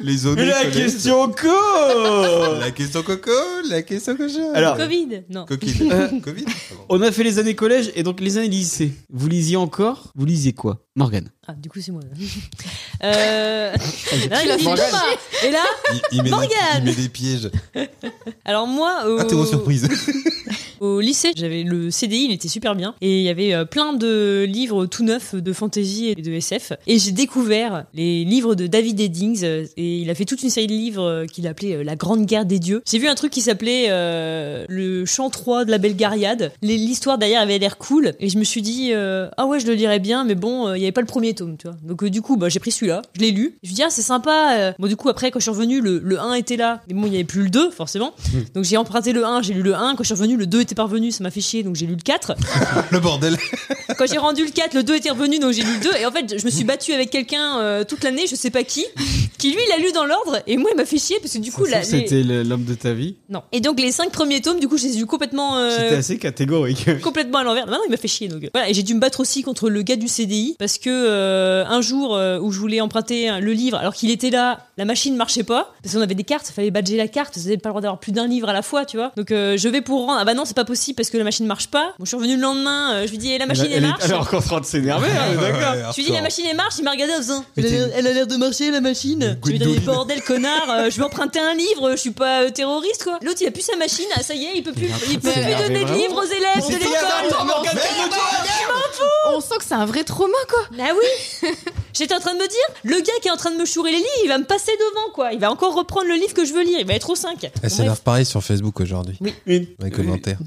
C: Les zones.
B: Mais la question co
C: La question coco, la question cochon.
B: Alors-
E: Covid Non.
C: Coquine.
B: Euh.
C: Covid Pardon.
B: On a fait les années collège et donc les années lycée. Vous lisiez encore Vous lisiez quoi Morgane.
E: Ah, du coup, c'est moi. euh... là, il a dit
B: Morgane.
E: Thomas. Et là,
C: Il, il met des,
E: Morgane Oh.
C: il met des pièges. Ah,
E: alors moi, au,
C: Interro surprise.
E: au lycée, j'avais le CDI, il était super bien. Et il y avait euh, plein de livres tout neufs de fantasy et de SF. Et j'ai découvert les livres de David Eddings. euh, Et il a fait toute une série de livres euh, qu'il appelait euh, La Grande Guerre des Dieux. J'ai vu un truc qui s'appelait euh, Le Chant 3 de la Belgariade. Les- L'histoire derrière avait l'air cool. Et je me suis dit, euh, ah ouais, je le lirais bien, mais bon, euh, il n'y avait pas le premier tome, tu vois. Donc euh, du coup, bah, j'ai pris celui-là, je l'ai lu. Je me suis dit, ah, c'est sympa. euh. Bon, du coup, après, quand je suis revenu, le, le 1 était là. Mais bon, il n'y avait plus le 2, forcément. Donc j'ai emprunté le 1, j'ai lu le 1. Quand je suis revenu, le 2 était parvenu, ça m'a fait chier, donc j'ai lu le 4.
C: Le bordel.
E: Quand j'ai rendu le 4, le 2 était revenu, donc j'ai lu le 2. Et en fait, je me suis battue avec quelqu'un euh, toute l'année, je sais pas qui, qui lui, il a lu dans l'ordre. Et moi, il m'a fait chier parce que du coup,
B: Ça se
E: là.
B: trouve, C'était le- l'homme de ta vie.
E: Non. Et donc les 5 premiers tomes, du coup, je les ai lus complètement. euh,
B: C'était assez catégorique.
E: complètement à l'envers. Maintenant, il m'a fait chier. Donc. euh, Voilà, et j'ai dû me battre aussi contre le gars du CDI parce que euh, un jour euh, où je voulais emprunter euh, le livre alors qu'il était là, la machine marchait pas parce qu'on avait des cartes, il fallait badger la carte, vous n'avez pas le droit d'avoir plus d'un livre à la fois, tu vois. Donc euh, je vais pour rendre. Ah bah non, c'est pas possible parce que la machine marche pas. Bon, je suis revenu le lendemain, euh, je lui dis eh, la machine elle,
B: elle, elle
E: marche.
B: est alors qu'en train de s'énerver, hein, d'accord.
C: Ouais,
E: Je lui dis la
C: hardcore.
E: machine elle marche, il m'a regardé en faisant
C: Mais
E: elle a
C: t'es-
E: l'air- elle a l'air de marcher la machine. Je lui ai dit
C: Gwendoline.
E: bordel connard, euh, je vais emprunter un livre, je suis pas euh, terroriste quoi. L'autre il a plus sa machine, ah, ça y est, il peut plus, il peut
B: de
E: plus
B: s'énerver,
E: donner de
B: vraiment. Ah,
E: livres aux élèves de l'école.
D: On sent que c'est un vrai trauma quoi.
E: Bah oui J'étais en train de me dire, le gars qui est en train de me chourer les livres, il va me passer devant, quoi. Il va encore reprendre le livre que je veux lire. Il va être au 5.
C: Elle s'énerve pareil sur Facebook aujourd'hui. Dans les commentaires.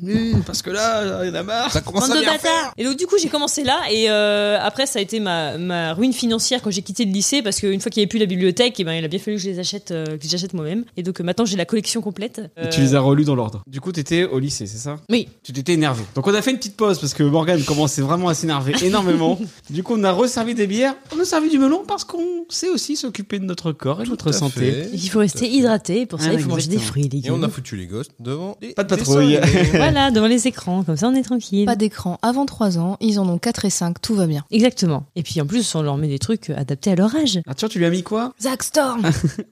B: parce que là, il y en a marre.
C: Ça commence
E: Bande de bâtards Et donc du coup j'ai commencé là et euh, après ça a été ma, ma ruine financière quand j'ai quitté le lycée parce qu'une fois qu'il n'y avait plus la bibliothèque et ben il a bien fallu que je les achète euh, que j'achète moi-même et donc euh, maintenant j'ai la collection complète. Euh,
B: Tu les as relus dans l'ordre. Du coup, t'étais au lycée, c'est ça
E: Oui.
B: Tu t'étais énervé. Donc on a fait une petite pause parce que Morgane commençait vraiment à s'énerver énormément. du coup, on a resservi des bières, on a servi du melon parce qu'on sait aussi s'occuper de notre corps et de notre santé.
E: Euh, Il faut rester hydraté pour ça
B: Ah,
E: il faut manger des
B: exactement.
E: fruits et
C: Et
E: légumes.
C: on a foutu les gosses devant. des-
B: Pas de
C: des
B: patrouille.
C: sangliers.
E: voilà devant les écrans comme ça on est tranquille.
D: Pas d'écran avant 3 ans, ils en ont 4 et 5, tout va bien.
E: Exactement. Et puis en plus on leur met des trucs euh, adaptés à leur âge.
B: Arthur, Ah, tu lui as mis quoi
D: Zack Storm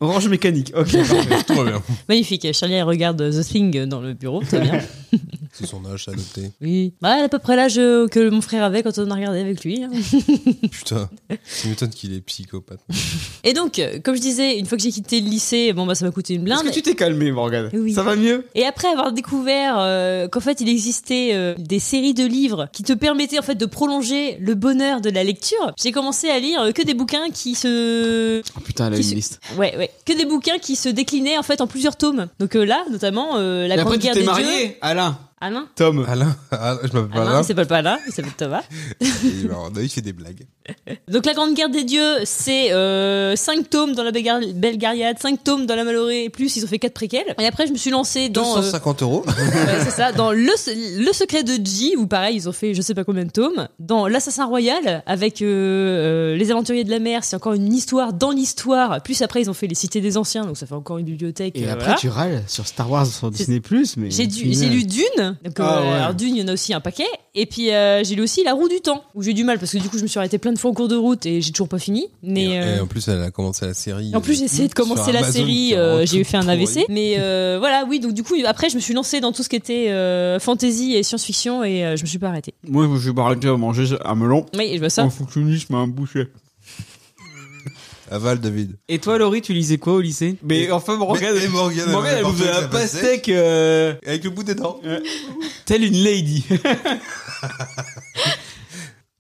B: Orange mécanique. Ok. parfait.
C: Tout va bien.
E: Magnifique. Charlie elle regarde euh, The Thing euh, dans le bureau très bien.
C: C'est son âge ça, adopté.
E: oui. Bah, elle a à peu près l'âge euh, que mon frère avait quand on a regardé avec lui. hein.
C: Putain. Tu m'étonnes qu'il est psychopathe.
E: Et donc euh, comme je disais une fois que j'ai quitté le lycée bon bah ça m'a coûté une blinde.
B: Est-ce que tu t'es calmé, Morgane
E: Oui.
B: Ça va mieux
E: Et après avoir découvert euh, qu'en fait il existait euh, des séries de livres qui te permettaient en fait de prolonger le bonheur de la lecture, j'ai commencé à lire euh, que des bouquins qui se
B: Oh putain, elle a
E: Qui
B: une
E: se-
B: liste.
E: ouais ouais que des bouquins qui se déclinaient en fait en plusieurs tomes. Donc euh, là notamment euh, la
B: et
E: grande
B: après, tu
E: guerre
B: t'es
E: des dieux.
B: marié Alain.
E: Alain.
B: Tom.
C: Alain, Alain- Ah, je m'appelle pas
E: Alain,
C: Alain.
E: il s'appelle pas Alain, hein? il s'appelle Thomas.
C: Il est marrant. Il fait des blagues.
E: Donc la Grande Guerre des Dieux, c'est 5 tomes dans la Belga- Belgariade, 5 tomes dans la Malorée, et plus ils ont fait 4 préquels. Et après je me suis lancée dans... euh,
C: 250 euros.
E: Ouais, c'est ça. Dans le, Se- le secret de G, où pareil, ils ont fait je sais pas combien de tomes. Dans l'assassin royal, avec euh, euh, les aventuriers de la mer, c'est encore une histoire dans l'histoire. Plus après, ils ont fait les cités des anciens, donc ça fait encore une bibliothèque.
B: Et
E: euh,
B: après,
E: voilà.
B: tu râles sur Star Wars, sur
E: C'est-
B: Disney+, mais...
E: J'ai dû- j'ai lu Dune, donc euh,
B: Ah ouais.
E: alors Dune il y en a aussi un paquet, et puis euh, j'ai lu aussi La Roue du Temps, où j'ai eu du mal parce que du coup je me suis arrêtée plein de fois en cours de route et j'ai toujours pas fini. Mais
C: Et,
E: euh,
C: en plus, elle a commencé la série. euh,
E: en plus, j'ai essayé de commencer la série, euh, j'ai eu fait un AVC. Mais euh, voilà, oui, donc du coup, après, je me suis lancée dans tout ce qui était euh, fantasy et science-fiction et euh, je me suis pas arrêtée.
B: Moi, je suis arrêté à manger un melon.
E: Oui, je vois ça.
B: fonctionnisme à un boucher.
C: Aval, David.
B: Et toi, Laurie, tu lisais quoi au lycée Mais enfin, Morgane,
C: Mais- mais Morgane,
B: Morgane, elle
C: elle
B: nous faisait
C: apportait de
B: la
C: la pastèque.
B: pastèque euh,
C: Avec le bout des dents.
B: telle une lady.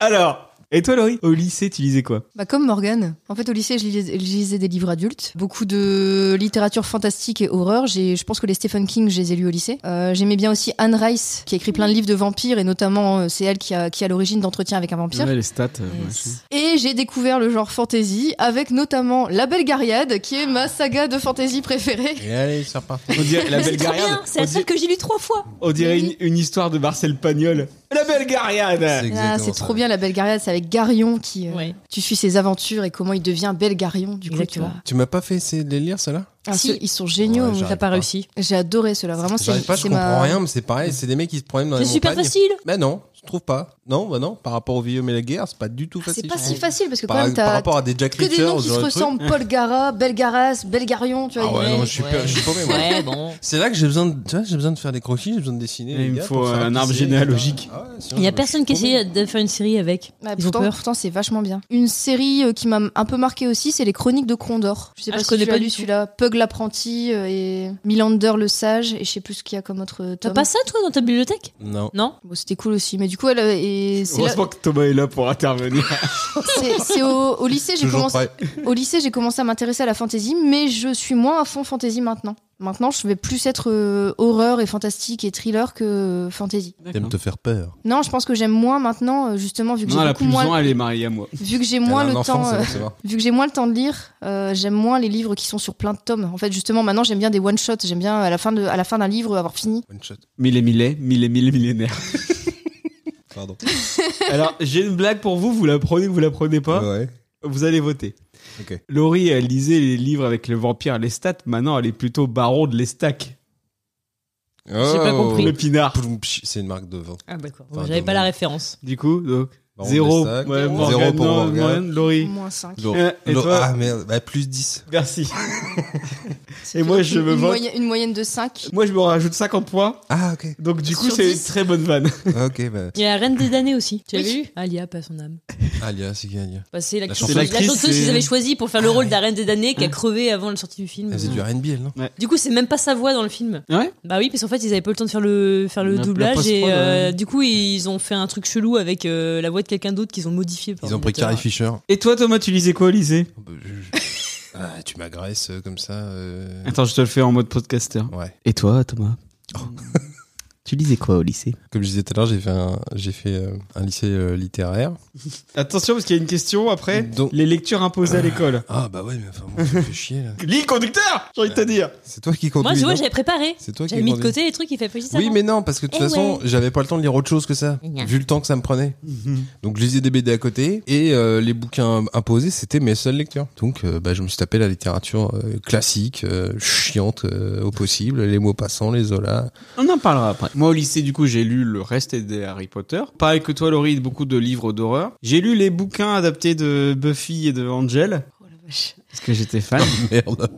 B: Alors, et toi, Laurie, au lycée, tu lisais quoi
D: Bah comme Morgan. En fait, au lycée, je lisais, je lisais des livres adultes, beaucoup de littérature fantastique et horreur. J'ai, je pense que les Stephen King, je les ai lus au lycée. Euh, J'aimais bien aussi Anne Rice, qui a écrit plein de livres de vampires, et notamment euh, c'est elle qui a, qui a l'origine d'Entretien avec un vampire.
B: les stats.
D: Et j'ai découvert le genre fantasy avec notamment La Belgariade, qui est ma saga de fantasy préférée.
C: Et allez, c'est reparti.
B: On dirait la
E: C'est
B: belle
E: trop bien,
B: Gariade.
E: c'est
B: On
E: la
B: di-
E: seule que j'ai lu trois fois.
B: On dirait une, une histoire de Marcel Pagnol. La belle Gariade
D: Ah, c'est trop bien La Belgariade, c'est avec Garion qui euh,
E: Ouais.
D: tu suis ses aventures et comment il devient Belgarion du coup. Tu
E: Exactement.
D: vois.
C: Tu m'as pas fait essayer de les lire, ceux-là
D: Ah,
E: Si.
D: ceux- ils sont géniaux.
C: Ouais,
D: moi.
C: j'arrive
E: T'as pas
C: pas.
E: réussi.
D: J'ai adoré cela. Vraiment, c'est
C: J'arrive pas, je
D: c'est
C: comprends
D: ma.
C: rien, mais c'est pareil. C'est des mecs qui se promènent dans les
E: C'est super
C: montagnes.
E: facile.
C: Bah non, je trouve pas. Non, bah non, par rapport au vieux Mellaguer, c'est pas du tout
D: Ah, C'est
C: facile.
D: pas
C: je
D: si
C: trouve.
D: facile parce que quand
C: Par,
D: même
C: par
D: t'as
C: rapport à des Jack
D: que des
C: Reacher, ou
D: noms qui
C: ce
D: se
C: genre de
D: ressemblent. Paul Gara, Belgaras, Belgarion, tu
C: truc.
D: vois.
C: Ah ouais,
D: il-
C: non, je suis pas- je suis paumé, moi.
E: Ouais, bon.
C: C'est là que j'ai besoin, de, tu vois, j'ai besoin de faire des croquis, j'ai besoin de dessiner.
B: Et
C: les
B: il me
C: gars,
B: faut
C: pour savoir
B: un
C: qui
B: arbre
C: c'est,
B: généalogique.
C: etc. Ah ouais, sinon,
E: Il y a
C: bah,
E: personne qui
C: je suis
E: essaye de faire une série avec.
D: Bah,
E: Ils ont
D: pourtant,
E: peur.
D: pourtant, c'est vachement bien. Une série euh, qui m'a un peu marqué aussi, c'est les Chroniques de Crondor. Je sais
E: Ah,
D: pas
E: je
D: si
E: connais
D: tu
E: pas
D: l'as
E: du
D: lu
E: tout.
D: celui-là. Pug l'apprenti euh, et Milander le sage et je sais plus ce qu'il y a comme autre euh,
E: T'as
D: tome.
E: pas ça, toi, dans ta bibliothèque
C: paumé. Non.
E: Non
D: Bon, c'était cool aussi, mais du coup, elle, euh, et c'est là-
B: Heureusement que Thomas est là pour intervenir.
D: c'est- c'est au, au lycée, j'ai
C: Toujours
D: commencé,
C: prêt.
D: au lycée, j'ai commencé à m'intéresser à la fantasy, mais je suis moins à fond fantasy maintenant. Maintenant, je vais plus être euh, horreur et fantastique et thriller que euh, fantasy.
C: T'aimes te faire peur.
D: Non, je pense que j'aime moins maintenant, euh, justement, vu que
B: Non,
D: j'ai
B: la
D: beaucoup
B: plus
D: moins,
B: loin, elle est mariée à moi.
D: vu que j'ai
C: T'as
D: moins
C: un
D: le
C: enfant,
D: temps,
C: c'est
D: euh,
C: bon, ça va.
D: vu que j'ai moins le temps de lire, euh, j'aime moins les livres qui sont sur plein de tomes. En fait, justement, maintenant, j'aime bien des one shots. J'aime bien à la fin de, à la fin d'un livre avoir fini.
C: One shot.
B: Mille et mille, mille et mille millénaires.
C: Pardon.
B: Alors, j'ai une blague pour vous, vous la prenez ou vous la prenez pas
C: Ouais.
B: Vous allez voter.
C: Ok.
B: Laurie, elle lisait les livres avec le vampire Lestat. Maintenant, elle est plutôt baron de Lestac.
E: pas
C: Oh.
E: compris.
B: Le pinard.
C: Ploum, pch, C'est une marque de vin.
E: Ah, d'accord.
C: Enfin,
E: J'avais pas
C: demain.
E: la référence.
B: Du coup, donc,
C: Baron
B: zéro.
C: Dessac.
B: Ouais,
C: Zéro
B: Morgane,
C: pour
B: non,
C: Morgane.
B: Morgane, Laurie.
D: Moins 5.
C: Lo-
B: Euh, et
C: Lo-
B: toi
C: Ah merde, bah, plus 10.
B: Merci. Et moi, je me
D: une,
B: vote.
D: moyenne, une moyenne de 5.
B: Moi, je me rajoute 50 points.
C: Ah, ok.
B: Donc, du coup,
D: Sur
B: c'est une
D: 10.
B: très bonne vanne.
C: Ok, bah.
E: Il y a la Reine des damnés aussi. Tu
D: Oui.
E: l'avais vu Alia, pas son âme.
C: Alia, c'est qui Alia
E: Bah, c'est la,
C: La chanteuse.
E: chanteuse, la
B: C'est l'actrice,
E: chanteuse
B: c'est-
E: qu'ils avaient choisie pour faire le rôle de la Reine des damnés qui a
B: Ouais.
E: crevé avant la sortie du film.
C: Elle faisait du RB, elle, non
E: Du coup, c'est même pas sa voix dans le film.
B: Ouais
E: Bah oui, parce qu'en fait, ils avaient pas le temps de faire le, faire le
B: La- la
E: doublage
B: post-prod,
E: et euh,
B: ouais.
E: du coup, ils ont fait un truc chelou avec euh, la voix de quelqu'un d'autre qu'ils ont modifié. par
C: Ils ont pris
E: ordinateur.
C: Carrie Fisher.
B: Et toi, Thomas, tu lisais quoi au lycée
C: Oh, bah, je- je- Ah, tu m'agresses euh, comme ça. euh,
B: Attends, je te le fais en mode podcaster. Oh.
C: Ouais.
B: Et toi, Thomas Tu lisais quoi au lycée
C: Comme je disais tout à l'heure, j'ai fait un, j'ai fait euh, un lycée euh, littéraire.
B: Attention, parce qu'il y a une question après.
C: Donc-
B: Les lectures imposées à l'école.
C: Ah bah ouais, mais enfin, bon, ça me fait chier là.
B: Lis le conducteur J'ai envie de te dire
C: C'est toi qui
E: Moi,
C: conduis.
E: tu vois,
C: non
E: j'avais préparé.
C: C'est toi qui
E: J'avais mis de
C: conduis.
E: côté les trucs, il fait plus
C: Oui, mais non, parce que de toute
A: Eh
C: façon,
A: ouais. Eh
C: j'avais pas le temps de lire autre chose que ça,
E: Gna.
C: vu le temps que ça me prenait.
B: Mhm.
C: Donc je lisais des BD à côté et euh, les bouquins imposés, c'était mes seules lectures. Donc euh, bah, je me suis tapé la littérature euh, classique, euh, chiante euh, au possible, les mots passants, les Zola.
B: On en parlera après. Moi, au lycée, du coup, j'ai lu le reste des Harry Potter. Pareil que toi, Laurie, beaucoup de livres d'horreur. J'ai lu les bouquins adaptés de Buffy et de Angel, parce que j'étais fan.
C: Merde.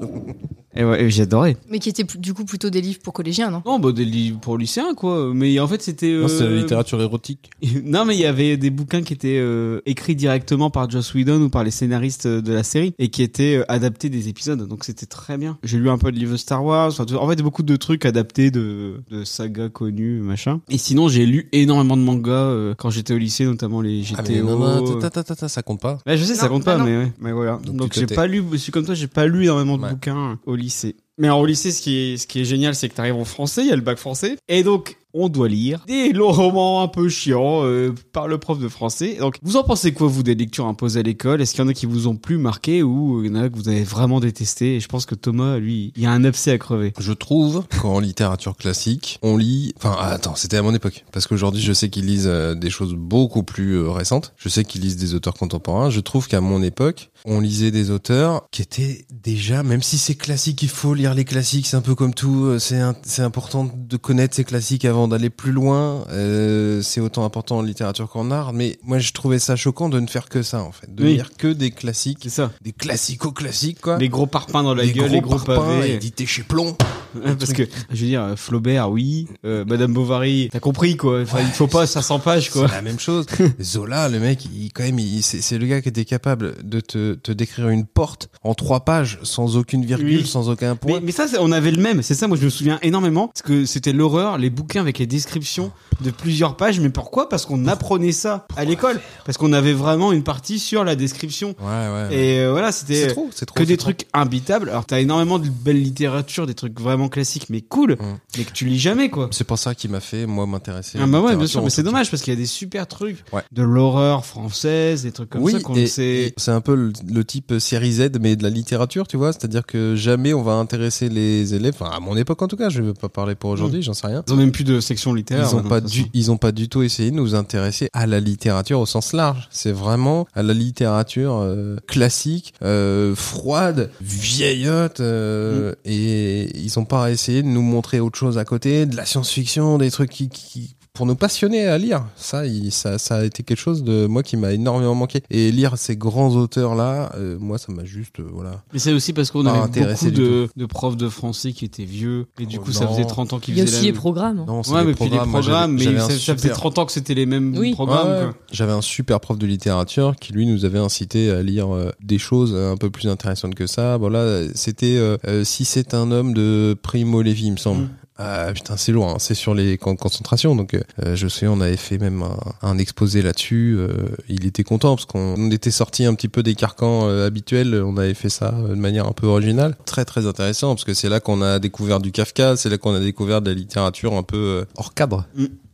B: et ouais, et j'adorais.
D: Mais qui étaient du coup plutôt des livres pour collégiens, non
B: Non, bah, des livres pour lycéens, quoi. Mais en fait, c'était... euh,
C: Non, c'est la littérature érotique.
B: non, mais il y avait des bouquins qui étaient euh, écrits directement par Joss Whedon ou par les scénaristes euh, de la série et qui étaient euh, adaptés des épisodes. Donc c'était très bien. J'ai lu un peu de livres Star Wars. enfin, tout- en fait, beaucoup de trucs adaptés de, de sagas connues, machin. Et sinon, j'ai lu énormément de mangas euh, quand j'étais au lycée, notamment les GTO.
C: Ah, mais non, non,
B: euh.
C: ta, ta, ta, ta, ça compte pas.
B: Ouais, je sais, ça
D: Non,
B: compte
D: bah
B: pas,
D: non.
B: mais, ouais. mais voilà.
C: Donc,
B: Donc,
C: tu
B: j'ai
C: t'es-
B: pas lu, je suis comme toi, j'ai pas lu énormément de
C: Ouais.
B: bouquins au lycée. Mais alors, au lycée, ce qui est, ce qui est génial, c'est que t'arrives en français, il y a le bac français, et donc on doit lire des longs romans un peu chiants euh, par le prof de français. Donc, vous en pensez quoi, vous, des lectures imposées à l'école Est-ce qu'il y en a qui vous ont plus marqué ou il y en a que vous avez vraiment détesté Et je pense que Thomas, lui, il y a un abcès à crever.
C: Je trouve qu'en littérature classique, on lit. Enfin, ah, attends, c'était à mon époque. Parce qu'aujourd'hui, je sais qu'ils lisent euh, des choses beaucoup plus euh, récentes. Je sais qu'ils lisent des auteurs contemporains. Je trouve qu'à mon époque, on lisait des auteurs qui étaient déjà, même si c'est classique, il faut lire les classiques. C'est un peu comme tout. euh, C'est un- c'est important de connaître ces classiques avant d'aller plus loin. Euh, c'est autant important en littérature qu'en art. Mais moi, je trouvais ça choquant de ne faire que ça, en fait, de
B: Oui.
C: lire que des classiques,
B: C'est ça.
C: des classico-classiques, quoi.
B: Les gros parpaings dans la gueule, les gros
C: parpaings
B: pavés.
C: édités chez Plomb.
B: Ouais, Parce que, je veux dire, euh, Flaubert, oui, euh, Madame Bovary, t'as compris, quoi. Enfin, il faut pas 500 pages, quoi.
C: C'est la même chose. Zola, le mec, il, quand même, il- c'est c'est le gars qui était capable de te, te décrire une porte en trois pages, sans aucune virgule,
B: Oui.
C: sans aucun
B: Mais,
C: point.
B: mais ça, c'est- on avait le même. C'est ça, moi, je me souviens énormément. Parce que c'était l'horreur, les bouquins avec les descriptions de plusieurs pages. Mais pourquoi Parce qu'on apprenait ça à l'école. Parce qu'on avait vraiment une partie sur la description.
C: Ah Ouais, ouais.
B: Et euh, voilà,
C: C'est
B: c'était
C: trop, c'est trop.
B: que
C: c'est
B: des
C: trop.
B: trucs imbitables. Alors, t'as énormément de belle littérature, des trucs vraiment classiques, mais cool.
C: Mm.
B: Mais que tu lis jamais, quoi.
C: C'est pour ça qui m'a fait, moi, m'intéresser. à
B: Ah
C: la
B: bah ouais, bien
C: littérature
B: sûr, mais c'est
C: en tout
B: dommage parce qu'il y a des super trucs
C: Ouais.
B: de l'horreur française, des trucs comme
C: oui,
B: ça qu'on
C: et-
B: ne sait.
C: et c'est un peu le, le type série Z, mais de la littérature, tu vois. C'est-à-dire que jamais on va intéresser les élèves. Enfin, à mon époque, en tout cas, je veux pas parler pour aujourd'hui,
B: Mm.
C: j'en sais rien.
B: Ils ont même plus de section littéraire.
C: Ils ont
B: maintenant,
C: pas
B: de toute
C: du,
B: façon.
C: ils ont pas du tout essayé de nous intéresser à la littérature au sens large. C'est vraiment à la littérature euh, classique, euh, froide, vieillotte,
B: Mm.
C: euh, et ils ont pas essayé de nous montrer autre chose à côté, de la science-fiction, des trucs qui, qui- pour nous passionner à lire. Ça, il- ça, ça a été quelque chose de moi qui m'a énormément manqué. Et lire ces grands auteurs là, moi, ça m'a juste, euh, voilà.
B: Mais c'est aussi parce qu'on
C: Pas
B: avait
C: intéressé
B: beaucoup
C: du
B: de, de profs de français qui étaient vieux et du
C: Oh
B: coup ça
C: non.
B: faisait 30 ans qu'ils
E: Il y a
B: faisaient
E: aussi les
B: la...
E: programmes. hein.
C: Non, c'est
B: Ouais,
C: des
B: mais puis les
C: programmes, moi, j'avais-
B: programmes, mais
C: j'avais
B: ça,
C: un
B: ça faisait
C: super-
B: 30 ans que c'était les mêmes
E: Oui.
B: programmes.
C: Ouais, ouais.
B: quoi.
C: J'avais un super prof de littérature qui lui nous avait incité à lire euh, des choses un peu plus intéressantes que ça. Voilà, euh, c'était euh, euh, si c'est un homme de Primo Levi, il me semble.
B: Mm.
C: Ah putain, c'est lourd, hein. c'est sur les camps de concentration. Donc, euh, je sais, on avait fait même un, un exposé là-dessus. euh, il était content parce qu'on on était sorti un petit peu des carcans euh, habituels. On avait fait ça euh, de manière un peu originale. Très, très intéressant parce que c'est là qu'on a découvert du Kafka, c'est là qu'on a découvert de la littérature un peu euh, hors cadre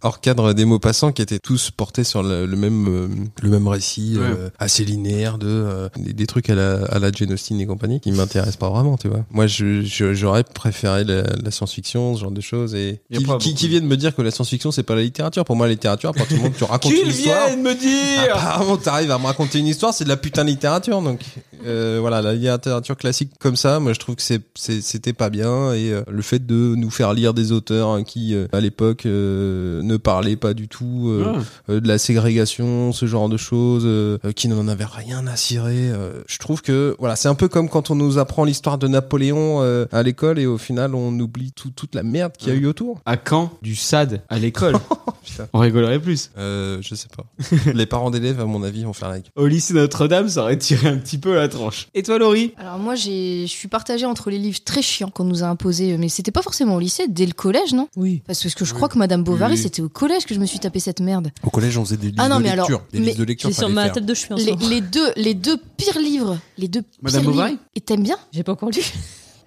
C: hors cadre des mots passants qui étaient tous portés sur le, le même euh, le même récit euh, assez linéaire de euh, des, des trucs à la à la Jane Austen et compagnie qui m'intéressent pas vraiment tu vois moi je je- j'aurais préféré la, la science-fiction ce genre de choses et
B: Y a
C: qui,
B: pas
C: qui,
B: beaucoup.
C: qui viennent me dire que la science-fiction c'est pas la littérature pour moi la littérature à partir du moment que tu racontes une
B: Qu'ils
C: histoire
B: viennent me dire
C: Ah, Apparemment, t'arrives à me raconter une histoire, c'est de la putain de littérature. Donc, euh, voilà, la littérature classique comme ça, moi je trouve que c'est, c'est- c'était pas bien. Et euh, le fait de nous faire lire des auteurs hein, qui, euh, à l'époque, euh, ne parlait pas du tout euh,
B: Ouais.
C: euh, de la ségrégation, ce genre de choses, euh, euh, qui n'en avait rien à cirer. euh. je trouve que voilà, c'est un peu comme quand on nous apprend l'histoire de Napoléon euh, à l'école et au final on oublie tout- toute la merde qu'il y a eu autour.
B: À quand du SAD à l'école
C: Oh, Putain.
B: On rigolerait plus.
C: Euh, je sais pas. Les parents d'élèves, à mon avis, vont faire la gueule.
B: Au lycée Notre-Dame, ça aurait tiré un petit peu la tranche. Et toi, Laurie
D: Alors moi, j'ai- je suis partagée entre les livres très chiants qu'on nous a imposés, mais c'était pas forcément au lycée, dès le collège, non
E: Oui.
D: Parce que je
C: Oui.
D: crois que Madame Bovary,
C: Oui.
D: c'était au collège que je me suis tapé cette merde.
C: Au collège, on faisait des listes
D: Ah non,
C: de
D: mais
C: lecture.
D: alors-
C: des
D: mais
C: listes de lecture.
E: J'ai sur
C: fallait
E: ma
C: faire.
E: table de chevet en ce
D: Les,
E: moment.
D: les deux, les deux pires livres, les deux
B: Madame
D: pires
B: Bovary
D: livres. Et t'aimes bien
E: J'ai pas encore lu.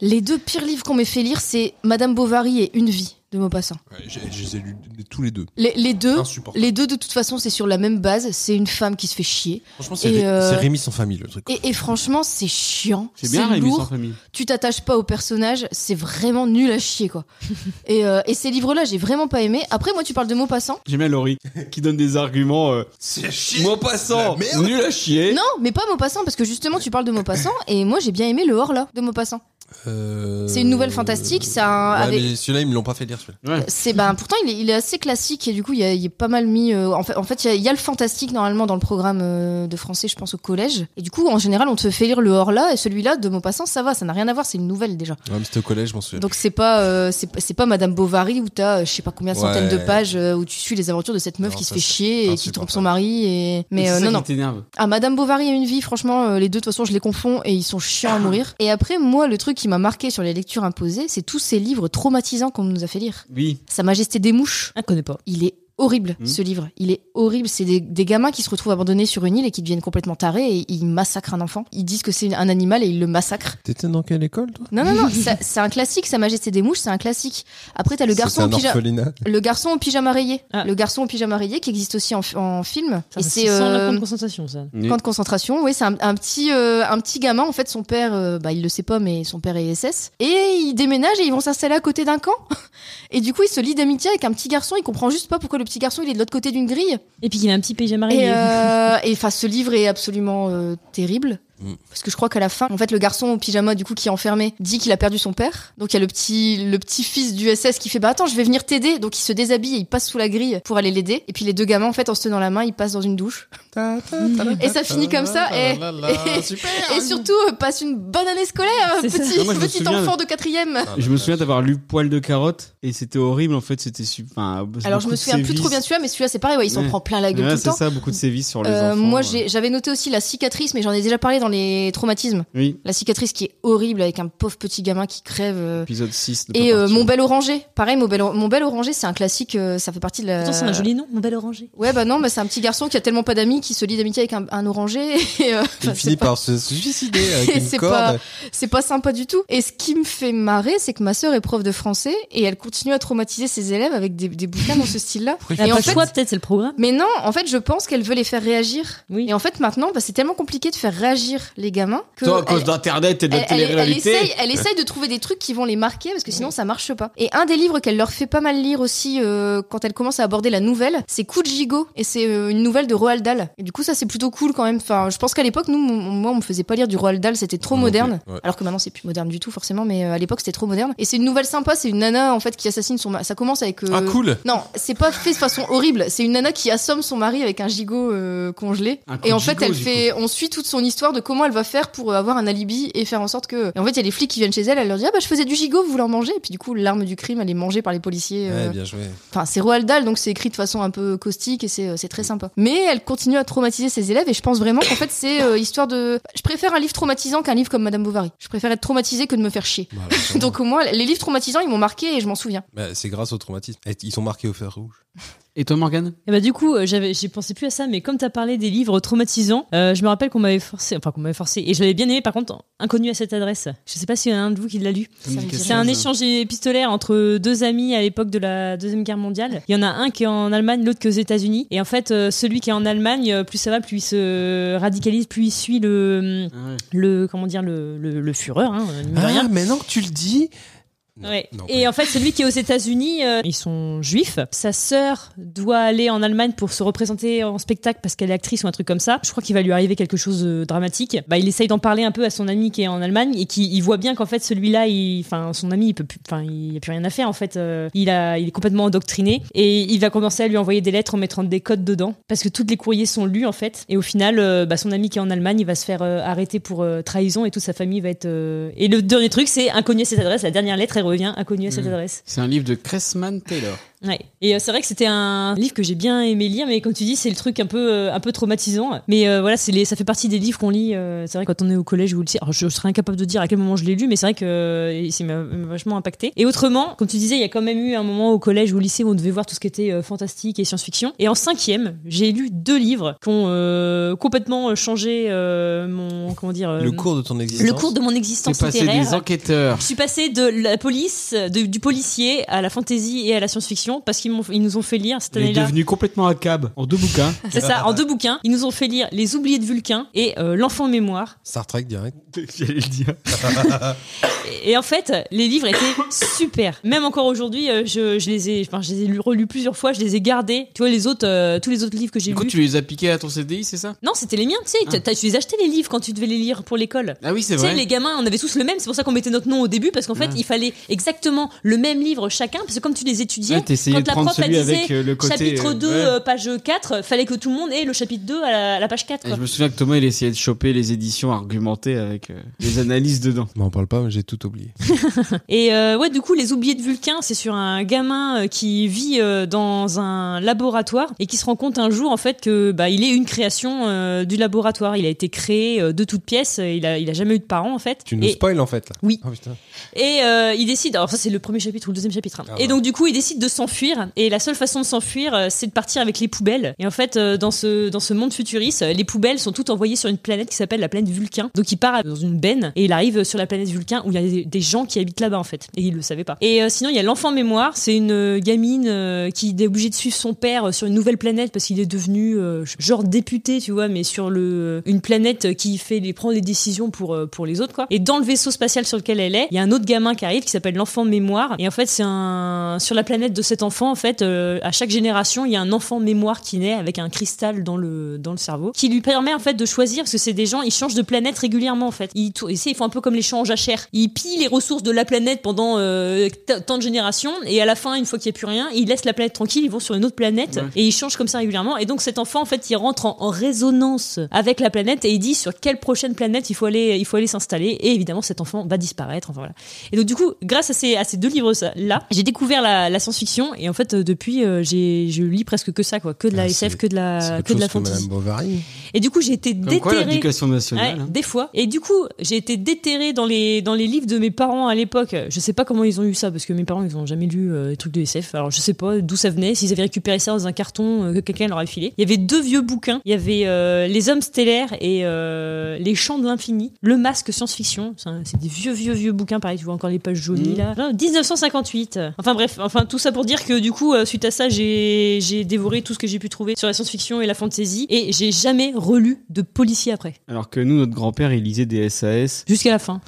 D: Les deux pires livres qu'on m'ait fait lire, c'est Madame Bovary et Une vie de Maupassant.
C: Ouais, j'ai- Je les ai lus tous les deux.
D: Les, les deux,
C: Insupportable.
D: les deux de toute façon, c'est sur la même base. C'est une femme qui se fait chier.
C: Franchement, c'est
D: Et,
C: Ré-
D: euh,
C: c'est Rémi sans famille, le truc.
D: Et, et franchement, c'est chiant.
B: C'est bien Rémi sans
D: lourd.
B: famille.
D: Tu t'attaches pas au personnage. C'est vraiment nul à chier, quoi. et, euh, et ces livres-là, j'ai vraiment pas aimé. Après, moi, tu parles de Maupassant.
B: J'aime bien Laurie qui donne des arguments. euh,
C: C'est
B: Moi passant,
C: La merde.
B: nul à chier.
D: Non, mais pas Maupassant, parce que justement, tu parles de Maupassant. Et moi, j'ai bien aimé Le Horla de Maupassant. C'est une nouvelle fantastique, ça a un-
C: Euh, Ouais,
D: avec-
C: mais celui-là, ils me l'ont pas fait lire, celui-là.
B: Ouais.
D: C'est ben pourtant il est, il est assez classique et du coup il y a, il est pas mal mis euh, en fait en fait il y a- il y, a le fantastique normalement dans le programme euh, de français je pense au collège et du coup en général on te fait lire le hors là et celui-là de Maupassant ça va ça n'a rien à voir c'est une nouvelle déjà
C: Ouais, mais c'était au collège, je m'en souviens.
D: donc c'est pas euh, c'est pas- c'est pas Madame Bovary où t'as euh, je sais pas combien de centaines de
C: Ouais.
D: pages euh, où tu suis les aventures de cette meuf
C: Non,
D: qui se
C: ça,
D: fait
C: c'est
D: chier et qui trompe son mari et mais
B: C'est
D: euh,
B: ça
D: non
B: qui
D: non
B: t'énerve.
D: ah, Madame Bovary et une vie, franchement, euh, les deux, de toute façon, je les confonds et ils sont chiants à mourir. Et après, moi, le truc qui m'a marqué sur les lectures imposées, c'est tous ces livres traumatisants qu'on nous a fait lire.
B: Oui.
D: Sa Majesté des Mouches,
E: Ah, connais pas.
D: il est horrible
B: Mhm.
D: ce livre. Il est horrible. C'est des, des gamins qui se retrouvent abandonnés sur une île et qui deviennent complètement tarés et ils massacrent un enfant. Ils disent que c'est un animal et ils le massacrent.
C: T'étais dans quelle école, toi
D: Non, non, non, ça- c'est un classique. Sa Majesté des Mouches, c'est un classique. Après, t'as le garçon au
C: C'était un
D: pyjama.
C: orphelinat.
D: Le garçon au pyjama rayé.
E: Ah.
D: Le garçon au pyjama rayé qui existe aussi en, en film.
E: Ça,
D: et
E: ça,
D: c'est
E: sans la
D: euh,
E: grande concentration, ça.
D: camp de concentration. Oui, c'est un, un petit euh, un petit gamin. En fait, son père, euh, bah, il le sait pas, mais son père est SS. Et ils déménagent et ils vont s'installer à côté d'un camp. Et du coup, il se lie d'amitié avec un petit garçon. Il comprend juste pas pourquoi le petit garçon il est de l'autre côté d'une grille.
E: Et puis Ah, il a un petit pyjama
D: Et
E: rayé.
D: euh, et, enfin, ce livre est absolument euh, terrible.
C: Mm.
D: Parce que je crois qu'à la fin, en fait, le garçon au pyjama, du coup, qui est enfermé, dit qu'il a perdu son père. Donc, il y a le petit, le petit fils du SS qui fait, bah attends, je vais venir t'aider. Donc, il se déshabille et il passe sous la grille pour aller l'aider. Et puis, les deux gamins, en fait, en se tenant la main, ils passent dans une douche. Mm. Et ça finit comme ça, et- et-
C: Super
D: Et surtout, euh, passe une bonne année scolaire,
E: C'est
D: petit,
E: ça.
B: Non, moi, je me
D: petit
B: souviens-
D: enfant de quatrième.
B: Je me souviens d'avoir lu Poil de carotte et c'était horrible en fait, c'était super. enfin,
D: Alors,
B: beaucoup
D: je me
B: de
D: souviens plus
B: sévices.
D: trop bien de celui-là, mais celui-là, c'est pareil, ouais, il s'en
B: Ouais.
D: prend plein la gueule
B: Ouais,
D: tout le
B: c'est
D: temps.
B: ça, beaucoup de sévices sur les
D: Euh,
B: enfants.
D: moi,
B: euh.
D: j'ai- j'avais noté aussi la cicatrice, mais j'en ai déjà parlé dans les traumatismes.
B: Oui,
D: La cicatrice qui est horrible avec un pauvre petit gamin qui crève. euh,
B: épisode 6. de
D: Et
B: Pop
D: euh,
B: Culture.
D: Mon Bel Orangé, pareil, Mon Bel, Mon Bel Orangé, c'est un classique, euh, ça fait partie de la.
E: Pourtant, c'est un joli nom, mon bel orangé.
D: Ouais, bah non, mais c'est un petit garçon qui a tellement pas d'amis qui se lie d'amitié avec un, un orangé. Et, euh,
C: Il
D: enfin,
C: finit
D: c'est pas,
C: par se suicider avec
D: Et
C: une
D: c'est
C: corde.
D: c'est pas sympa du tout. Et ce qui me fait marrer, c'est que ma sœur est prof de français et elle continue à traumatiser ses élèves avec des, des bouquins dans ce style-là.
E: Elle a
D: Et
E: pas
D: en
E: le
D: fait,
E: choix, peut-être, c'est le programme.
D: mais non, en fait, je pense qu'elle veut les faire réagir.
E: Oui.
D: Et en fait, maintenant, bah, c'est tellement compliqué de faire réagir les gamins que.
B: Toi, à cause
D: euh, elle-
B: d'internet et de la
D: elle, elle- elle
B: télé-réalité.
D: essaye, elle essaye de trouver des trucs qui vont les marquer parce que sinon ça marche pas. Et un des livres qu'elle leur fait pas mal lire aussi euh, quand elle commence à aborder la nouvelle, c'est Coup de gigot et c'est euh, une nouvelle de Roald Dahl. Et du coup ça c'est plutôt cool quand même. Enfin, je pense qu'à l'époque nous, on- moi on me faisait pas lire du Roald Dahl, c'était trop
C: Non plus,
D: moderne.
C: ouais.
D: Alors que maintenant c'est plus moderne du tout forcément, mais euh, à l'époque c'était trop moderne. Et c'est une nouvelle sympa, c'est une nana en fait qui assassine son. ma- Ça commence avec. euh,
C: Ah, cool
D: Non, c'est pas fait de façon horrible. C'est une nana qui assomme son mari avec un gigot euh, congelé.
B: Un coup
D: Et en
B: de
D: fait,
B: gigot,
D: elle
B: du
D: fait, on suit toute son histoire de comment elle va faire pour euh, avoir un alibi et faire en sorte que. Et en fait, il y a les flics qui viennent chez elle. Elle leur dit ah bah je faisais du gigot, vous voulez en manger Et puis du coup, l'arme du crime, elle est mangée par les policiers. euh.
C: Ouais, bien joué.
D: Enfin, c'est Roald Dahl, donc c'est écrit de façon un peu caustique et c'est euh, c'est très sympa. Mais elle continue à traumatiser ses élèves et je pense vraiment qu'en fait c'est euh, histoire de. Je préfère un livre traumatisant qu'un livre comme Madame Bovary. Je préfère être traumatisée que de me faire chier.
C: Bah, alors, sûrement.
D: Donc au moins, les livres traumatisants, ils m'ont marqué et je m'en souviens.
C: Bah, c'est grâce au traumatisme. Eh, Ils sont marqués au fer rouge.
B: Et toi, Morgane
E: Et bah du coup, euh, j'avais, j'y pensais plus à ça, mais comme t'as parlé des livres traumatisants, euh, je me rappelle qu'on m'avait forcé, enfin qu'on m'avait forcé, et je l'avais bien aimé par contre, Inconnu à cette adresse. Je sais pas s'il y en a un de vous qui l'a lu.
D: me dit
E: C'est un
B: Ça.
E: échange épistolaire entre deux amis à l'époque de la Deuxième Guerre mondiale. Il y en a un qui est en Allemagne, l'autre qui est aux États-Unis. Et en fait, euh, celui qui est en Allemagne, euh, plus ça va, plus il se radicalise, plus il suit le,
B: Ah ouais.
E: le comment dire, le, le, le Fureur, hein, mine de rien.
C: Ah, maintenant que tu le dis,
E: Ouais.
C: Non, pas
E: et
C: du
E: en fait, celui qui est aux États-Unis, euh, ils sont juifs. Sa sœur doit aller en Allemagne pour se représenter en spectacle parce qu'elle est actrice ou un truc comme ça. Je crois qu'il va lui arriver quelque chose de dramatique. Bah, il essaye d'en parler un peu à son ami qui est en Allemagne et qui il voit bien qu'en fait celui-là, il- enfin son ami, il peut plus, enfin il y a plus rien à faire en fait. Euh, il a, il est complètement endoctriné et il va commencer à lui envoyer des lettres en mettant des codes dedans parce que tous les courriers sont lus en fait. Et au final, euh, bah, son ami qui est en Allemagne, il va se faire euh, arrêter pour euh, trahison et toute sa famille va être. euh, Et le dernier truc, c'est inconnu à cette adresse. La dernière lettre, elle revient inconnue à cette
B: Mm.
E: adresse.
B: C'est un livre de Cressman Taylor.
E: Ouais. Et euh, c'est vrai que c'était un livre que j'ai bien aimé lire, mais comme tu dis, c'est le truc un peu, euh, un peu traumatisant. Mais euh, voilà, c'est les, ça fait partie des livres qu'on lit. euh, c'est vrai quand on est au collège ou au lycée. Alors, je, je serais incapable de dire à quel moment je l'ai lu, mais c'est vrai que euh, il- ça m'a m'a vachement impacté. Et autrement, comme tu disais, il y a quand même eu un moment au collège ou au lycée où on devait voir tout ce qui était euh, fantastique et science-fiction. Et en cinquième, j'ai lu deux livres qui ont euh, complètement changé euh, mon, comment dire, euh,
C: Le cours de ton existence.
E: le cours de mon
B: C'est
E: existence
B: passé
E: littéraire.
B: des enquêteurs.
E: Je suis passée de la police, de- du policier à la fantaisie et à la science-fiction parce qu'ils m'ont- ils nous ont fait lire cette
B: Il est
E: année-là.
B: devenu complètement à cab en deux bouquins.
E: C'est ça, en deux bouquins. Ils nous ont fait lire Les Oubliés de Vulcain et euh, L'Enfant Mémoire.
C: Star Trek direct.
B: J'allais le dire.
E: Et, et en fait, les livres étaient super. Même encore aujourd'hui, euh, je, je les ai, enfin, je les ai lus- relus plusieurs fois, je les ai gardés. Tu vois, les autres, euh, tous les autres livres que j'ai
B: Du coup,
E: lus.
B: tu les as piqués à ton CDI, c'est ça
E: Non, c'était les miens, tu sais. t'as- t'as- Tu les achetais les livres quand tu devais les lire pour l'école.
B: Ah oui, c'est
E: Tu sais,
B: vrai.
E: les gamins, on avait tous le même, c'est pour ça qu'on mettait notre nom au début, parce qu'en fait,
B: Ouais.
E: il fallait exactement le même livre chacun, parce que comme tu les étudiais,
B: Ouais, t'essayais
E: quand
B: de
E: la
B: prendre
E: prof elle
B: celui
E: disait
B: avec euh, le côté.
E: chapitre
B: euh,
E: 2,
B: ouais.
E: euh, page 4, fallait que tout le monde ait le chapitre 2 à la, à la page 4.
C: Mm-hmm.
B: Et je me souviens que Thomas, il essayait de choper les éditions argumentées avec euh, les analyses dedans.
C: M'en parle pas, mais j'ai tout oublié.
E: Et euh, ouais, du coup, Les Oubliés de Vulcain, c'est sur un gamin euh, qui vit euh, dans un laboratoire et qui se rend compte un jour, en fait, que bah, il est une création euh, du laboratoire. Il a été créé euh, de toutes pièces, euh, il a, il a jamais eu de parents, en fait.
C: Tu nous
E: Et-
C: spoil en fait là.
E: Oui.
C: Oh, putain.
E: Et euh, il décide, alors ça c'est le premier chapitre ou le deuxième chapitre. hein.
C: Ah
E: et
C: ouais.
E: donc du coup il décide de s'enfuir. Et la seule façon de s'enfuir euh, c'est de partir avec les poubelles. Et en fait euh, dans ce, dans ce monde futuriste, euh, les poubelles sont toutes envoyées sur une planète qui s'appelle la planète Vulcain. Donc il part dans une benne et il arrive sur la planète Vulcain où il y a des, des gens qui habitent là-bas en fait. Et il le savait pas. Et euh, sinon il y a l'enfant mémoire, c'est une euh, gamine euh, qui est obligée de suivre son père euh, sur une nouvelle planète parce qu'il est devenu euh, genre député tu vois mais sur le euh, une planète qui fait les prend des décisions pour euh, pour les autres quoi. Et dans le vaisseau spatial sur lequel elle est, il y a un autre gamin qui arrive qui s'appelle l'enfant mémoire et en fait c'est un sur la planète de cet enfant en fait euh, à chaque génération il y a un enfant mémoire qui naît avec un cristal dans le dans le cerveau qui lui permet en fait de choisir parce que c'est des gens ils changent de planète régulièrement en fait. Ils tou- et c'est- ils font un peu comme les champs en jachère. Ils pillent les ressources de la planète pendant euh, t- tant de générations et à la fin une fois qu'il n'y a plus rien ils laissent la planète tranquille ils vont sur une autre planète
B: Ouais.
E: et il change comme ça régulièrement. Et donc cet enfant, en fait, il rentre en, en résonance avec la planète et il dit sur quelle prochaine planète il faut aller, il faut aller s'installer. Et évidemment, cet enfant va disparaître. Enfin voilà. Et donc du coup, grâce à ces, à ces deux livres là, j'ai découvert la, la science-fiction et en fait euh, depuis, euh, j'ai, je lis presque que ça quoi, que de la
C: Ah,
E: SF,
C: c'est-
E: que de
C: C'est
E: la,
C: autre
E: que de la
C: chose Madame
E: fantasy.
C: Bovary.
E: Et du coup, j'ai été
B: Comme quoi,
E: déterrée.
B: l'éducation nationale.
E: Ouais,
B: hein.
E: des fois. Et du coup, j'ai été déterrée dans les, dans les livres de mes parents à l'époque. Je sais pas comment ils ont eu ça, parce que mes parents, ils ont jamais lu euh, des trucs de SF. Alors, je sais pas d'où ça venait, s'ils avaient récupéré ça dans un carton euh, que quelqu'un leur avait filé. Il y avait deux vieux bouquins. Il y avait euh, Les Hommes Stellaires et euh, Les Chants de l'Infini. Le Masque Science-Fiction. C'est un- C'est des vieux, vieux, vieux bouquins. Pareil, tu vois encore les pages jaunies,
B: Mhm.
E: là. Genre, 1958. Enfin, bref. Enfin, tout ça pour dire que, du coup, euh, suite à ça, j'ai j'ai dévoré tout ce que j'ai pu trouver sur la science-fiction et la fantasy. Et j'ai jamais relu de policier après.
B: Alors que nous, notre grand-père, il lisait des SAS.
E: Jusqu'à la fin.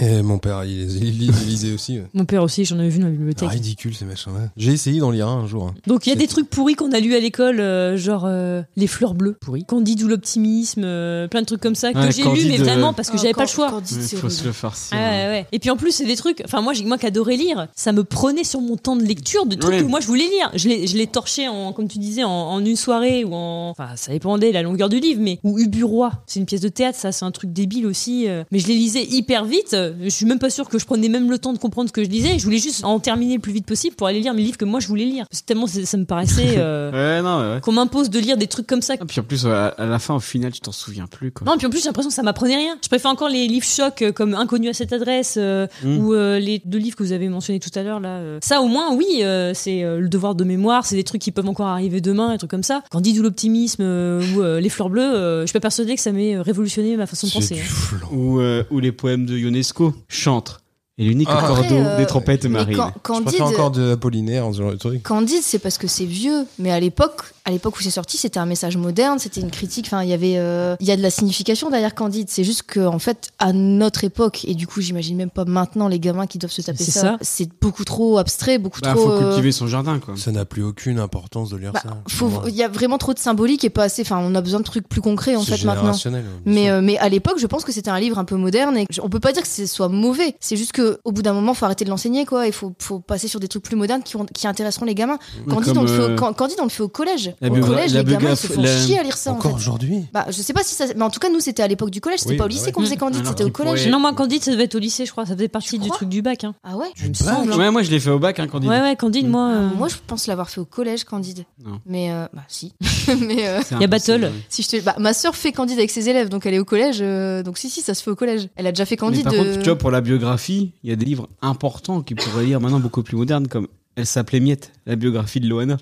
C: Et mon père, il, il, il lisait aussi. ouais.
E: Mon père aussi, j'en avais vu dans la
B: Ah,
E: bibliothèque.
C: Ridicule ces machins-là. J'ai essayé d'en lire un un jour. hein.
E: Donc il y a
C: C'est-
E: des trucs pourris qu'on a lus à l'école, euh, genre euh, les fleurs bleues, pourries, Candide ou l'optimisme, euh, plein de trucs comme ça que
B: Ouais,
E: j'ai lu,
B: Candide,
E: mais vraiment
B: euh,
E: parce que j'avais
D: Ah,
E: pas le choix.
B: Il faut se le farcir. hein.
E: Ah ouais, ouais. Et puis en plus, c'est des trucs. Enfin, moi, j'ai- moi qui adorais lire, ça me prenait sur mon temps de lecture de trucs
B: Ouais.
E: que moi je voulais lire. Je les, je les torchais, en, comme tu disais, en, en une soirée ou en. Enfin, ça dépendait de la longueur du livre, mais. Ou Uburoi, c'est une pièce de théâtre, ça, c'est un truc débile aussi. euh. Mais je les lisais hyper vite. euh, Je suis même pas sûre que je prenais même le temps de comprendre ce que je lisais. Je voulais juste en terminer le plus vite possible pour aller lire mes livres que moi je voulais lire. Parce que tellement c'est- ça me paraissait. euh,
B: Ouais, non, ouais, ouais.
E: qu'on m'impose de lire des trucs comme ça.
B: Ah, puis en plus, à, à la fin, au final, tu t'en souviens plus. Quoi.
E: Non, puis en plus, j'ai l'impression que ça m'apprenait rien. Je préfère encore les livres chocs euh, comme Inconnu à cette adresse euh,
B: Mm.
E: ou euh, les deux livres que vous avez mentionnés tout à l'heure. là. euh. Ça, au moins, oui, euh, c'est euh, le devoir de mémoire, c'est des trucs qui peuvent encore arriver demain, des trucs comme ça. Candide ou l'optimisme euh, ou euh, les fleurs bleues, euh, je suis pas persuadée que ça m'ait euh, révolutionné ma façon de
C: C'est
E: penser.
C: du
E: hein.
C: flan.
B: Ou, euh, ou les poèmes de Ionesco, Chantre. et l'unique
C: Ah.
B: cordeau
D: Après, euh,
B: des trompettes
D: mais
B: marines.
D: quand-
C: Je
D: Candide,
C: préfère encore de Apollinaire, ce genre de truc.
D: Candide, c'est parce que c'est vieux, mais à l'époque, à l'époque où c'est sorti, c'était un message moderne, c'était une critique. Enfin, il y avait, euh, il y a de la signification derrière Candide. C'est juste que, en fait, à notre époque, et du coup, j'imagine même pas maintenant les gamins qui doivent se taper
E: C'est
D: ça.
E: ça.
D: C'est beaucoup trop abstrait, beaucoup
B: Bah,
D: trop.
B: faut
D: euh,
B: cultiver son jardin, quoi.
C: Ça n'a plus aucune importance de lire
D: bah,
C: ça.
D: faut- il y a vraiment trop de symbolique et pas assez. Enfin, on a besoin de trucs plus concrets en
C: C'est
D: fait maintenant.
C: générationnel, ouais, bien
D: Mais,
C: sûr.
D: euh, mais à l'époque, je pense que c'était un livre un peu moderne et que je- on peut pas dire que ce soit mauvais. C'est juste que au bout d'un moment, faut arrêter de l'enseigner quoi. Il faut, faut passer sur des trucs plus modernes qui, ont- qui intéresseront les gamins. Candide,
B: Comme,
D: on le fait au,
B: euh,
D: Can- Candide, on le fait au collège.
B: la
D: au
B: biogra-
D: collège,
B: la
D: les gamins ils
B: biographe-
D: se font
B: la-
D: chier à lire ça.
C: Encore
D: en fait.
C: aujourd'hui.
D: Bah, je sais pas si ça. Mais en tout cas, nous, c'était à l'époque du collège. C'était
C: Oui,
D: pas au
C: bah
D: lycée
C: ouais.
D: qu'on faisait Candide,
B: Alors
D: c'était au
B: qu'il
D: collège.
B: pourrait-
E: Non, moi, Candide, ça devait être au lycée, je crois. Ça faisait partie du
D: crois
E: truc du bac. Hein.
D: Ah ouais.
C: Du
E: me
C: bac.
E: semble.
B: Ouais, moi je l'ai fait au bac, hein, Candide.
E: Ouais, ouais, Candide,
B: Mm.
E: moi. euh,
D: Ah, Moi, je pense l'avoir fait au collège, Candide.
B: Non.
D: Mais euh, bah si. mais euh,
B: C'est
E: Y a
B: impossible,
E: battle.
B: ouais.
D: si je te, bah, ma sœur fait Candide avec ses élèves, donc elle est au collège. euh, donc si si, ça se fait au collège. Elle a déjà fait
B: Mais
D: Candide.
B: par
D: euh,
B: contre, tu vois, pour la biographie, il y a des livres importants qu'ils pourraient lire maintenant beaucoup plus modernes, comme Elle s'appelait Miette, la biographie de Loana.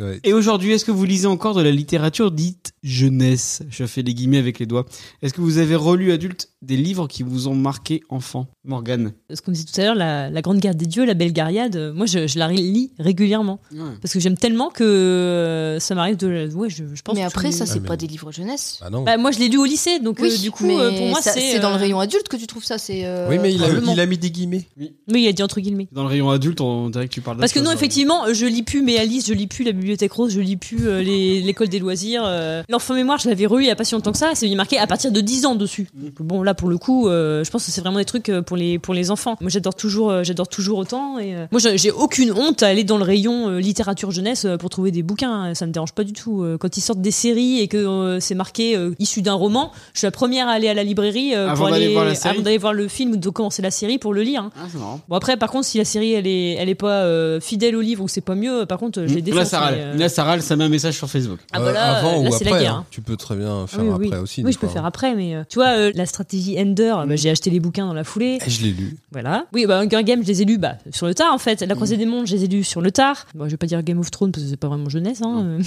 C: Ouais.
B: Et aujourd'hui, est-ce que vous lisez encore de la littérature dite jeunesse Je fais des guillemets avec les doigts. Est-ce que vous avez relu adulte des livres qui vous ont marqué enfant Morgane
E: ce qu'on disait tout à l'heure, la, la Grande Guerre des Dieux, la Belgariade, euh, moi, je, je la lis régulièrement. Parce que j'aime tellement que euh, ça m'arrive de. la- Ouais, je, je pense
D: Mais
E: que je
D: après,
E: l'ai-
D: ça, c'est
C: Ah, mais-
D: pas des livres jeunesse.
C: Ah non.
E: Bah, moi, je l'ai lu au lycée, donc euh, du coup,
D: mais
E: euh, pour moi,
D: ça-
E: c'est.
D: dans le
E: euh,
D: rayon adulte que tu trouves ça. C'est. euh,
C: oui, mais il a,
D: probablement.
C: il a mis des guillemets.
E: Oui, il a dit entre guillemets.
B: Dans le rayon adulte, on dirait que tu parles hein.
E: Parce que
B: d'autre
E: non,
B: chose,
E: effectivement, euh, je lis plus mes Alice, je lis plus la Bibliothèque Rose, je lis plus euh, les- l'école des loisirs. euh. L'enfant mémoire, je l'avais relu il y a pas si longtemps que ça, c'est marqué à partir de 10 ans dessus.
B: Mm.
E: Donc, Bon, là, pour le coup, euh, je pense que c'est vraiment des trucs euh, pour les, pour les enfants. Moi, j'adore toujours, euh, j'adore toujours autant. Et, euh, moi, j'ai j'ai aucune honte à aller dans le rayon euh, littérature jeunesse euh, pour trouver des bouquins. hein, Ça me dérange pas du tout. Euh, Quand ils sortent des séries et que euh, c'est marqué euh, issu d'un roman, je suis la première à aller à la librairie euh,
B: Avant
E: pour
B: d'aller
E: aller,
B: voir la série
E: avant d'aller voir le film ou de commencer la série pour le lire. hein.
B: Ah, c'est marrant.
E: Bon après par contre si la série elle est elle est pas euh, fidèle au livre ou c'est pas mieux par contre je les défends.
B: Mmh, Là, ça râle.
E: mais, euh,
B: Là, ça râle, ça met un message sur Facebook.
E: ah bah là,
C: Euh, avant
E: euh, là,
C: ou
E: c'est
C: après.
E: la guerre.
C: hein.
E: hein.
C: Tu peux très bien
E: Ah
C: faire
E: oui,
C: après
E: oui.
C: aussi.
E: Oui,
C: des
E: je peux
C: fois,
E: faire
C: hein.
E: après mais euh, tu vois euh, la stratégie Ender bah, j'ai acheté les bouquins dans la foulée.
C: Eh, Je l'ai lu.
E: Voilà. Oui, bah, Hunger Games, je les ai lus bah, sur le tard, en fait.
C: Mmh.
E: La Croisée des Mondes, je les ai lus sur le tard. Bon, je vais pas dire Game of Thrones parce que c'est pas vraiment jeunesse. Hein.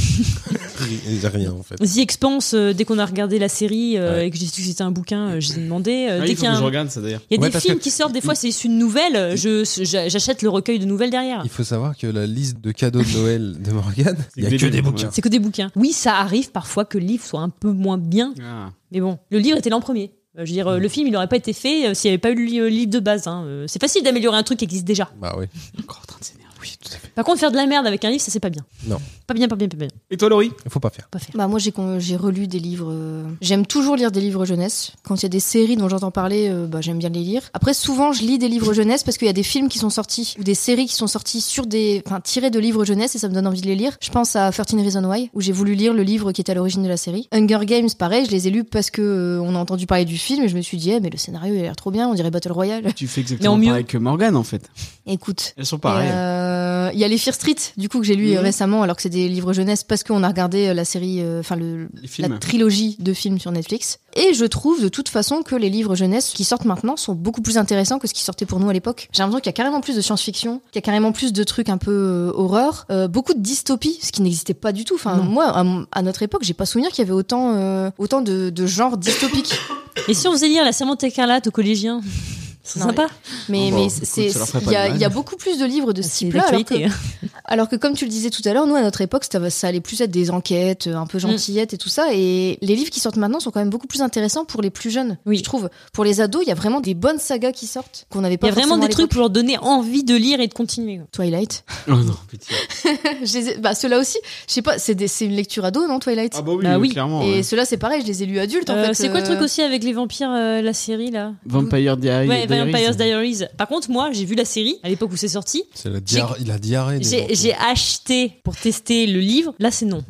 C: Ri- Rien en fait.
E: Euh, The Expanse, euh, dès qu'on a regardé la série euh,
C: Ouais.
E: et que j'ai su que c'était un bouquin, euh, je les ai demandé. Euh,
B: Ah,
E: dès
B: il
E: qu'il
B: faut
E: y a
B: que je
E: un-
B: regarde ça d'ailleurs.
E: il y a
C: Ouais,
E: des
C: parce
E: films
C: que-
E: qui sortent, des fois c'est issu de nouvelles, euh, je, je- j'achète le recueil de nouvelles derrière.
C: Il faut savoir que la liste de cadeaux de Noël de Morgane, il n'y a
B: C'est
C: que des
B: début,
C: bouquins.
E: C'est que des bouquins. Oui, ça arrive parfois que le livre soit un peu moins bien,
B: Ah.
E: mais bon, le livre était là en premier. Euh, Je veux dire, euh, le film, il n'aurait pas été fait euh, s'il n'y avait pas eu le li- euh, livre de base. hein. Euh, C'est facile d'améliorer un truc qui existe déjà.
C: Bah oui.
B: Encore en train de s'énerver.
C: Oui, tout à fait.
E: Par contre, faire de la merde avec un livre, ça, c'est pas bien.
C: Non.
E: Pas bien, pas bien, pas bien.
B: Et toi, Laurie
C: Il faut pas faire.
E: Pas faire.
D: Bah moi j'ai con- j'ai relu des livres. euh, J'aime toujours lire des livres jeunesse. Quand il y a des séries dont j'entends parler, euh, bah, j'aime bien les lire. Après souvent je lis des livres jeunesse parce qu'il y a des films qui sont sortis ou des séries qui sont sorties sur des, enfin tirées de livres jeunesse et ça me donne envie de les lire. Je pense à 13 Reasons Why où j'ai voulu lire le livre qui était à l'origine de la série. Hunger Games pareil, je les ai lus parce que euh, on a entendu parler du film et je me suis dit eh, mais le scénario il a l'air trop bien, on dirait Battle Royale.
B: Tu fais exactement
E: Mais en
B: pareil que Morgane en fait.
D: Écoute,
B: Elles sont
D: et,
B: pareilles.
D: euh, Il y a les Fear Street, du coup, que j'ai lu euh,
B: Mhm.
D: récemment, alors que c'est des livres jeunesse, parce qu'on a regardé euh, la série, euh, enfin le,
B: Les films.
D: la trilogie de films sur Netflix. Et je trouve de toute façon que les livres jeunesse qui sortent maintenant sont beaucoup plus intéressants que ce qui sortait pour nous à l'époque. J'ai l'impression qu'il y a carrément plus de science-fiction, qu'il y a carrément plus de trucs un peu euh, horreur, euh, beaucoup de dystopie, ce qui n'existait pas du tout. Enfin,
E: Non.
D: moi, à, mon- à notre époque, j'ai pas souvenir qu'il y avait autant, euh, autant de, de genres dystopiques.
E: Et si on faisait lire La Servante écarlate aux collégiens C'est
D: Non,
E: sympa.
D: Mais,
B: Bon,
D: mais
B: bah,
D: c'est,
B: écoute, ça leur ferait
D: il y,
B: pas
D: a-
B: de mal.
D: il y a beaucoup plus de livres de ce
E: Ah, C'est
D: type-là,
E: hein.
D: alors que
E: d'actualité.
D: Alors que comme tu le disais tout à l'heure, nous à notre époque, ça, va- ça allait plus être des enquêtes, euh, un peu gentillettes et tout ça. Et les livres qui sortent maintenant sont quand même beaucoup plus intéressants pour les plus jeunes.
E: Oui.
D: Je trouve. Pour les ados, il y a vraiment des bonnes sagas qui sortent qu'on n'avait
E: Il
D: pas.
E: y a vraiment
D: forcément à
E: des trucs
D: l'époque.
E: pour leur donner envie de lire et de continuer. quoi.
D: Twilight.
B: Oh non, pitié.
D: Je les ai- bah ceux-là aussi. Je sais pas. C'est des- c'est une lecture ado, non Twilight.
B: Ah bah oui,
E: Bah oui.
B: clairement.
D: et
B: ouais.
D: ceux-là, c'est pareil. Je les ai lus adultes en
E: Euh,
D: fait.
E: c'est quoi le
D: euh,
E: truc aussi avec les vampires, euh, la série là
B: Vampire Diary.
E: Ouais,
B: Diaries.
E: Vampires Diaries. Par contre, moi, j'ai vu la série à l'époque où c'est sorti.
C: C'est la, diar- la diarrhée. des
E: J'ai
C: vampires.
E: j'ai acheté pour tester le livre. Là, c'est non.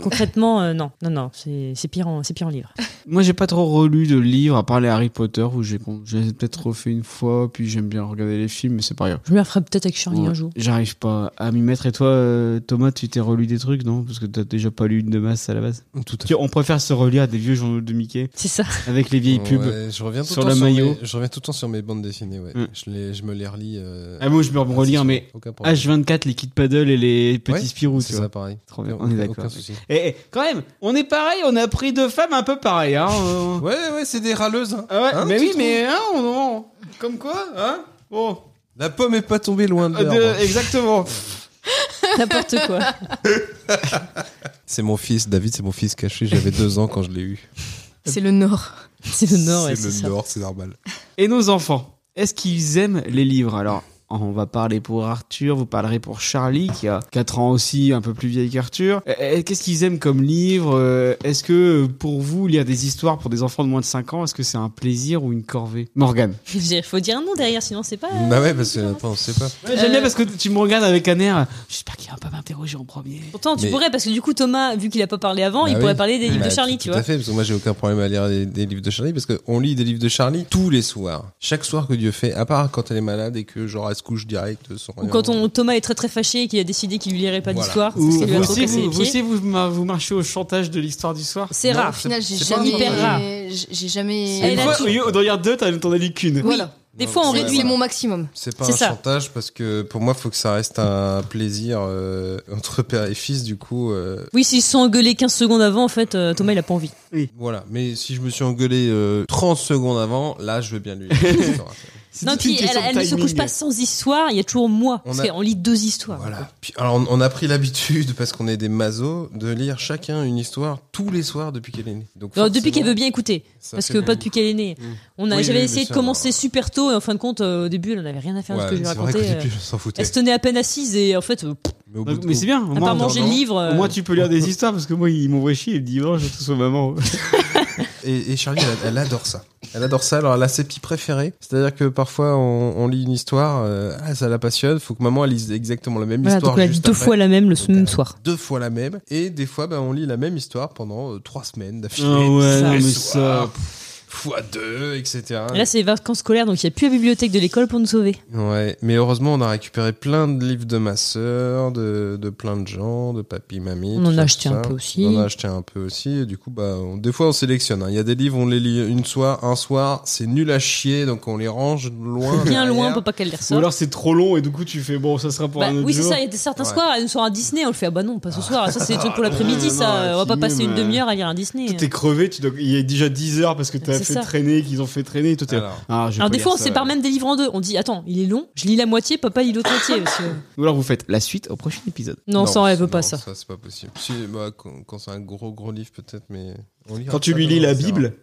E: Concrètement, euh, non, non, non, c'est c'est pire en, c'est pire en livre.
B: Moi, j'ai pas trop relu de livres à part les Harry Potter où j'ai con- j'ai peut-être refait une fois, puis j'aime bien regarder les films, mais c'est pas grave.
E: Je me la ferai peut-être avec Charlie un
B: Ouais,
E: jour.
B: J'arrive pas à m'y mettre. Et toi, euh, Thomas, tu t'es relu des trucs, non Parce que t'as déjà pas lu une de masse à la base.
C: Tout à
B: Tu- On préfère se relire des vieux journaux de Mickey
E: C'est ça.
B: avec les vieilles pubs.
C: Ouais, je reviens tout
B: sur
C: le temps
B: le maillot.
C: mes- je reviens tout le temps sur mes bandes dessinées. Ouais.
B: Mm.
C: Je, les, je me les relis. euh,
B: Ah, moi, je me
C: assez
B: relire,
C: souvent.
B: mais
C: Aucun problème.
B: H24, les Kid Paddle et les petits
C: Ouais,
B: Spirou,
C: c'est
B: tu
C: ça
B: vois.
C: pareil.
B: Trop bien,
C: Aucun-
B: on est
C: aucun
B: d'accord.
C: souci.
B: Et, quand même, on est pareil, on a pris deux femmes un peu pareilles. Hein, euh.
C: Ouais, ouais, c'est des râleuses. hein.
B: Ah ouais,
C: Hein,
B: mais
C: tu
B: oui,
C: trouves
B: mais hein, on, on- comme quoi, hein Bon,
C: La pomme est pas tombée loin de
B: euh, de-
C: l'arbre.
B: exactement.
E: N'importe quoi.
C: hein. C'est mon fils, David, c'est mon fils caché. J'avais deux ans quand je l'ai eu.
D: C'est le Nord.
E: C'est le Nord, ouais,
C: c'est
E: c'est
C: le
E: ça.
C: Nord, c'est normal.
B: Et nos enfants, est-ce qu'ils aiment les livres Alors, on va parler pour Arthur, vous parlerez pour Charlie, qui a 4 ans aussi, un peu plus vieille qu'Arthur. Euh, euh, Qu'est-ce qu'ils aiment comme livres Euh, Est-ce que euh, pour vous, lire des histoires pour des enfants de moins de 5 ans, est-ce que c'est un plaisir ou une corvée Morgane.
E: Il faut dire un nom derrière, sinon c'est pas.
C: Bah ouais, parce que attends, on sait pas.
B: J'aime
E: Euh,
B: bien parce que tu me regardes avec un air, j'espère qu'il va pas m'interroger en premier.
E: Pourtant, tu
C: Mais-
E: pourrais, parce que du coup, Thomas, vu qu'il a pas parlé avant,
C: Bah
E: il
C: oui.
E: pourrait parler des livres
C: Bah,
E: de
C: tout-
E: Charlie, tu
C: Tout
E: vois.
C: à fait, parce que moi j'ai aucun problème à lire des, des livres de Charlie, parce qu'on lit des livres de Charlie tous les soirs. Chaque soir que Dieu fait, à part quand elle est malade et que genre elle se couche direct. euh, Sans
E: Ou quand on, Thomas est très très fâché et qu'il a décidé qu'il lui lirait pas
C: Voilà.
E: d'histoire,
B: Ou
E: parce qu'il lui a
B: vous
E: trop
B: aussi,
E: cassé les
B: vous, vous
E: pieds.
B: aussi, vous, ma- vous marchez au chantage de l'histoire du soir
E: C'est
C: Non,
E: rare.
D: Au final, j'ai
C: c'est pas
D: jamais.
E: hyper rare.
D: j'ai- J'ai jamais.
E: Et
B: Une
E: là,
B: fois,
E: tu-
B: au lieu d'en lire deux, t'en t'en as lu qu'une.
D: Voilà.
E: Des
C: Non,
E: fois, on
C: c'est-
E: réduit.
D: C'est mon maximum.
C: C'est pas un
E: C'est ça.
C: chantage parce que pour moi, faut que ça reste un plaisir euh, entre père et fils. Du coup, euh,
E: Oui, s'ils se sont engueulés 15 secondes avant, en fait, euh, Thomas, il a pas envie.
C: voilà. Mais si je me suis engueulé euh, 30 secondes avant, là, je veux bien lui. lire l'histoire.
B: C'est
E: Non,
B: toute
E: puis
B: une
E: elle,
B: question de
E: elle ne se
B: timing.
E: couche pas sans histoire, il y a toujours moi.
C: On
E: parce
C: a-
E: qu'on lit deux histoires.
C: voilà. Puis, alors, on, on a pris l'habitude parce qu'on est des masos de lire chacun une histoire tous les soirs depuis qu'elle est née. Donc,
E: Alors, depuis qu'elle
C: forcément,
E: veut bien écouter,
C: ça
E: parce
C: fait
E: que
C: beaucoup.
E: pas depuis qu'elle est née.
C: Mm.
E: On a,
C: Oui,
E: j'avais
C: oui,
E: essayé
C: bien
E: de
C: sûr.
E: commencer super tôt, et en fin de compte, euh, au début, elle en avait rien à faire de ce que je lui
C: c'est vrai qu'au
E: racontais. euh.
C: début, on s'en foutait.
E: Elle se tenait à peine assise, et en fait, euh, pff,
C: Mais au bout
B: Donc,
C: de-
B: Mais c'est bien, au
E: à part
B: moins,
C: mange-
E: manger
C: non,
E: le
C: non.
E: livre.
B: au
E: euh,
B: moins, tu peux lire des histoires parce que moi ils m'envoient chier, ils me disent non, je tout aux maman.
E: Ah
C: Et, et Charlie, elle, elle adore ça. Elle adore ça. Alors, elle a ses petits préférés. C'est-à-dire que parfois, on, on lit une histoire, euh, ah, ça la passionne. Faut que maman elle lise exactement la même
E: Voilà,
C: histoire.
E: donc elle a
C: juste
E: deux
C: après.
E: fois la même le
C: Donc,
B: euh,
E: même
C: elle a
E: soir.
C: Deux fois la même. Et des fois, ben, on lit la même histoire pendant euh, trois semaines d'affilée.
B: Ah ouais,
C: Tous
B: non,
C: les
B: mais
C: soirs,
B: ça.
C: pff, Fois deux, etc.
E: Et Là, c'est les vacances scolaires, donc il n'y a plus la bibliothèque de l'école pour nous sauver.
C: Ouais, mais heureusement, on a récupéré plein de livres de ma sœur, de, de plein de gens, de papy, mamie.
E: On
C: tout
E: en a
C: ça,
E: acheté
C: tout
E: un
C: ça.
E: peu aussi.
C: On en a acheté un peu aussi. Et du coup, bah, on- des fois, on sélectionne. hein. Il y a des livres, on les lit une soir, un soir, c'est nul à chier, donc on les range loin.
E: Bien loin
C: derrière.
E: pour pas qu'elle les
B: Bah, Ou
E: ressorte.
B: alors c'est trop long et du coup tu fais bon, ça sera pour
E: Bah,
B: un autre
E: oui, c'est
B: jour.
E: ça, il y a des- certains
C: Ouais.
E: soirs, elle nous sort un Disney, on le fait, ah bah non, pas ce soir, ça c'est des trucs pour l'après-midi,
B: non,
E: ça,
B: non,
E: on va pas
B: fini,
E: passer une
B: mais-
E: demi-heure à lire un Disney.
B: Toi, T'es crevé, tu dois- il y a déjà 10 heures parce que t'as
E: C'est
B: fait
E: ça.
B: traîner, qu'ils ont fait traîner. Toi, t'es-
C: Alors,
B: Ah, je vais
E: Alors
B: pas
E: des
B: lire
E: fois, on
B: ça.
E: sépare même des livres en deux, on dit, attends, il est long, je lis la moitié, papa lit l'autre moitié. parce que-
B: Ou alors vous faites la suite au prochain épisode.
E: Non, ça, elle veut
C: non,
E: pas ça.
C: c'est pas possible. Si, bah, quand, quand c'est un gros, gros livre, peut-être, mais on lira
B: Quand tu
C: ça
B: lui lis
C: demain,
B: la
C: on verra.
B: Bible,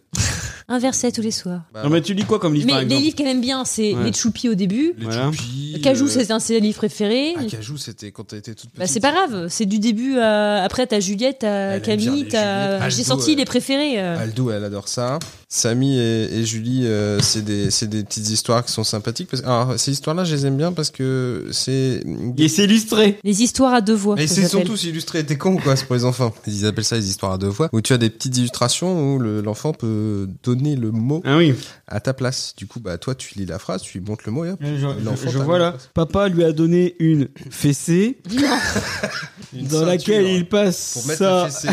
E: Un verset tous les soirs.
C: Bah,
B: non mais tu lis quoi comme livre par
E: Mais les
B: exemple
E: livres qu'elle aime bien, c'est
B: Ouais.
E: les Choupi au début,
C: les
B: Voilà.
C: toupies,
E: Cajou,
C: euh,
E: c'est un de ses livres préférés.
C: Ah, Cajou, c'était quand t'étais toute petite.
E: Bah, c'est pas grave, c'est du début à... Après, t'as Juliette, t'as
C: Elle aime bien les
E: Camille,
C: Juliettes.
E: t'as...
C: Aldo,
E: J'ai sorti
C: euh,
E: les préférés. euh.
C: Aldo, elle adore ça. Samy et, et Julie, euh, c'est des, c'est des petites histoires qui sont sympathiques. Parce, alors, ces histoires-là, je les aime bien parce que c'est.
B: Et c'est illustré.
E: Les histoires à deux voix.
C: Et
E: ça
C: c'est
E: s'appelle.
C: surtout illustré, t'es con quoi, c'est pour les enfants. Ils appellent ça les histoires à deux voix, où tu as des petites illustrations où le- l'enfant peut donner le mot
B: Ah oui.
C: à ta place. Du coup, bah toi, tu lis la phrase, tu lui montres le mot et hop.
B: Je,
C: L'enfant,
B: je- je
C: t'as
B: vois là.
C: raison.
B: Papa lui a donné une fessée
C: Une
B: dans
C: ceinture,
B: laquelle il passe
C: pour mettre
B: ça.
C: la fessée.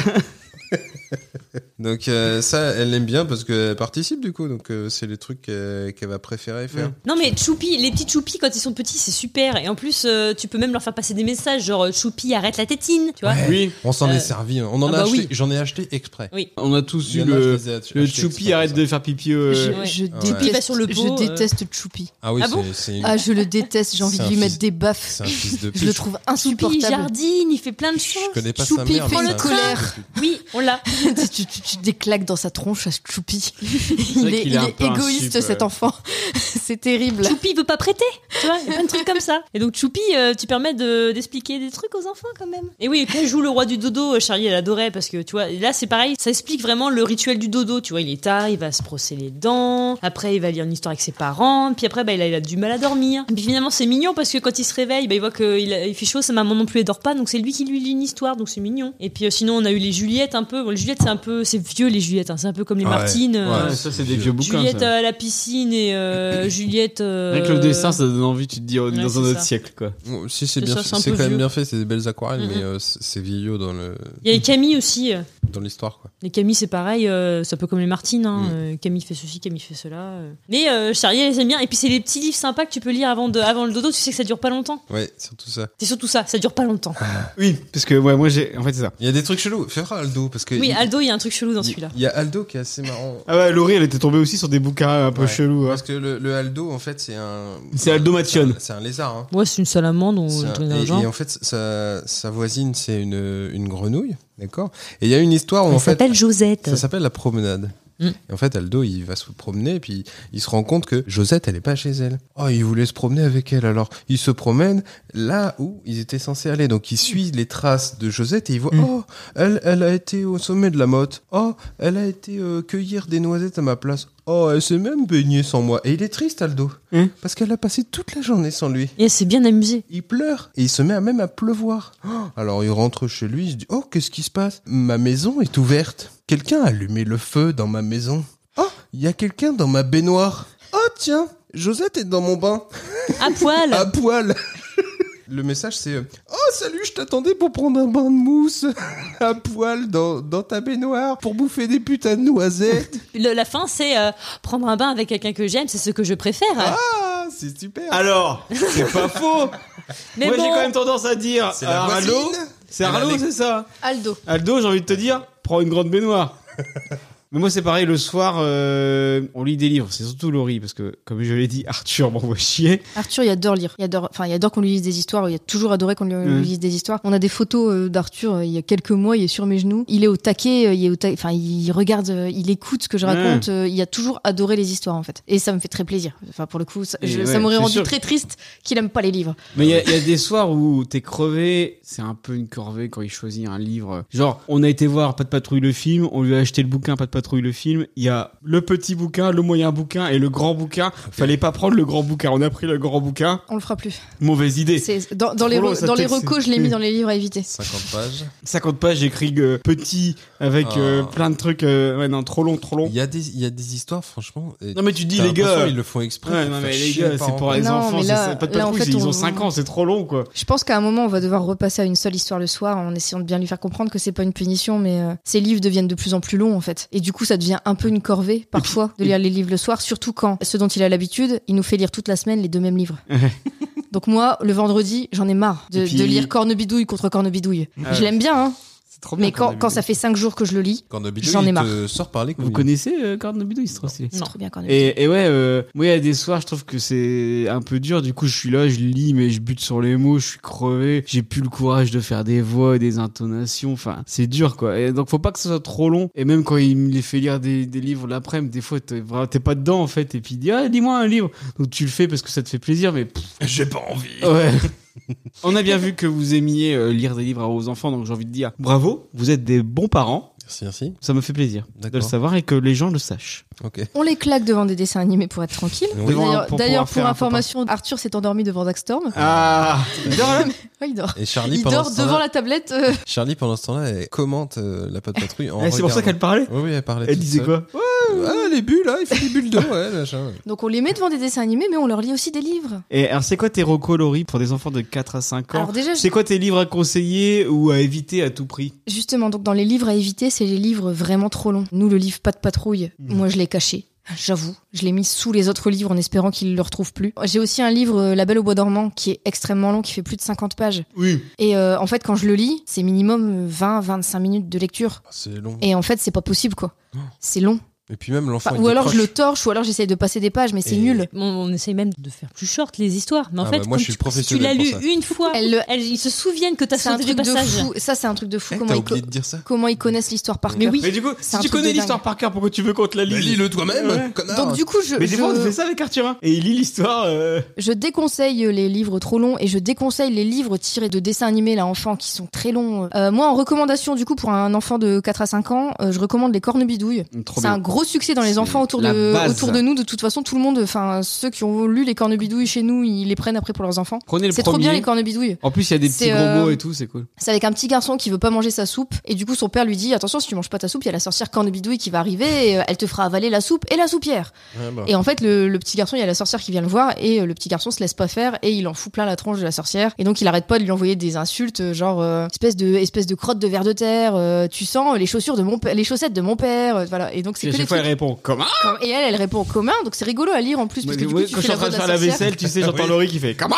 C: Donc euh, ça, elle l'aime bien parce qu'elle participe du coup, donc euh, c'est les trucs euh, qu'elle va préférer faire.
B: Mm.
E: Non mais Choupi, les petits Choupi quand ils sont petits c'est super et en plus euh, tu peux même leur faire passer des messages genre euh, Choupi arrête la tétine, tu vois.
B: Oui.
C: On s'en est
E: Euh,
C: servi, hein. on en
E: ah
C: a
E: bah
C: acheté,
E: oui.
C: j'en ai acheté exprès.
B: On a tous
C: Il y
B: eu
C: en a, je
B: le,
C: les ai ach-
B: le
C: achetés
B: choupi
C: exprès
B: arrête
C: pour ça.
B: de faire pipi. euh,
D: Je,
E: Ouais.
D: je
C: Ah ouais.
E: Pipa
D: déteste,
E: sur le pot,
D: je
E: euh.
D: déteste Choupi.
C: Ah oui,
E: Ah bon
C: c'est- c'est une-
D: Ah, je le déteste, j'ai envie
C: C'est
D: de
C: un
D: lui mettre
C: fils-
D: des baffes.
C: c'est un fils de pute.
D: Je le trouve
E: Choupi il
D: insupportable.
E: jardine, il fait plein de choses.
C: Je connais pas sa
D: Choupi,
C: mère.
D: prends
C: mais
D: le
C: c'est un
D: colère.
C: fils de pute.
E: Oui, on l'a.
D: tu, tu, tu- tu déclaques dans sa tronche à ce Choupi. Il
B: vrai
D: est,
B: qu'il
D: il
B: est un
D: est
B: peu un
D: égoïste,
B: sup,
D: cet
B: ouais.
D: enfant. C'est terrible.
E: Choupi veut pas prêter, tu vois, il y a plein de trucs comme ça. Et donc Choupi, euh, tu permets de- d'expliquer des trucs aux enfants quand même. Et oui, quand joue le roi du dodo, euh, Charlie elle adorait parce que tu vois, là c'est pareil, ça explique vraiment le rituel du dodo, tu vois, il est tard, il va se brosser les dents, après il va lire une histoire avec ses parents, puis après bah, il, a, il a du mal à dormir. Puis finalement c'est mignon parce que quand il se réveille, bah, il voit qu'il a- il fait chaud, sa maman non plus elle dort pas, donc c'est lui qui lui lit une histoire, donc c'est mignon. Et puis euh, sinon on a eu les Juliettes un peu, bon, les Juliettes c'est un peu, c'est vieux, les Juliettes. hein. C'est un peu comme les
C: Ouais.
E: Martines. euh,
C: Ouais,
B: ça, c'est
C: c'est
B: des
C: vieux.
B: vieux bouquins.
E: Juliette
B: ça.
E: à la piscine et euh, Juliette. euh,
B: Avec le dessin, ça donne envie, tu te dis, on est
E: ouais,
B: dans un
E: c'est
B: autre
E: ça.
B: siècle, quoi.
C: Bon, si c'est
E: C'est
C: bien,
E: ça,
C: fait-
E: c'est un
C: c'est
E: peu
C: quand même
E: vieux.
C: bien fait, c'est des belles aquarelles,
E: Mhm.
C: mais euh, c'est c'est vieillot dans le
E: Il y a les Camille aussi.
C: dans l'histoire quoi.
E: Les Camille, c'est pareil, euh, c'est un peu comme les Martines. hein,
C: Mm.
E: euh, Camille fait ceci, Camille fait cela. euh. Mais euh, Charlie, elle les aime bien. Et puis, c'est des petits livres sympas que tu peux lire avant, de, avant le dodo. Tu sais que ça dure pas longtemps.
C: Ouais, surtout ça.
E: C'est surtout ça, ça dure pas longtemps.
C: Ah,
B: Oui, parce que ouais, moi, j'ai. En fait, c'est ça.
C: Il y a des trucs chelous. Fais voir Aldo parce que
E: Oui,
C: il-
E: Aldo, il y a un truc chelou dans celui-là.
C: Il y a Aldo qui est assez marrant.
B: Ah ouais, Laurie, elle était tombée aussi sur des bouquins un peu
C: Ouais.
B: chelous. hein.
C: Parce que le, le Aldo, en fait, c'est un.
B: C'est Aldo Mation.
C: C'est un, c'est un lézard. hein.
E: Ouais, c'est une salamande ou
C: C'est
E: un
C: un-
E: truc
C: et,
E: dans Oh, le genre.
C: et en fait, sa, sa voisine, c'est une, une grenouille, d'accord Et il y a une histoire où, en fait.
E: Josette.
C: Ça s'appelle la promenade.
E: Mm.
C: Et en fait, Aldo, il va se promener, puis il se rend compte que Josette, elle est pas chez elle. Oh, il voulait se promener avec elle, alors il se promène là où ils étaient censés aller. Donc, il suit les traces de Josette et il voit,
E: Mm.
C: oh, elle, elle a été au sommet de la motte. Oh, elle a été euh, cueillir des noisettes à ma place. Oh, elle s'est même baignée sans moi. Et il est triste, Aldo,
B: Mm.
C: parce qu'elle a passé toute la journée sans lui.
E: Et elle s'est bien amusée.
C: Il pleure et il se met à même à pleuvoir. Oh, Alors il rentre chez lui, il se dit Oh, qu'est-ce qui se passe Ma maison est ouverte. Quelqu'un a allumé le feu dans ma maison. Oh, il y a quelqu'un dans ma baignoire. Oh, tiens, Josette est dans mon bain,
E: À poil
C: à poil. Le message c'est euh, Oh, salut, je t'attendais pour prendre un bain de mousse, à poil dans, dans ta baignoire, pour bouffer des putains de noisettes.
E: Le- La fin, c'est euh, prendre un bain avec quelqu'un que j'aime, c'est ce que je préfère.
C: Ah, c'est super.
B: Alors, c'est pas faux.
E: Mais
B: moi, j'ai
E: bon,
B: quand même tendance à dire.
C: C'est la
B: alors, Aldo,
C: voisine.
B: c'est
C: Elle a
B: Arlo,
C: les-
B: c'est ça.
D: Aldo.
B: Aldo, j'ai envie de te dire, prends une grande baignoire. Mais moi, c'est pareil, le soir, euh, on lit des livres. C'est surtout Laurie, parce que, comme je l'ai dit, Arthur m'envoie chier.
D: Arthur, il adore lire. Il adore, enfin, il adore qu'on lui lise des histoires. Il a toujours adoré qu'on lui,
B: Mm.
D: lui lise des histoires. On a des photos euh, d'Arthur euh, il y a quelques mois. Il est sur mes genoux. Il est au taquet. euh, il est au ta- Enfin, il regarde, euh, il écoute ce que je
B: Ouais.
D: raconte. euh, il a toujours adoré les histoires en fait. Et ça me fait très plaisir. Enfin, pour le coup, ça,
B: Et
D: je-
B: ouais,
D: ça m'aurait
B: c'est
D: rendu
B: sûr.
D: très triste qu'il aime pas les livres.
B: Mais il y a- il y, a des soirs où t'es crevé, c'est un peu une corvée quand il choisit un livre. Genre, on a été voir Pas de patrouille le film, on lui a acheté le bouquin Pas de patrouille le film. Il y a le petit bouquin, le moyen bouquin et le grand bouquin. Fallait pas prendre le grand bouquin, on a pris le grand bouquin.
D: On le fera plus.
B: Mauvaise idée.
D: C'est dans, dans les
B: trop long,
D: re-
B: ça,
D: dans les
B: c'est-
D: recos, je l'ai mis dans les livres à éviter.
C: 50 pages.
B: 50 pages, j'écris euh, petit avec euh,
C: Ah.
B: plein de trucs. euh, ouais, non, trop long, trop long.
C: Il y, a des- il y a des histoires, franchement. et
B: Non, mais tu dis,
C: T'as
B: les
C: l'impression
B: gars.
C: Ils le font exprès.
B: Ouais,
C: pour
B: non,
C: faire
B: mais les
C: chier
B: gars,
C: les
B: c'est
C: parents,
B: pour les
C: quoi.
D: Non,
B: enfants.
D: mais
B: c'est-
D: là-
B: c'est pas de
D: là, en
B: patrouille,
D: fait,
B: ils ont
D: on-
B: 5 ans, c'est trop long, quoi.
D: Je pense qu'à un moment, on va devoir repasser à une seule histoire le soir en essayant de bien lui faire comprendre que c'est pas une punition, mais euh, ces livres deviennent de plus en plus longs en fait. Et du coup, ça devient un peu une corvée parfois de lire les livres le soir, surtout quand ce dont il a l'habitude, il nous fait lire toute la semaine les deux mêmes livres. Donc moi, le vendredi, j'en ai marre de,
B: Et puis-
D: de lire Cornebidouille contre Cornebidouille.
B: Ah
D: je
B: ouais.
D: l'aime bien, hein,
B: C'est trop
D: mais quand, quand ça fait cinq jours que je le lis,
C: Quand Nobilo,
D: J'en ai
C: il
D: marre.
C: te sort par les
B: Vous
C: couilles.
B: connaissez euh, Cornebidouille, c'est trop stylé.
D: c'est
E: Non.
D: trop bien Cornebidouille.
B: Et, et ouais, euh, moi, il y a des soirs, je trouve que c'est un peu dur. Du coup, je suis là, je lis, mais je bute sur les mots, je suis crevé. J'ai plus le courage de faire des voix, et des intonations. Enfin, c'est dur, quoi. Et donc, faut pas que ça soit trop long. Et même quand il me les fait lire des, des livres l'après-midi, des fois, t'es vraiment- t'es pas dedans, en fait. Et puis, il dit, ah, dis-moi un livre. Donc, tu le fais parce que ça te fait plaisir, mais
C: J'ai pas envie.
B: Ouais. On a bien vu que vous aimiez euh, lire des livres aux enfants, donc j'ai envie de dire bravo, vous êtes des bons parents.
C: Merci, merci.
B: Ça me fait plaisir de
C: D'accord.
B: le savoir et que les gens le sachent.
C: Ok.
D: On les claque devant des dessins animés pour être tranquille.
C: Oui.
B: Devant-
D: D'ailleurs-
B: pour pouvoir
D: D'ailleurs, pour,
B: faire un
D: information, Arthur s'est endormi devant Dark Storm.
B: Ah
D: Ouais, il dort.
C: Et Charlie,
D: Il
C: pendant
D: dort
C: ce
D: devant
C: temps-là,
D: la tablette. euh,
C: Charlie, pendant ce temps-là, elle commente euh, la patte patrouille en
B: Eh, C'est pour ça qu'elle
C: regardant.
B: parlait.
C: Oui, oui, elle parlait.
B: Elle
C: toute
B: disait
C: seule.
B: quoi
C: Ah, les bulles, là, il fait des bulles d'eau, ouais, machin.
D: Donc on les met devant des dessins animés, mais on leur lit aussi des livres.
B: Et Eh, alors, c'est quoi tes recoloris pour des enfants de 4 à 5 ans
D: Alors déjà, je-
B: C'est quoi tes livres à conseiller ou à éviter à tout prix
D: justement, donc dans les livres à éviter, c'est les livres vraiment trop longs. Nous, le livre Pas de patrouille,
C: Mhm.
D: moi je l'ai caché. J'avoue, je l'ai mis sous les autres livres en espérant qu'ils ne le retrouvent plus. J'ai aussi un livre, euh, La Belle au Bois dormant, qui est extrêmement long, qui fait plus de 50 pages.
B: Oui.
D: Et euh, en fait, quand je le lis, c'est minimum 20-25 minutes de lecture.
C: Ah, C'est long. Et,
D: Et en fait, c'est pas possible, quoi. C'est long.
C: puis même l'enfant.
D: Enfin,
C: il
D: ou alors je le
C: décroche.
D: torche, ou alors j'essaye de passer des pages, mais c'est
C: Et-
D: nul.
E: on, on essaye même de faire plus short les histoires. Mais en
C: Ah
E: fait,
C: bah moi,
E: comme
C: je suis
E: tu,
C: professionnel
E: tu l'as lu
C: pour ça.
E: une fois,
D: Elle le-
E: elle- ils se souviennent que t'as
D: C'est un
E: sauté du
D: truc de
E: passage.
D: fou. Ça, c'est un truc de fou.
C: Eh,
D: comment,
C: T'as
D: ils co-
C: oublié de dire ça
B: Bah,
D: comment ils connaissent l'histoire par
E: Mais
D: cœur.
E: oui.
B: Mais du coup,
D: C'est
B: si
D: un
B: tu
D: truc
B: connais
D: de dingue.
B: l'histoire par cœur, pourquoi tu veux qu'on te la
C: Bah,
B: lise
C: Lis-le toi-même,
B: Ouais.
C: connard.
D: Donc du coup, je,
B: Mais des fois, on
D: je-
B: te fait ça avec Arthur hein, et il lit l'histoire. euh,
D: je déconseille les livres trop longs et je déconseille les livres tirés de dessins animés là enfants qui sont très longs. Euh, moi, en recommandation du coup pour un enfant de 4 à 5 ans, euh, je recommande les Cornebidouilles.
B: Trop
D: C'est
B: bien.
D: un gros succès dans les
B: C'est
D: enfants autour
B: la
D: de,
B: base.
D: autour de nous. De toute façon, tout le monde, enfin, ceux qui ont lu les cornebidouilles chez nous, ils les prennent après pour leurs enfants.
B: Prenez le
D: C'est trop bien
B: premier.
D: les cornebidouilles.
B: En plus, il y a des
D: C'est,
B: petits gros
D: euh,
B: mots et tout, c'est cool.
D: C'est avec un petit garçon qui veut pas manger sa soupe et du coup son père lui dit attention si tu manges pas ta soupe il y a la sorcière cornebidouille qui va arriver et euh, elle te fera avaler la soupe et la soupière. Et en fait le, le petit garçon il y a la sorcière qui vient le voir et euh, le petit garçon se laisse pas faire et il en fout plein la tronche de la sorcière et donc il arrête pas de lui envoyer des insultes euh, genre euh, espèce de espèce de crotte de verre de terre euh, tu sens les chaussures de mon père- les chaussettes de mon père euh, voilà et donc c'est
B: Et à
D: que des
B: chaque fois, elle
D: trucs
B: répond Comment
D: comme- et elle elle répond en commun donc c'est rigolo à lire en plus parce que du coup
B: Moi,
D: tu
B: Quand je suis
D: fais la
B: en train de
D: voix de la
B: faire la
D: sorcière.
B: vaisselle, tu sais, j'entends
C: Oui.
B: Laurie qui fait Comment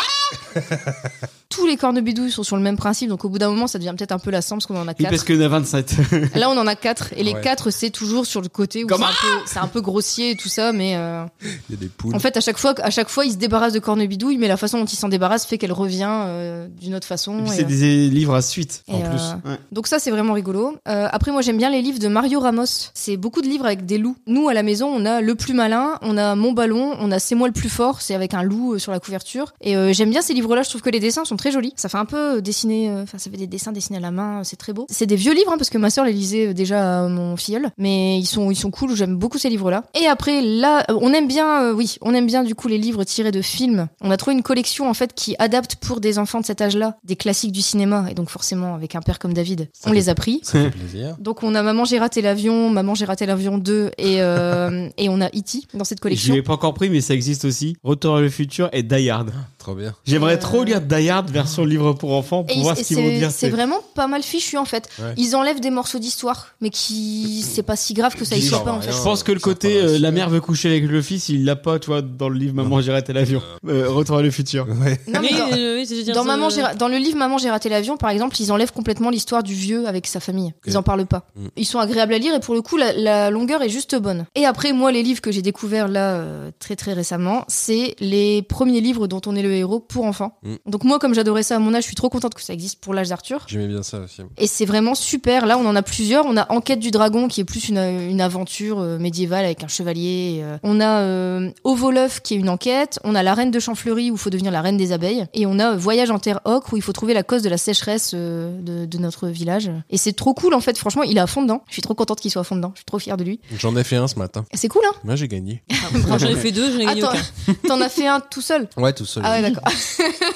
D: tous les cornebidouilles sont sur le même principe donc au bout d'un moment ça devient peut-être un peu lassant parce qu'on en a
B: Oui,
D: quatre
B: parce que 27.
D: Là, on en a quatre, et les
C: Ouais.
D: quatre, c'est toujours sur le côté où c'est
B: Comment
D: un, peu, c'est un peu grossier et tout ça, mais euh,
C: Il y a des poules.
D: en fait, à chaque fois, à chaque fois, ils se débarrassent de Cornebidouille, mais la façon dont ils s'en débarrassent fait qu'elle revient euh, d'une autre façon. et,
B: C'est
D: euh,
B: des livres à suite.
D: et,
C: en plus.
D: euh,
B: Ouais.
D: Donc ça, c'est vraiment rigolo. Euh, après, moi, j'aime bien les livres de Mario Ramos. C'est beaucoup de livres avec des loups. Nous, à la maison, on a Le Plus Malin, on a Mon Ballon, on a C'est moi le plus fort, c'est avec un loup euh, sur la couverture. Et euh, j'aime bien ces livres-là, je trouve que les dessins sont très jolis. Ça fait un peu euh, dessiné, euh, enfin, ça fait des dessins dessinés à la main, euh, c'est très beau. C'est des vieux livres, hein, parce que ma sœur les lisait euh, déjà à mon filleul. Mais ils sont, ils sont cool, j'aime beaucoup ces livres-là. Et après, là, euh, on aime bien, euh, oui, on aime bien du coup les livres tirés de films. On a trouvé une collection, en fait, qui adapte pour des enfants de cet âge-là des classiques du cinéma. Et donc, forcément, avec un père comme David,
C: Ça
D: on
C: fait
D: les a pris.
C: Ça fait plaisir.
D: Donc on a Maman j'ai raté l'avion, Maman j'ai raté l'avion 2 et, euh, et on a E.T. dans cette
B: Je
D: collection.
B: l'ai pas encore pris, mais ça existe aussi. Retour à le futur et Die Hard.
C: Trop bien.
B: J'aimerais
D: Euh,
B: trop lire Die Hard version livre pour enfants pour
D: Et
B: voir
D: c'est-
B: ce qu'ils vont dire.
D: c'est c'est vraiment pas mal fichu en fait.
C: Ouais.
D: Ils enlèvent des morceaux d'histoire, mais qui c'est pas si grave que ça
C: Ils
D: échoue
C: servent
D: pas
C: à
D: en fait.
C: rien.
B: Je pense que le
C: Ça prend
B: côté
C: la
B: euh,
C: suite.
B: la mère veut coucher avec le fils, il l'a pas, tu vois, dans le livre Maman j'ai raté l'avion. Euh, Retour à le futur.
C: Ouais.
D: Non, mais
E: Oui,
D: dans-
E: euh, oui, c'est- je veux dire,
D: dans,
E: ça-
D: Maman, j'ai ra- dans le livre Maman j'ai raté l'avion par exemple, ils enlèvent complètement l'histoire du vieux avec sa famille. Ils en parlent pas.
C: Mm.
D: Ils sont agréables à lire et pour le coup la, la longueur est juste bonne. Et après moi les livres que j'ai découverts là euh, très très récemment, c'est les premiers livres dont on est le héros pour enfants.
C: Mm.
D: Donc moi comme j'adorais ça à mon âge, je suis trop contente que ça existe pour l'âge d'Arthur.
C: J'aimais bien ça aussi.
D: Et c'est vraiment super. Là, on en a plusieurs. On a Enquête du Dragon, qui est plus une, une aventure euh, médiévale avec un chevalier. euh. On a euh, Au Voleuf, qui est une enquête. On a La Reine de Champfleury, où il faut devenir la Reine des Abeilles. Et on a euh, Voyage en Terre Ocre, où il faut trouver la cause de la sécheresse euh, de, de notre village. Et c'est trop cool, en fait. Franchement, il est à fond dedans. Je suis trop contente qu'il soit à fond dedans. Je suis trop fière de lui.
C: J'en ai fait un ce matin.
D: C'est cool, hein
C: Moi, j'ai gagné.
E: Enfin, J'en ai fait deux, je n'ai gagné
D: Attends,
E: aucun.
D: t'en as fait un tout seul
C: Ouais, tout seul.
D: Ah ouais, d'accord.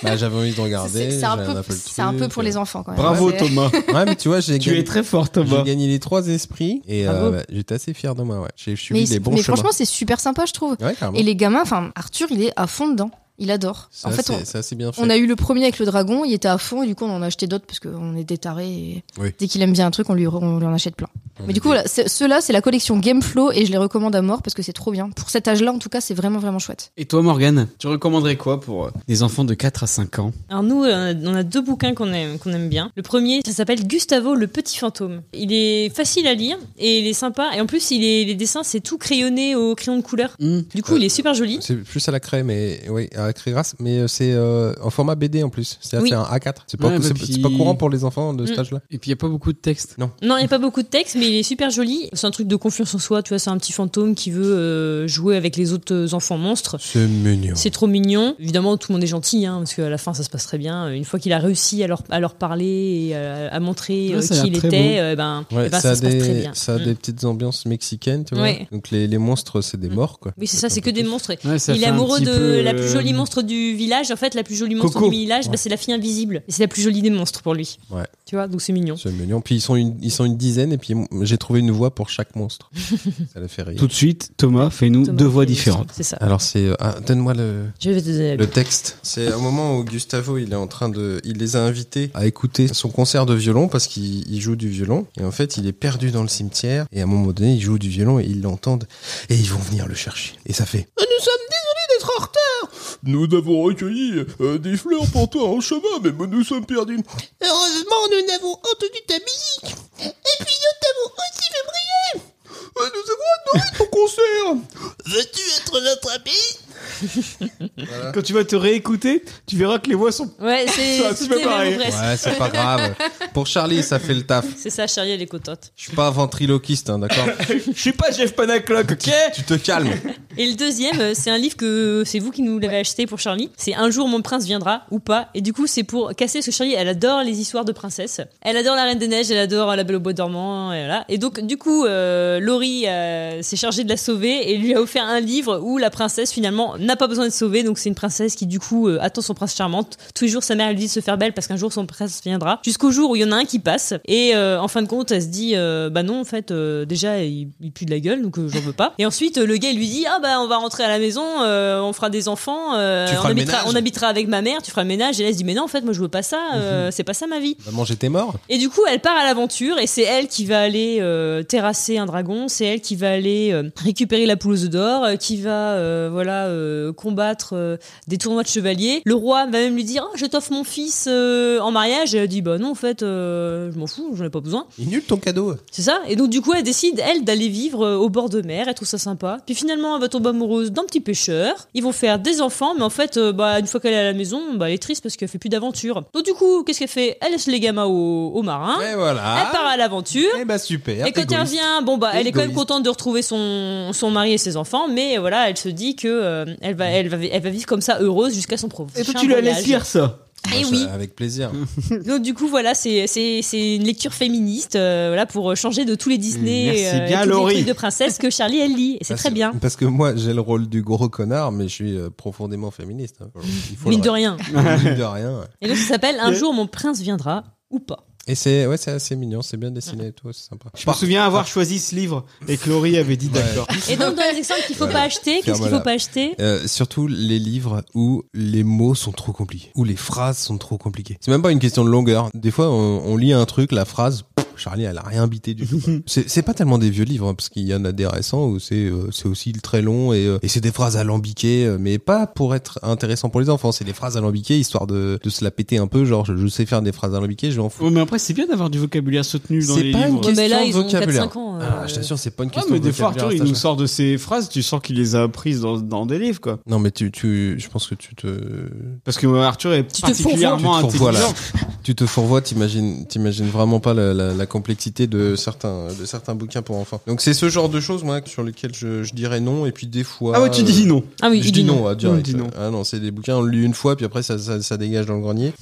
C: Bah, j'avais envie de
D: C'est-
C: regarder.
D: C'est c'est un,
C: j'avais
D: peu-
C: le
D: c'est un
C: truc,
D: peu pour
C: euh.
D: les enfants, quand même.
B: Bravo
D: C'est-
B: Thomas.
C: Ouais, mais tu vois, j'ai
B: tu es
C: gagné.
B: très fort Thomas.
C: J'ai gagné les trois esprits et
E: Bravo.
C: euh, j'étais assez fier de moi. Ouais. J'ai suivi
D: Mais,
C: les bons
D: mais
C: chemins.
D: franchement, c'est super sympa, je trouve.
C: ouais, carrément.
D: Et les gamins, enfin, Arthur, il est à fond dedans. Il adore.
C: Ça,
D: en fait,
C: c'est
D: on,
C: ça, c'est bien fait.
D: on a eu le premier avec le dragon, il était à fond, et du coup, on en a acheté d'autres parce qu'on est des tarés. et
C: Oui.
D: Dès qu'il aime bien un truc, on lui, on lui en achète plein.
C: On
D: Mais du coup,
C: était-
D: voilà, c'est- ceux-là, c'est la collection Gameflow et je les recommande à mort parce que c'est trop bien. Pour cet âge-là, en tout cas, c'est vraiment, vraiment chouette.
B: Et toi Morgane, tu recommanderais quoi pour euh, des enfants de 4 à 5 ans
E: Alors nous, euh, on a deux bouquins qu'on aime, qu'on aime bien. Le premier, ça s'appelle Gustavo le petit fantôme. Il est facile à lire et il est sympa. Et en plus, il est, les dessins, c'est tout crayonné au crayon de couleur.
B: Hmm.
E: Du coup,
C: Euh,
E: il est super joli.
C: C'est plus à la craie, mais oui, à la craie grasse, mais euh, c'est euh, en format BD en plus. C'est
E: Oui.
C: c'est un A4. C'est pas,
B: Ouais, bah,
C: c'est-
B: puis-
C: c'est pas courant pour les enfants de
E: Mm.
C: cet âge-là.
B: Et puis il y a pas beaucoup de textes.
E: Non, il n'y a pas beaucoup de texte, mais il est super joli. C'est un truc de confiance en soi. Tu vois, c'est un petit fantôme qui veut euh, jouer avec les autres euh, enfants monstres.
C: C'est mignon.
E: C'est trop mignon. Évidemment, tout le monde est gentil, hein, parce qu'à la fin, ça se passe très bien. Une fois qu'il a réussi à leur, à leur parler et à, à montrer
B: Ah,
E: euh,
B: ça a
E: qui il
B: l'air très
E: était, euh, ben,
C: Ouais,
E: eh
C: ça,
E: ben, ça,
C: a
E: se passe très
C: des,
E: bien.
C: ça a
E: Mm.
C: des petites ambiances mexicaines, tu vois.
E: Ouais.
C: Donc les, les monstres, c'est des morts, quoi. euh,
E: Oui, c'est ça, c'est que des monstres.
B: Ouais, ça
E: il
B: fait
E: est
B: un
E: amoureux
B: petit
E: de
B: peu,
E: la plus jolie
B: euh,
E: monstre du village. En fait, la plus jolie monstre
B: Coco.
E: du village, bah, c'est la fille invisible. Et c'est la plus jolie des monstres pour lui.
C: Ouais.
E: Tu vois, donc c'est mignon.
C: C'est mignon. Puis ils sont une, ils sont une dizaine, et puis m- j'ai trouvé une voix pour chaque monstre. ça le fait rire.
B: Tout de suite, Thomas, fais-nous
E: Thomas,
B: deux voix
E: c'est-
B: différentes.
E: C'est ça.
C: Alors c'est, euh, ah, donne-moi le,
E: Je vais te donner la
C: Le texte, c'est au moment où Gustavo, il est en train de, il les a invités à écouter son concert de violon parce qu'il il joue du violon et en fait il est perdu dans le cimetière et à un moment donné il joue du violon et ils l'entendent et ils vont venir le chercher et ça fait. Ah, Nous sommes désolés d'être en retard. Nous avons recueilli euh, des fleurs pour toi en chemin, mais nous sommes perdus. Heureusement, nous n'avons entendu ta musique et puis nous t'avons aussi fait briller. Nous avons adoré ton concert. Veux-tu être rattrapé Voilà.
B: Quand tu vas te réécouter, tu verras que les voix sont.
E: Ouais,
B: C'est un
E: c'est
B: petit
E: c'était
B: peu pareil.
E: même presque.
C: Ouais, c'est pas grave. Pour Charlie, ça fait le taf.
E: C'est ça, Charlie, elle est contente.
C: Je suis pas un ventriloquiste, hein, d'accord
B: Je suis pas Jeff Panaclock, ok
C: Tu te calmes.
E: Et le deuxième, euh, c'est un livre que c'est vous qui nous l'avez acheté pour Charlie. C'est Un jour mon prince viendra ou pas. Et du coup, c'est pour casser parce que Charlie, elle adore les histoires de princesses. Elle adore La Reine des Neiges, elle adore La Belle au Bois dormant. Et, voilà. et donc, du coup, euh, Laurie euh, s'est chargée de la sauver et lui a offert un livre où la princesse finalement n'a pas besoin de sauver. Donc, c'est une princesse qui du coup euh, attend son prince charmant. Tous les jours, sa mère lui dit de se faire belle parce qu'un jour son prince viendra. Jusqu'au jour où il y en a un qui passe. Et euh, en fin de compte, elle se dit euh, bah non, en fait, euh, déjà il, il pue de la gueule, donc euh, j'en veux pas. Et ensuite, euh, le gars il lui dit ah bah on va rentrer à la maison, euh, on fera des enfants, euh,
C: Tu feras
E: on,
C: le
E: habitera,
C: ménage.
E: on habitera avec ma mère, tu feras le ménage. Et là, elle se dit mais non, en fait, moi je veux pas ça, euh,
C: Mhm.
E: c'est pas ça ma vie.
C: Maman, j'étais mort.
E: Et du coup, elle part à l'aventure et c'est elle qui va aller euh, terrasser un dragon, c'est elle qui va aller euh, récupérer la poule aux œufs d'or, euh, qui va euh, voilà euh, combattre euh, des tournois de chevaliers. Le roi va même lui dire Ah, je t'offre mon fils euh, en mariage." Et elle dit "Bah non, en fait, euh, je m'en fous, j'en ai pas besoin."
C: Il est nul ton cadeau.
E: C'est ça. Et donc du coup, elle décide elle d'aller vivre euh, au bord de mer, elle trouve ça sympa. Puis finalement, elle va tomber amoureuse d'un petit pêcheur. Ils vont faire des enfants, mais en fait, euh, bah une fois qu'elle est à la maison, bah elle est triste parce qu'elle fait plus d'aventure. Donc du coup, qu'est-ce qu'elle fait Elle laisse les gamins aux, aux marins.
C: Et
E: Elle part
C: voilà.
E: à l'aventure.
C: Eh bah super.
E: Et quand elle
C: égoïste.
E: revient, bon bah, elle est quand même
C: Égoïste.
E: contente de retrouver son, son mari et ses enfants, mais euh, voilà, elle se dit que euh, elle
C: Mm.
E: va elle va elle va vivre comme ça heureuse jusqu'à son prof.
B: Et toi, tu la laisses lire ça
E: Eh
C: Moi,
E: oui.
C: je- Avec plaisir.
E: Donc du coup voilà, c'est c'est c'est une lecture féministe, euh, voilà pour changer de tous les
C: Mm,
E: Disney,
B: Merci
E: euh, et
B: bien,
E: tous les
B: Laurie.
E: trucs de princesse que Charlie elle lit, et c'est
C: Parce-
E: très bien.
C: Parce que moi, j'ai le rôle du gros connard, mais je suis euh, profondément féministe. hein. Il faut
E: Mine
C: le-
E: de rien.
C: Mine de rien.
E: Et donc ça s'appelle Un
B: Yeah.
E: jour mon prince viendra ou pas.
C: Et c'est ouais, c'est assez mignon, c'est bien dessiné et tout, c'est sympa.
B: Je me souviens avoir choisi ce livre et que Laurie avait dit
C: Ouais.
B: d'accord.
E: Et donc dans les exemples qu'il faut
C: Ouais.
E: pas acheter, qu'est-ce qu'il
C: Ferme-la.
E: faut pas acheter
C: Euh, surtout les livres où les mots sont trop compliqués, où les phrases sont trop compliquées. C'est même pas une question de longueur. Des fois, on, on lit un truc, la phrase, pff, Charlie, elle a rien bité du tout. quoi. c'est c'est pas tellement des vieux livres, hein, parce qu'il y en a des récents où c'est euh, c'est aussi très long et, euh, et c'est des phrases alambiquées, euh, mais pas pour être intéressant pour les enfants. C'est des phrases alambiquées histoire de, de se la péter un peu. Genre, je, je sais faire des phrases alambiquées, je vais en fous.
B: Ouais, Oh, mais après, c'est bien d'avoir du vocabulaire soutenu dans
C: C'est
B: les
C: pas une
B: livres.
E: Ouais, mais Oh, ben là ils
C: Question
E: ont 4
C: vocabulaire.
E: 5 ans. euh,
C: Ah, je t'assure, c'est pas une
B: Ouais,
C: question
B: mais
C: de
B: des fois,
C: vocabulaire,
B: Arthur, il
C: ça,
B: nous
C: je-
B: sort de ces phrases, tu sens qu'il les a apprises dans, dans des livres, quoi.
C: Non, mais tu, tu, je pense que tu te,
B: Parce que euh, Arthur est
E: Tu te
B: particulièrement
C: fourvoies. Tu te fourvoies, là.
B: intelligent.
C: tu te fourvoies, t'imagines, t'imagines vraiment pas la, la- la complexité de certains, de certains bouquins pour enfants. Donc c'est ce genre de choses, moi, sur lesquelles je, je dirais non, et puis des fois.
B: Ah ouais, tu
C: euh,
B: dis non.
E: Ah oui,
C: je
E: il
C: dis
E: dit
C: non, ah, direct.
B: dis non.
C: Ah non, c'est des bouquins, on le lit une fois, puis après ça, ça, ça dégage dans le grenier.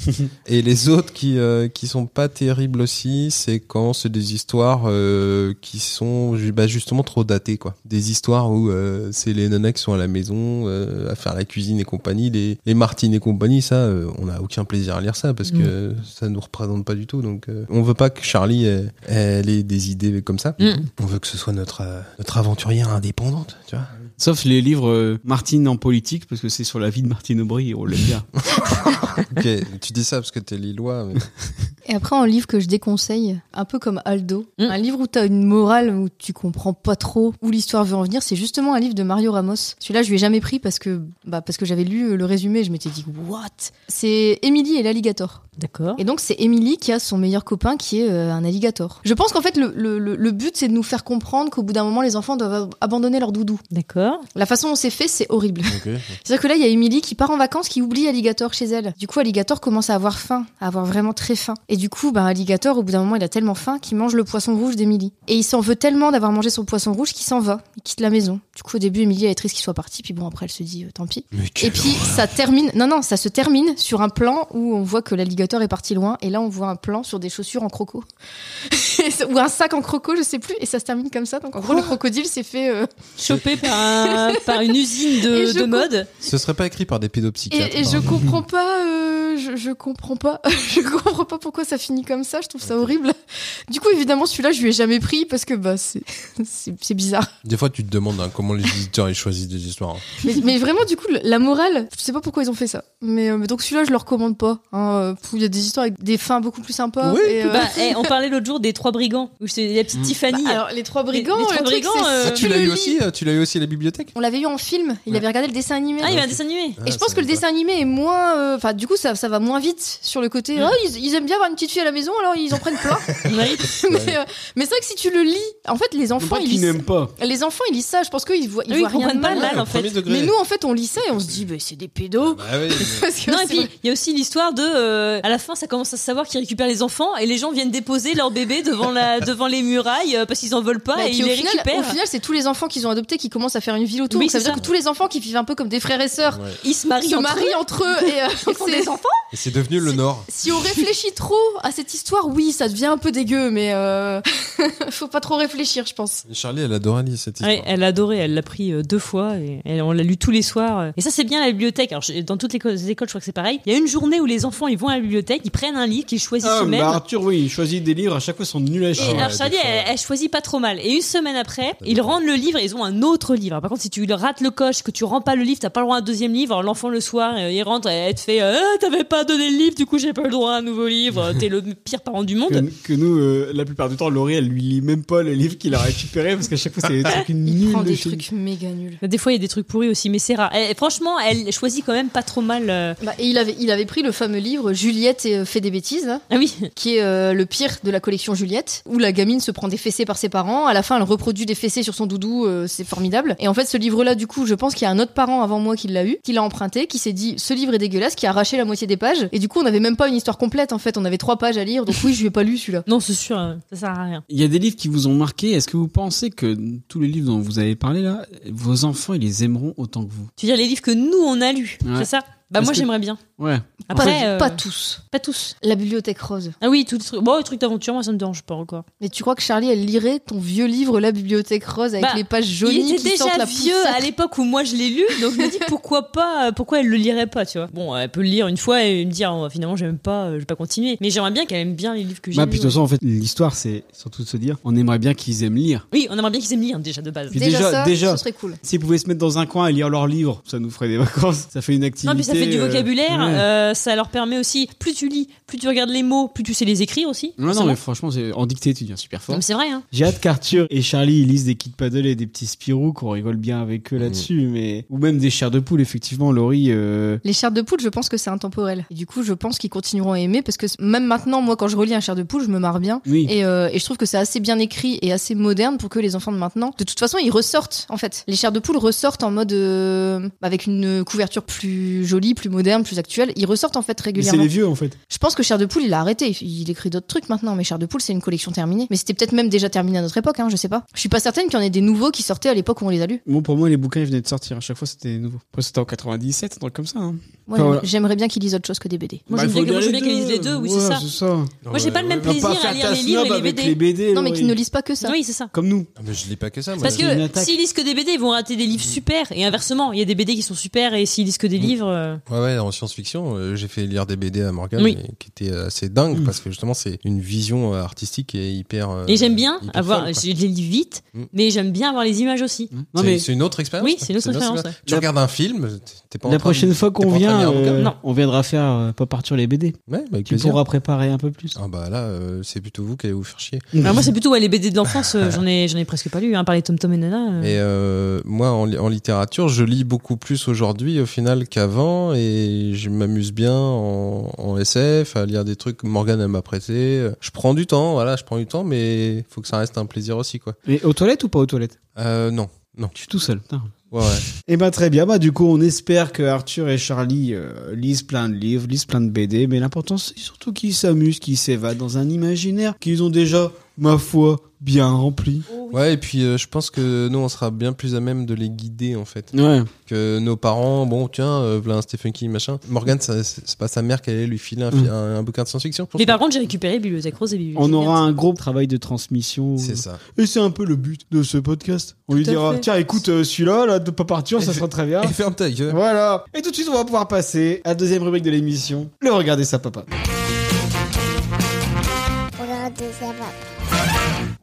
C: et les autres qui, euh, qui sont pas terribles aussi, c'est quand c'est des histoires euh, qui sont ju- bah, justement trop datées, quoi. Des histoires où euh, c'est les nanas qui sont à la maison euh, à faire la cuisine et compagnie, les, les Martine et compagnie, ça, euh, on n'a aucun plaisir à lire ça parce que
E: Mm.
C: euh, ça nous représente pas du tout. Donc euh, on veut pas que Charlie elle ait des idées comme ça.
E: Mm.
C: On veut que ce soit notre, euh, notre aventurière indépendante, tu vois.
B: Sauf les livres euh, Martine en politique, parce que c'est sur la vie de Martine Aubry, on l'aime bien.
C: Ok, tu dis ça parce que t'es lillois. Mais...
D: Et après, un livre que je déconseille, un peu comme Aldo,
E: Mm.
D: un livre où t'as une morale où tu comprends pas trop où l'histoire veut en venir, c'est justement un livre de Mario Ramos. Celui-là, je lui ai jamais pris parce que, bah, parce que j'avais lu euh, le résumé et je m'étais dit, what? C'est Emily et l'alligator.
E: D'accord.
D: Et donc, c'est Emily qui a son meilleur copain qui est euh, un alligator. Je pense qu'en fait, le, le- le- le but, c'est de nous faire comprendre qu'au bout d'un moment, les enfants doivent ab- abandonner leur doudou.
E: D'accord.
D: La façon dont c'est fait, c'est horrible. C'est-à-dire que là, il y a Emily qui part en vacances, qui oublie Alligator chez elle. Du coup, Alligator commence à avoir faim, à avoir vraiment très faim. Et du coup, bah, Alligator, au bout d'un moment, il a tellement faim qu'il mange le poisson rouge d'Emily. Et il s'en veut tellement d'avoir mangé son poisson rouge qu'il s'en va, il quitte la maison. Du coup, au début, Emily, elle est triste qu'il soit parti, puis bon, après, elle se dit, euh, tant pis.
C: Mais
D: Et
C: quel
D: puis ça termine, non non, ça se termine sur un plan où on voit que l'alligator est parti loin et là on voit un plan sur des chaussures en croco ou un sac en croco, je sais plus, et ça se termine comme ça. Donc en gros le crocodile s'est fait euh,
E: Chopé par un- par une usine
D: Et
E: de
D: je
E: de mode.
C: Ce serait pas écrit par des pédopsychiatres. hein.
D: Et, et je
C: pardon.
D: comprends pas, euh, je, je comprends pas, je comprends pas pourquoi ça finit comme ça. Je trouve ça horrible. Du coup, évidemment, celui-là, je lui ai jamais pris parce que bah c'est c'est c'est bizarre.
C: Des fois, tu te demandes hein, comment les éditeurs ils choisissent des histoires. hein.
D: Mais, mais vraiment, du coup, la morale, je sais pas pourquoi ils ont fait ça. Mais, euh, mais donc celui-là, je le recommande pas. hein. Euh, pff, Il y a des histoires avec des fins beaucoup plus sympas.
C: Oui,
D: et, euh,
E: Bah, eh, on parlait l'autre jour des trois brigands où c'est la petite
B: Mm.
D: bah,
E: Tiffany.
D: alors les trois brigands,
E: Les- les
D: le
E: Trois
D: truc,
E: Brigands,
D: c'est-
E: euh,
D: c'est
C: Ah, tu
D: le
C: l'as eu
D: lit.
C: aussi euh, Tu l'as eu aussi à la bibliothèque
D: On l'avait eu en film. Il
C: Ouais.
D: avait regardé le dessin animé.
E: ah, il y a un dessin animé.
C: Ah,
D: Et je pense
C: ça
D: que le
C: me va.
D: dessin animé est moins. euh, Enfin, du coup, ça, ça va moins vite sur le côté. Oh, ils, ils aiment bien avoir une petite fille à la maison, alors ils en prennent plein.
E: Ouais.
D: mais euh, mais c'est vrai que si tu le lis, en fait, les enfants,
B: Pas
D: ils
B: qu'ils
D: lisent,
B: n'aiment pas.
D: les enfants, ils lisent ça. Je pense qu'ils voient, ils
E: Eux, ils
D: voient rien de
E: comprennent pas
D: mal.
E: le mal, en fait.
C: Premier degré.
D: Mais nous, en fait, on lit ça et on se dit, bah, c'est des pédos.
C: Bah oui, mais-
D: Parce que
E: Non, et
D: c'est
E: puis il y a aussi l'histoire de. euh, à la fin, ça commence à se savoir qu'ils récupèrent les enfants et les gens viennent déposer leurs bébés devant, la, devant les murailles euh, parce qu'ils en veulent pas
D: Bah,
E: et
D: puis
E: ils
D: au,
E: les
D: final, au
E: récupèrent.
D: final, c'est tous les enfants qu'ils ont adoptés qui commencent à faire une ville autour.
E: Oui,
D: Donc, ça veut
E: c'est
D: dire
E: ça.
D: que tous les enfants qui vivent un peu comme des frères et sœurs
C: Ouais.
E: Ils se marient
D: se
E: entre
D: marient
E: eux.
D: entre eux. Et, euh, c'est-
E: enfants
C: Et c'est devenu le Nord.
D: si on réfléchit trop à cette histoire, oui, ça devient un peu dégueu, mais euh, faut pas trop réfléchir, je pense.
C: Charlie, elle adorait lire cette histoire.
E: Ouais, elle adorait, elle l'a pris euh, deux fois et elle- on l'a lu tous les soirs. euh. Et ça, c'est bien à la bibliothèque. Alors, je- dans toutes les éco- les écoles, je crois que c'est pareil. Il y a une journée où les enfants ils vont à la bibliothèque, ils prennent un livre qu'ils choisissent
B: Ah,
E: eux-mêmes.
B: bah Arthur, oui, il choisit des livres, à chaque fois, ils sont nuls à
E: Et
B: chier.
C: ouais,
E: alors, Charlie,
C: des fois,
E: elle,
C: ouais.
E: elle choisit pas trop mal. Et une semaine après, ils rendent le livre et ils ont un autre livre. Alors, par contre, si tu rates le coche, que tu rends pas le livre, t'as pas le droit à un deuxième livre. Alors, l'enfant, le soir, euh, il rentre et elle te fait euh, Ah, T'avais pas donné le livre, du coup, j'ai pas le droit à un nouveau livre. T'es le pire parent du monde.
B: Que, que nous, euh, la plupart du temps, Laurie, elle lui lit même pas les livres qu'il a récupérés parce qu'à chaque fois, c'est des trucs
D: Il
B: nuls
D: prend
B: de
D: des
B: chez lui.
D: trucs méga nuls.
E: Des fois, il y a des trucs pourris aussi, mais c'est rare. Et, franchement, elle choisit quand même pas trop mal. euh.
D: Bah, et il avait, il avait pris le fameux livre Juliette et, euh, fait des bêtises, là,
E: Ah oui,
D: qui est euh, le pire de la collection Juliette, où la gamine se prend des fessées par ses parents. À la fin, elle reproduit des fessées sur son doudou, euh, c'est formidable. Et en fait, ce livre-là, du coup, je pense qu'il y a un autre parent avant moi qui l'a eu, qui l'a emprunté, qui s'est dit ce livre est dégueulasse, qui a arraché la moitié des pages. Et du coup, on n'avait même pas une histoire complète, en fait. On avait trois pages à lire, donc oui, je lui ai pas lu celui-là.
E: non, c'est sûr, euh, ça sert à rien.
B: Il y a des livres qui vous ont marqué. Est-ce que vous pensez que tous les livres dont vous avez parlé là, vos enfants, ils les aimeront autant que vous
E: Tu veux dire les livres que nous on a lus,
B: Ouais.
E: c'est ça Bah
B: Parce
E: moi
B: que-
E: j'aimerais bien.
B: Ouais.
E: Après,
D: pas,
E: euh,
D: pas tous.
E: pas tous.
D: La bibliothèque rose.
E: Ah oui, tout le truc. Bon, le truc d'aventure, moi ça me dérange pas encore.
D: Mais tu crois que Charlie, elle lirait ton vieux livre La bibliothèque rose avec
E: Bah,
D: les pages jaunies
E: il
D: qui
E: était
D: sentent
E: déjà
D: la
E: vieux
D: poussière
E: à l'époque où moi je l'ai lu, donc je me dis pourquoi pas, euh, pourquoi elle le lirait pas, tu vois. Bon, elle peut le lire une fois et me dire oh, finalement j'aime pas, euh, je vais pas continuer. Mais j'aimerais bien qu'elle aime bien les livres que j'ai
B: Bah,
E: lus,
B: puis de toute façon,
E: ouais.
B: en fait, l'histoire, c'est surtout de se dire, on aimerait bien qu'ils aiment lire.
E: Oui, on aimerait bien qu'ils aiment lire déjà de base.
B: Puis déjà-
D: ça,
B: déjà.
D: ce serait cool.
B: S'ils pouvaient se mettre dans un coin et lire leurs livres, ça nous ferait des vacances. Ça fait une activité.
E: Non, puis ça fait du
B: euh,
E: vocabulaire,
B: ouais.
E: euh, ça leur permet aussi, plus tu lis, plus tu regardes les mots, plus tu sais les écrire aussi.
B: Non, non,
E: forcément.
B: mais franchement, c'est- en dictée, tu deviens super
E: Non,
B: fort.
E: mais c'est vrai, hein.
B: J'ai hâte qu'Arthur et Charlie ils lisent des Kid Paddle et des petits Spirou, qu'on rigole bien avec eux là-dessus, mais ou même des chairs de poule. Effectivement, Laurie, euh,
D: Les chairs de poule, je pense que c'est intemporel. Et du coup, je pense qu'ils continueront à aimer parce que c- même maintenant, moi, quand je relis un chair de poule, je me marre bien.
B: oui,
D: Et, euh, et je trouve que c'est assez bien écrit et assez moderne pour que les enfants de maintenant, de toute façon, ils ressortent en fait. Les chairs de poule ressortent en mode euh, avec une couverture plus jolie, plus moderne, plus actuelle. Ils ressortent en fait
B: Mais c'est
D: régulièrement.
B: les vieux en fait.
D: Je pense que Cher de Poule, il a arrêté. Il écrit d'autres trucs maintenant, mais Cher de Poule, c'est une collection terminée. Mais c'était peut-être même déjà terminé à notre époque, hein, je sais pas. Je suis pas certaine qu'il y en ait des nouveaux qui sortaient à l'époque où on les a lus.
B: Bon, pour moi, les bouquins ils venaient de sortir. À chaque fois, c'était nouveau. Après, c'était en 97, un truc comme ça. hein. Ah,
D: Moi, j'aime-
B: voilà.
D: j'aimerais bien qu'ils lisent autre chose que des BD.
B: Bah,
E: Moi, j'aime bien que- moi, j'aime bien qu'elle lise les deux, oui, c'est
B: Ouais,
E: ça. Moi, j'ai
C: Ouais,
E: pas le même
C: ouais.
E: plaisir
B: On va
E: à
B: pas
E: lire
B: faire ta
E: les livres
B: snob
E: et les
B: avec
E: BD.
B: les BD.
D: Non, mais
B: Laurie.
D: qu'ils ne lisent pas que ça.
E: Oui, c'est ça.
B: Comme nous.
C: Ah, mais je lis pas que ça. Moi.
E: Parce
B: C'est une
E: que
B: attaque.
E: s'ils lisent que des BD, ils vont rater des livres super. Et inversement, il y a des BD qui sont super et s'ils lisent que des
C: Mm.
E: livres. euh,
C: Ouais, ouais, en science-fiction, euh, j'ai fait lire des BD à Morgan
E: Oui.
C: qui était euh, assez dingue
B: Mm.
C: parce que justement, c'est une vision euh, artistique qui est hyper. euh,
E: Et j'aime bien
C: hyper
E: avoir.
C: folle, quoi.
E: je les lis vite,
C: Mm.
E: mais j'aime bien avoir les images aussi.
B: Non,
C: C'est-
B: mais
C: C'est une autre expérience.
E: Oui,
C: quoi.
E: c'est une autre expérience,
C: expérience. Tu
B: La-
C: regardes un film, t'es pas en
B: la
C: train de-
B: prochaine fois
C: t'es
B: qu'on
C: pas en train de
B: vient,
C: lire un bouquin.
B: euh,
E: Non.
B: on viendra faire euh, Pop Arthur les BD.
C: Ouais, bah, avec
B: Tu
C: plaisir.
B: pourras préparer un peu plus.
C: Ah bah là, euh, c'est plutôt vous qui allez vous faire chier.
E: Alors Ah, moi, c'est plutôt ouais, les BD de l'enfance. euh, j'en ai, j'en ai presque pas lu. Hein, par les Tom Tom et Nana. euh.
C: Et euh, moi, en, li- en littérature, je lis beaucoup plus aujourd'hui au final qu'avant et je m'amuse bien en, en SF à lire des trucs que Morgane elle m'a prêté. Je prends du temps, voilà, je prends du temps, mais faut que ça reste un plaisir aussi, quoi.
B: Mais aux toilettes ou pas aux toilettes
C: Euh, non, non.
B: Je suis tout seul. putain.
C: Ouais, ouais.
B: Eh ben très bien, bah du coup on espère que Arthur et Charlie euh, lisent plein de livres, lisent plein de BD, mais l'important c'est surtout qu'ils s'amusent, qu'ils s'évadent dans un imaginaire qu'ils ont déjà, ma foi, bien rempli.
C: Ouais, et puis euh, je pense que nous, on sera bien plus à même de les guider, en fait.
B: Ouais.
C: Que nos parents, bon, tiens, euh, voilà un Stephen King, machin. Morgane, ça- c'est c'est pas sa mère qui allait lui filer un, fi-
B: Mm.
C: un- un bouquin de science-fiction, je pense.
E: Mais par contre, j'ai récupéré Bibliothèque Rose et Bibliothèque
B: On aura
E: Verte.
B: un gros travail de transmission.
C: C'est ça.
B: Et c'est un peu le but de ce podcast. On lui
D: Tout à
B: dira,
D: fait.
B: tiens écoute, euh, celui-là, là, de pas partir, ça sera très bien.
C: Et ferme ta gueule.
B: Voilà. Et tout de suite, on va pouvoir passer à la deuxième rubrique de l'émission, le regarder sa papa.
A: Regardez ça, papa.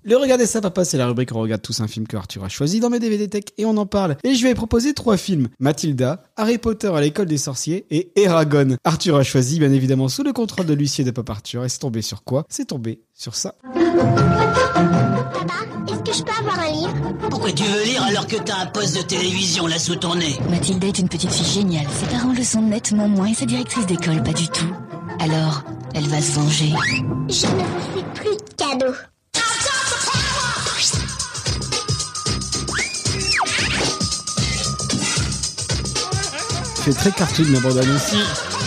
B: Le Regardez ça, papa, c'est la rubrique où on regarde tous un film que Arthur a choisi dans mes DVD Tech et on en parle. Et je vais proposer trois films Mathilda, Harry Potter à l'école des sorciers et Eragon. Arthur a choisi, bien évidemment, sous le contrôle de l'huissier de Papa Arthur. Et c'est tombé sur quoi C'est tombé sur ça.
A: Papa, est-ce que je peux avoir un livre
F: Pourquoi tu veux lire alors que t'as un poste de télévision là sous ton nez
G: Mathilde est une petite fille géniale. Ses parents le sont nettement moins et sa directrice d'école pas du tout. Alors, elle va se venger.
A: Je ne vous fais plus de cadeaux.
B: C'est très cartoon la bande annonce.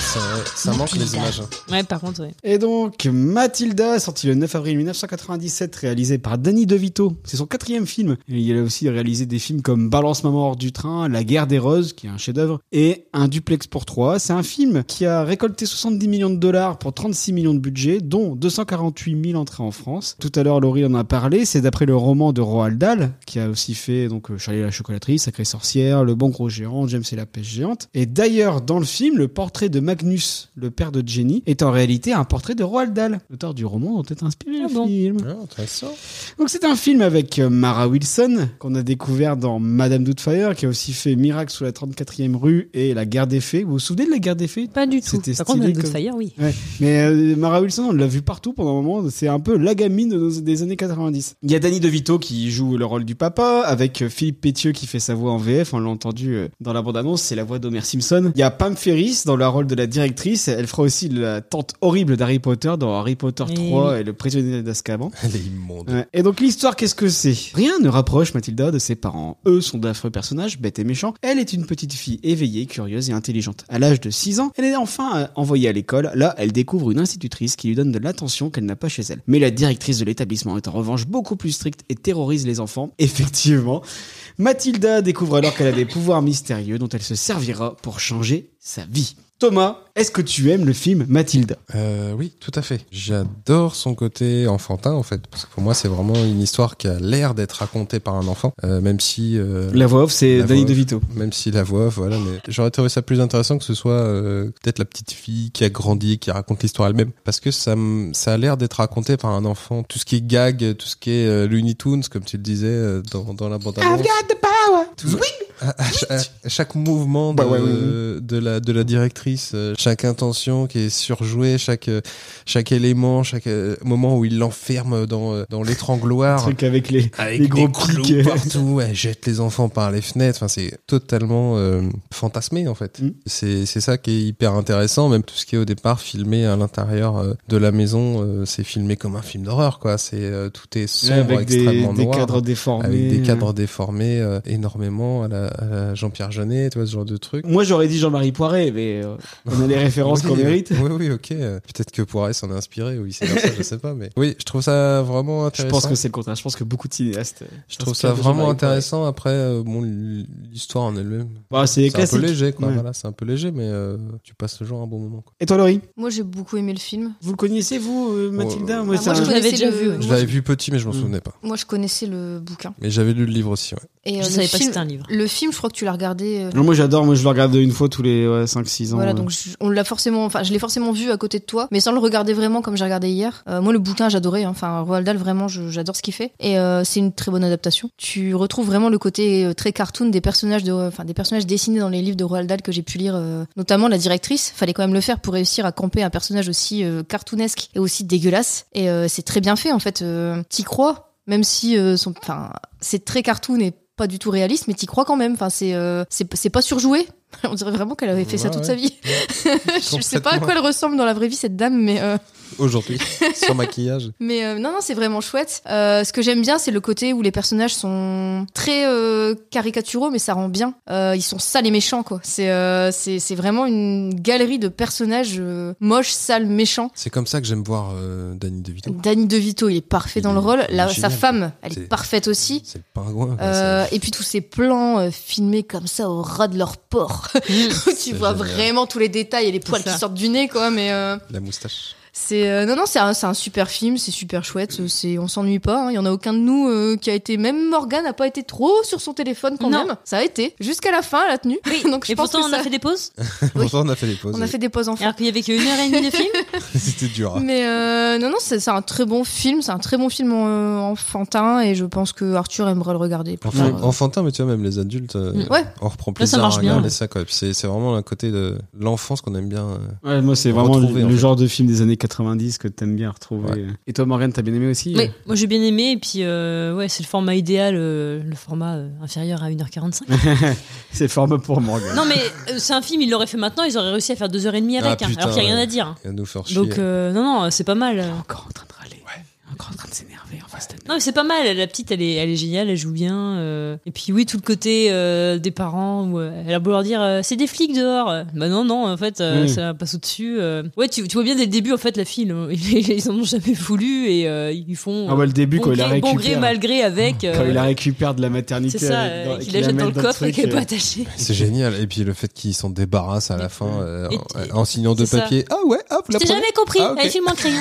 C: Ça, ça manque les images. hein.
E: Ouais, par contre, ouais.
B: Et donc, Mathilda, sorti le 9 avril 1997, réalisé par Danny DeVito. C'est son quatrième film. Et il a aussi réalisé des films comme Balance Maman hors du train, La guerre des roses, qui est un chef-d'œuvre, et Un duplex pour trois. C'est un film qui a récolté 70 millions de dollars pour 36 millions de budget, dont 248 000 entrées en France. Tout à l'heure, Laurie en a parlé. C'est d'après le roman de Roald Dahl, qui a aussi fait donc euh, Charlie et la chocolaterie, Sacrée sorcière, Le bon gros géant, James et la pêche géante. Et d'ailleurs, dans le film, le portrait de Magnus, le père de Jenny, est en réalité un portrait de Roald Dahl, l'auteur du roman dont est inspiré
E: Ah
B: le
E: bon.
B: film.
C: Ah, intéressant.
B: Donc c'est un film avec euh, Mara Wilson qu'on a découvert dans Madame Doubtfire qui a aussi fait Miracle sous la 34e rue et La guerre des fées. Vous vous souvenez de La guerre des fées
E: Pas du tout.
B: C'était
E: Par contre,
B: stylé
E: Madame
B: comme-
E: Doubtfire, oui.
B: Ouais. Mais euh, Mara Wilson, on l'a vu partout pendant un moment. C'est un peu la gamine de nos- des années 90. Il y a Danny DeVito qui joue le rôle du papa, avec euh, Philippe Pétieux qui fait sa voix en VF. On l'a entendu euh, dans la bande-annonce, c'est la voix d'Homer Simpson. Il y a Pam Ferris dans le rôle de la directrice. Elle fera aussi la tante horrible d'Harry Potter dans Harry Potter
E: Eh
B: 3 et le prisonnier d'Azkaban.
C: Elle est immonde.
B: Ouais. Et donc l'histoire, qu'est-ce que c'est Rien ne rapproche Mathilda de ses parents. Eux sont d'affreux personnages, bêtes et méchants. Elle est une petite fille éveillée, curieuse et intelligente. À l'âge de 6 ans, elle est enfin euh, envoyée à l'école. Là, elle découvre une institutrice qui lui donne de l'attention qu'elle n'a pas chez elle. Mais la directrice de l'établissement est en revanche beaucoup plus stricte et terrorise les enfants. Effectivement. Mathilda découvre alors qu'elle a des pouvoirs mystérieux dont elle se servira pour changer sa vie. Thomas, est-ce que tu aimes le film Mathilda
C: Euh, oui, tout à fait. J'adore son côté enfantin, en fait. Parce que pour moi, c'est vraiment une histoire qui a l'air d'être racontée par un enfant. euh, même si. euh,
B: La voix off, c'est
C: La
B: Danny
C: voix off.
B: DeVito.
C: Même si la voix, off, voilà, mais j'aurais trouvé ça plus intéressant que ce soit euh, peut-être la petite fille qui a grandi, qui raconte l'histoire elle-même, parce que ça, m- ça a l'air d'être raconté par un enfant. Tout ce qui est gag, tout ce qui est euh, Looney Tunes, comme tu le disais euh, dans, dans la bande annonce. À, à- à chaque mouvement de,
B: Bah ouais, ouais, ouais.
C: de la de la directrice, euh, chaque intention qui est surjouée, chaque euh, chaque élément, chaque euh, moment où il l'enferme dans euh, dans
B: Le
C: l'étrangloir.
B: truc avec les,
C: Avec
B: les gros
C: des clous
B: clics.
C: partout, elle jette les enfants par les fenêtres. Enfin, c'est totalement euh, fantasmé en fait.
B: Mm.
C: C'est c'est ça qui est hyper intéressant. Même tout ce qui est au départ filmé à l'intérieur euh, de la maison, euh, c'est filmé comme un film d'horreur quoi. C'est euh, tout est
B: Ouais,
C: sombre,
B: avec des,
C: extrêmement
B: des
C: noir,
B: cadres déformés.
C: avec des cadres déformés euh, énormément à la, à la Jean-Pierre Jeunet, tu vois ce genre de truc.
B: Moi, j'aurais dit Jean-Marie Poiret, mais euh, on a les références qu'on
C: Oui,
B: mérite.
C: Oui, oui, ok. Euh, Peut-être que Poiret s'en est inspiré, oui, c'est comme ça, je sais pas, mais oui, je trouve ça vraiment
B: Je
C: intéressant.
B: pense que c'est le contraire. Je pense que beaucoup de cinéastes. euh,
C: Je trouve
B: s'inspirent
C: ça
B: de
C: vraiment
B: Jean-Marie Poiret.
C: intéressant. Après, euh, bon, l'histoire en elle-même,
B: Bah, c'est
C: c'est un peu
B: classique.
C: léger, quoi.
B: Ouais.
C: Voilà, c'est un peu léger, mais euh, tu passes toujours un bon moment. Quoi.
B: Et toi, Laurie
D: Moi, j'ai beaucoup aimé le film.
B: Vous le connaissez, vous, euh, Mathilda
C: Oh,
B: Moi,
D: Ah,
B: c'est
D: moi,
B: un-
D: je
E: l'avais
D: connaissais
E: déjà
D: le-
E: vu, ouais.
C: Je
D: moi,
C: l'avais vu petit, mais je m'en
B: Mm.
C: souvenais pas.
D: je- moi, je connaissais le bouquin.
C: Mais j'avais lu le livre aussi. Ouais.
D: Et euh,
E: Je
D: le
E: savais pas que
D: film,
E: c'était un livre.
D: le film, je crois que tu l'as regardé. euh,
B: Non, moi, j'adore. Moi, je le regarde une fois tous les 5-6 ans.
D: Voilà,
B: euh.
D: donc je, on l'a forcément, enfin, je l'ai forcément vu à côté de toi, mais sans le regarder vraiment comme j'ai regardé hier. Euh, moi, le bouquin, j'adorais. hein. Enfin, Roald Dahl, vraiment, je- j'adore ce qu'il fait. Et euh, c'est une très bonne adaptation. Tu retrouves vraiment le côté euh, très cartoon des personnages, de, enfin, des personnages dessinés dans les livres de Roald Dahl que j'ai pu lire, euh, notamment la directrice. Fallait quand même le faire pour réussir à camper un personnage aussi euh, cartoonesque et aussi dégueulasse. Et euh, c'est très bien fait, en fait. Euh, T'y crois, même si euh, son, enfin, c'est très cartoon et pas du tout réaliste, mais t'y crois quand même. Enfin, c'est euh, c'est c'est pas surjoué. On dirait vraiment qu'elle avait fait ça
C: Ouais,
D: toute
C: ouais.
D: sa vie je sais pas à
C: Complètement.
D: quoi elle ressemble dans la vraie vie cette dame, mais euh,
C: Aujourd'hui, sans maquillage.
D: mais euh, non non c'est vraiment chouette. Euh, ce que j'aime bien c'est le côté où les personnages sont très euh, caricaturaux, mais ça rend bien. Euh, ils sont sales et méchants quoi. C'est euh, c'est c'est vraiment une galerie de personnages euh, moches, sales, méchants.
C: C'est comme ça que j'aime voir euh, Danny DeVito.
D: Danny DeVito il est parfait
C: Il
D: dans le
C: est-
D: rôle.
C: il est
D: La- sa
C: génial.
D: femme elle est
C: C'est-
D: parfaite aussi.
C: C'est le pingouin. quoi,
D: Euh,
C: c'est-
D: et puis tous ces plans euh, filmés comme ça au ras de leur port, où tu
C: C'est
D: vois
C: génial.
D: vraiment tous les détails et les poils qui
E: ça.
D: sortent du nez quoi. Mais euh,
C: La moustache.
D: C'est euh, non non, c'est un, c'est un super film, c'est super chouette, euh, c'est on s'ennuie pas. hein. Il y en a aucun de nous euh, qui a été, même Morgan n'a pas été trop sur son téléphone quand
E: Non.
D: même. Ça a été jusqu'à la fin, elle a tenu.
E: Oui.
D: Donc je
E: Et
D: pense
E: pourtant,
D: que
E: on
D: ça-
E: a fait des pauses.
C: Pourtant, on a fait des pauses.
D: on a fait des pauses en
E: Alors qu'il y avait qu'une heure et demie de film.
C: C'était dur.
E: Ah.
C: hein.
D: Mais euh, non, non, c'est c'est un très bon film, c'est un très bon film euh, enfantin et je pense que Arthur aimera le regarder. plus
C: Enfin,
D: tard.
C: enfantin, mais tu vois, même les adultes, euh,
E: Mm.
D: Ouais.
C: on reprend
E: Là, ça
C: plaisir
E: marche
C: à
E: bien.
C: regarder ça, quoi. Puis c'est c'est vraiment un côté de l'enfance qu'on aime bien. euh.
B: Ouais, moi, c'est vraiment
C: Retrouver,
B: le,
C: en
B: le
C: fait.
B: genre de film des années 90 que t'aimes bien retrouver. Et toi, Morgane, t'as bien aimé aussi
E: Oui, moi j'ai bien aimé. Et puis, euh, ouais, c'est le format idéal, euh, le format euh, inférieur à 1h45.
B: C'est le format pour Morgane.
E: non, mais euh, c'est un film, ils l'auraient fait maintenant, ils auraient réussi à faire 2h30
C: Ah,
E: avec, hein,
C: putain,
E: alors qu'il n'y a rien
C: ouais.
E: à dire.
C: Et à nous faire chier.
E: Donc, euh, non, non, c'est pas mal.
B: Encore en train de râler. Encore en train de s'énerver en face de
E: Non, mais c'est pas mal. La petite, elle est, elle est géniale, elle joue bien. euh. Et puis, oui, tout le côté euh, des parents où euh, elle a beau leur dire euh, c'est des flics dehors. Bah non, non, en fait, euh,
B: Mm.
E: ça passe au-dessus. euh. Ouais, tu, tu vois bien dès le début, en fait, la fille, là, ils, ils en ont jamais voulu et euh, ils font.
B: Ah ouais, le début,
E: bon
B: quand il la
E: gré, bon
B: récupère.
E: gré, malgré avec.
B: Quand
E: euh,
B: il la récupère de la maternité.
E: C'est ça,
B: avec- dans-
E: euh,
B: et
E: qu'il la jette
B: met
E: dans le
B: le
E: coffre et
B: truc,
E: qu'elle est
B: euh,
E: pas attachée.
C: C'est génial. Et puis le fait qu'ils s'en débarrassent à la fin euh,
E: Et-
C: en- en, signant deux
E: c'est ça.
C: papiers. Ah ouais, hop,
E: Je
C: la
E: t'ai
C: prenez.
E: jamais compris,
C: Ah, ok.
E: elle filme en crayon.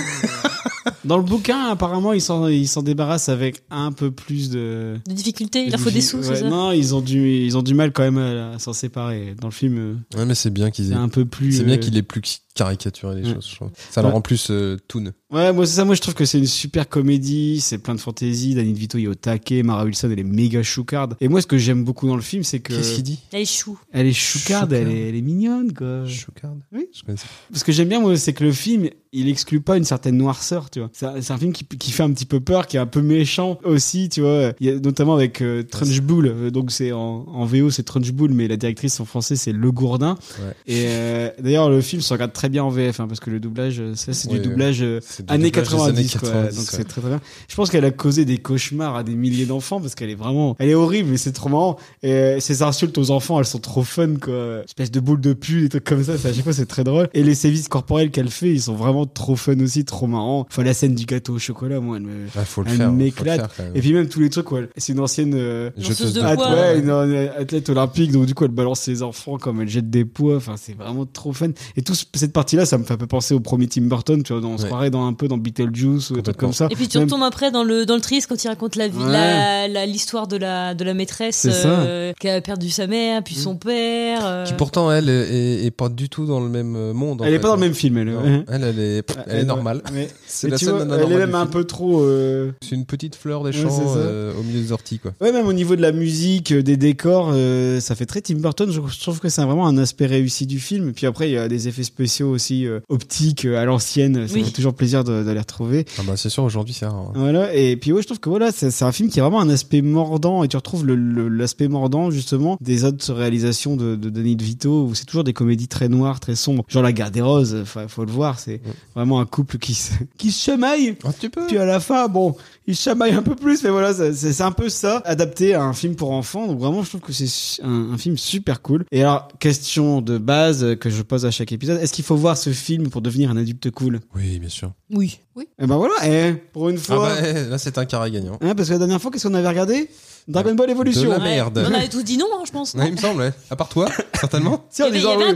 B: Dans le bouquin, apparemment, ils s'en ils s'en débarrassent avec un peu plus de.
E: De difficulté, il leur faut des sous,
B: Ouais,
E: c'est ça
B: Non, ils ont du ils ont du mal quand même à, à s'en séparer. Dans le film, euh,
C: Ouais, mais c'est bien qu'ils
B: c'est
C: aient.
B: un peu plus.
C: C'est bien
B: euh,
C: qu'il ait plus caricaturé les
B: Ouais.
C: choses. je trouve. Ça le
B: Ouais.
C: rend plus euh, toon.
B: Ouais, moi c'est ça. Moi je trouve que c'est une super comédie. C'est plein de fantaisie. Danny DeVito il est au taquet. Mara Wilson elle est méga choucarde. Et moi ce que j'aime beaucoup dans le film c'est que
C: Qu'est-ce qu'il dit
E: Elle est chou.
B: elle est choucarde, elle
C: Choucarde.
B: est, elle est mignonne quoi.
C: Choucard.
B: Oui.
C: Je connais ça.
B: Ce que j'aime bien moi c'est que le film il exclut pas une certaine noirceur tu vois. C'est un, c'est un film qui, qui fait un petit peu peur, qui est un peu méchant aussi tu vois. Il y a, notamment avec euh, Trunchbull. Euh, Donc c'est en, en VO c'est Trunchbull mais la directrice en français c'est Le Gourdin.
C: Ouais.
B: Et euh, d'ailleurs le film se regarde très bien en VF hein, parce que le doublage euh, ça c'est
C: Oui,
B: du
C: oui.
B: doublage euh,
C: C'est des
B: années
C: doublages des
B: 90,
C: années
B: quoi.
C: 90,
B: donc
C: ouais.
B: c'est très très bien je pense qu'elle a causé des cauchemars à des milliers d'enfants parce qu'elle est vraiment elle est horrible et c'est trop marrant et euh, ses insultes aux enfants elles sont trop fun quoi espèce de boule de pu des trucs comme ça c'est à chaque fois c'est très drôle et les sévices corporels qu'elle fait ils sont vraiment trop fun aussi trop marrants enfin la scène du gâteau au chocolat moi elle me
C: Ah, faut le
B: Elle
C: faire. faut le
B: m'éclate.
C: faire, quand même.
B: et puis même tous les trucs quoi c'est une ancienne euh,
C: Je
E: Lanceuse
C: te-
E: de
B: ath-
E: poids.
B: ouais, une, euh, athlète olympique donc du coup elle balance ses enfants comme elle jette des poids enfin c'est vraiment trop fun et toute cette partie là ça me fait un peu penser au premier Tim Burton tu vois on se
C: Ouais.
B: croirait dans un peu dans Beetlejuice ou des trucs
C: Complètement.
B: comme ça
E: Et puis tu
B: Même-
E: retombes après dans le dans le triste quand il raconte la vie,
B: Ouais.
E: la- la- l'histoire de la de la maîtresse
B: C'est ça. Mm.
E: euh, qui a perdu sa mère, puis son père. euh.
C: Qui pourtant, elle, est, est- est pas du tout dans le même euh, monde. en
B: Elle est
C: fait.
B: pas dans le même film, elle.
C: Non. Elle, elle est,
B: Ouais.
C: elle est normale.
B: Mais,
C: C'est
B: mais
C: la
B: tu
C: scène
B: vois,
C: anormale
B: elle est
C: du
B: même un
C: film.
B: peu trop. euh,
C: C'est une petite fleur des
B: Ouais,
C: champs
B: c'est ça.
C: euh, au milieu des orties, quoi.
B: Ouais, même au niveau de la musique, euh, des décors, euh, ça fait très Tim Burton. Je je trouve que c'est vraiment un aspect réussi du film. Et puis après, il y a des effets spéciaux aussi euh, optiques euh, à l'ancienne. Ça
E: Oui.
B: fait toujours plaisir de, de les retrouver.
C: Ah bah, c'est sûr, aujourd'hui, c'est rare. hein.
B: Voilà. Et puis ouais, je trouve que voilà, c'est c'est un film qui a vraiment un aspect mordant. Et tu retrouves le- le- l'aspect mordant justement des autres réalisations de, de Danny DeVito où c'est toujours des comédies très noires, très sombres. Genre La Guerre des Roses. Enfin, faut le voir, c'est vraiment un couple qui se, qui se chemaille.
C: Un petit peu.
B: Puis à la fin, bon, il chamaille un peu plus, mais voilà, c'est- c'est c'est un peu ça, adapté à un film pour enfants. Donc vraiment, je trouve que c'est su- un, un film super cool. Et alors, question de base euh, que je pose à chaque épisode, est-ce qu'il faut voir ce film pour devenir un adulte cool
C: Oui, bien sûr.
E: Oui.
B: Eh ben voilà, eh, pour une
C: Ah
B: fois.
C: bah, eh, là, c'est un carré gagnant.
B: Hein, parce que la dernière fois, qu'est-ce qu'on avait regardé Dragon Ball Evolution.
C: De la merde.
E: On avait tous dit non, hein, je pense.
C: Ouais, il me semble, ouais. À part toi, certainement.
B: Si, en
E: il y avait,
B: disant,
E: il y avait
B: oui.
E: un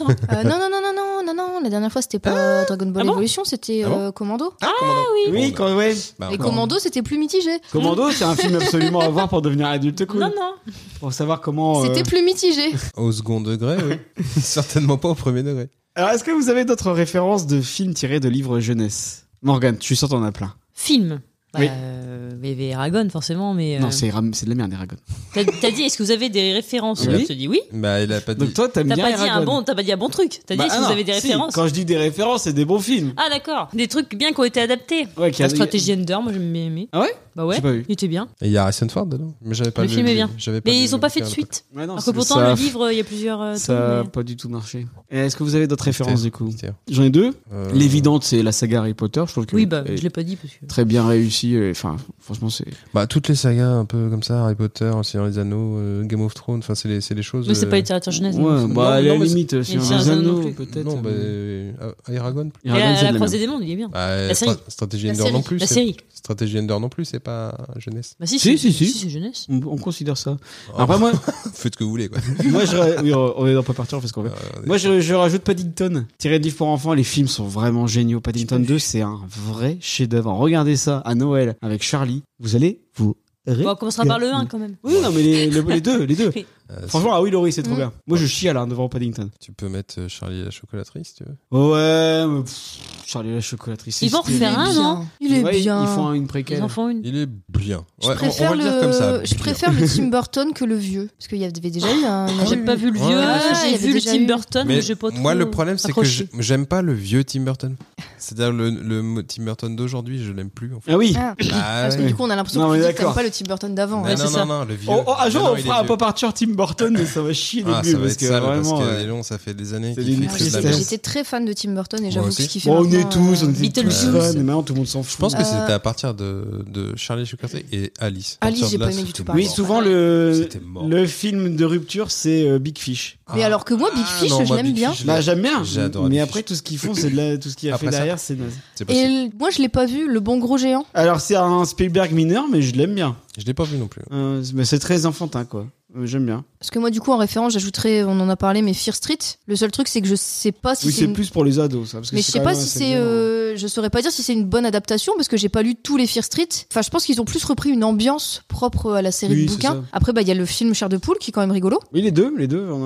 E: hein.
D: Euh, non, non, non, non, non, non, non, la dernière fois c'était pas Dragon Ball
E: Ah bon
D: Evolution, c'était
C: Ah bon
D: euh, Commando.
C: Ah, oui.
B: Oui, quand, ouais.
C: Bah,
D: Et Commando c'était plus mitigé.
B: Commando, c'est un film absolument à voir pour devenir adulte cool.
E: Non, non.
B: Pour savoir comment.
C: Oh,
B: euh,
D: C'était plus mitigé.
C: Au second degré, oui. certainement pas au premier degré.
B: Alors, est-ce que vous avez d'autres références de films tirés de livres jeunesse Morgane, je suis sûr t'en as plein.
E: Film. Bah,
B: Oui.
E: euh, il y avait Eragon forcément, mais euh,
B: Non, c'est Ram- c'est de la merde, Eragon.
E: t'as t'as dit est-ce que vous avez des références
B: Oui.
E: Je te dis oui.
C: Bah, il a pas dit.
B: Donc toi, t'aimes
E: T'as
B: bien
E: pas dit un
B: Eragon.
E: bon, t'as pas dit un bon truc. T'as
B: Bah,
E: dit est-ce
B: ah
E: que vous
B: non,
E: avez des
B: si,
E: références
B: Quand je dis des références, c'est des bons films.
E: Ah d'accord, des trucs bien qui ont été adaptés.
B: Ouais, qui
E: La
B: a-
E: stratégie Ender, moi j'aime bien aimé.
B: Ah ouais
E: Bah ouais.
B: J'ai pas vu.
E: Il était bien.
C: Et il y a Harrison Ford dedans. Mais j'avais pas
E: Le
C: vu
E: film est bien.
C: j'avais
E: Mais
C: vu
E: ils
C: le
E: ont pas fait de
C: bouquin.
E: suite.
B: Ouais, non,
E: Alors que
B: c'est-
E: pourtant
B: ça,
E: le livre, il y a plusieurs. euh,
B: Ça a
E: tomes,
B: pas du tout marché. Et Est-ce que vous avez d'autres références du coup
C: C'était-
B: J'en ai deux.
C: euh,
B: L'évidente, c'est la saga Harry Potter. Je trouve
E: mais-
B: que
E: Oui, bah
B: elle est
E: je l'ai pas dit parce que.
B: très bien réussie aussi. euh, Enfin, franchement, c'est.
C: Bah, toutes les sagas un peu comme ça, Harry Potter, Seigneur des Anneaux, euh, Game of Thrones, enfin, c'est les, c'est les choses.
E: Mais c'est
C: euh,
E: pas littérature jeunesse. non.
B: Ouais,
C: non,
B: bah, à
C: non,
B: la
C: mais c'est-
B: limite, c'est
E: c'est un
B: un
E: zin non
B: anneau,
E: plus.
B: peut-être.
C: Non, bah,
B: mais-
C: euh, à- à Eragon
B: Et
E: Et
B: Eragon,
E: la,
B: c'est
E: la
B: de la
E: croisée
B: même.
E: des mondes, il est bien.
C: Bah,
E: La série.
C: stra- Stratégie
E: La
C: Ender non
E: série.
C: plus.
E: La
C: c'est-
E: série.
C: Stratégie Ender non plus, c'est pas jeunesse.
E: Bah si,
B: Si,
E: c'est-
B: si, si.
E: c'est jeunesse.
B: On on considère ça. Après, moi,
C: Faites ce que vous voulez, quoi.
B: moi je. oui, on on est dans pas partir, on fait ce qu'on veut. Moi, je, je rajoute Paddington. Tiré de livre pour enfants, les films sont vraiment géniaux. Paddington 2, c'est un vrai chef-d'œuvre. Regardez ça à Noël avec Charlie. Vous allez vous.
E: Bon, on commencera par le 1 quand même.
B: Oui, non, mais les, le- les deux, les deux.
C: Euh,
B: Franchement, ah oui, Laurie, c'est trop
D: Mm.
B: bien. Moi, je chiale hein, devant Paddington.
C: Tu peux mettre euh, Charlie et la chocolaterie, si tu veux.
B: Ouais, mais pff, Charlie la chocolatrice.
E: Ils vont
B: c'est-
E: refaire un, non
D: Il est
B: Ouais,
D: bien.
B: Ils font une
E: Ils
B: préquelle.
E: en font une.
C: Il est bien.
D: Je
C: Ouais, on-
D: préfère,
C: on va le dire
D: le...
C: comme ça.
D: je
C: bien.
D: préfère le Tim Burton que le vieux. Parce qu'il y avait déjà eu
B: Ah
D: un. Ah. il y
E: J'ai
D: avait-
E: pas vu le
C: Ouais,
E: vieux,
C: ouais,
D: il y
E: j'ai
D: avait
E: vu le
D: déjà
E: Tim
D: eu.
E: Burton, mais, j'ai pas trop.
C: moi, le problème, c'est que
E: accroché.
C: je- j'aime pas le vieux Tim Burton. C'est-à-dire le, le Tim Burton d'aujourd'hui, je l'aime plus. En fait.
B: Ah oui.
C: Ah,
D: Ah. Parce que
C: ouais.
D: du coup, on a l'impression
B: Non,
D: que
B: mais
D: tu dis que
B: d'accord.
D: t'aimes pas le Tim Burton
C: non,
D: d'avant.
E: Ouais,
C: non,
E: c'est ça.
C: non, le vieux.
B: Oh, oh, un jour,
C: Non, non,
B: on
C: il est
B: fera un
C: vieux.
B: pop partir Tim Burton et ça va chier des
C: Ah,
B: bulles
C: ça va
B: parce
C: être
B: que
C: ça,
B: vraiment.
C: parce que
B: euh,
C: dis donc, ça fait des années
B: c'est
C: qu'il
B: d'une
C: fait de la
B: tristesse.
C: merde.
D: J'étais très fan de Tim Burton et
C: Moi
D: j'avoue que
C: aussi.
D: ce qu'il fait.
B: Bon, Oh, on
D: maintenant,
B: est tous, Ah,
D: euh,
B: on est tous
E: Beetlejuice.
B: fans, mais maintenant tout le monde s'en fout.
C: Je pense que
D: Euh,
C: c'était à partir de, de Charlie Chocolatier et Alice.
D: Alice,
C: Partir
D: j'ai
C: de là,
D: pas aimé du
C: c'était
D: tout, par
B: Oui,
D: Bon,
C: mort.
B: souvent le,
C: C'était mort.
B: le film de rupture, c'est euh, Big Fish.
D: Mais
C: Ah.
D: alors que moi, Big
C: Ah,
D: Fish,
C: non,
D: je
C: moi,
D: l'aime
C: Big
D: bien.
C: Fish, je
B: Bah,
C: l'ai-
B: j'aime bien.
C: j'ai adoré
B: Mais
C: Big
B: après,
C: Fish.
B: tout ce qu'ils font, c'est de la, tout ce qu'il a
C: Après
B: fait
C: ça.
B: derrière, c'est naze.
C: C'est pas
D: Et
C: sûr.
D: l- moi, je l'ai pas vu, le bon gros géant.
B: Alors, c'est un Spielberg mineur, mais je l'aime bien.
C: Je l'ai pas vu non plus.
B: Euh, mais c'est très enfantin, quoi. Euh, J'aime bien.
D: Parce que moi, du coup, en référence, j'ajouterais, on en a parlé, mais Fear Street. Le seul truc, c'est que je sais pas si
B: Oui,
D: c'est.
B: c'est
D: une-
B: plus pour les ados, ça. Parce que
D: Mais je sais
B: quand
D: pas
B: même
D: si
B: assez
D: c'est.
C: hein.
B: violent.
D: euh, je saurais pas dire si c'est une bonne adaptation parce que j'ai pas lu tous les Fear Street. Enfin, je pense qu'ils ont plus repris une ambiance propre à la série
B: Oui,
D: de
B: c'est ça.
D: bouquins. Après, bah, il y a le film Cher de Poule qui est quand même rigolo.
B: Oui, les deux, les deux. on a-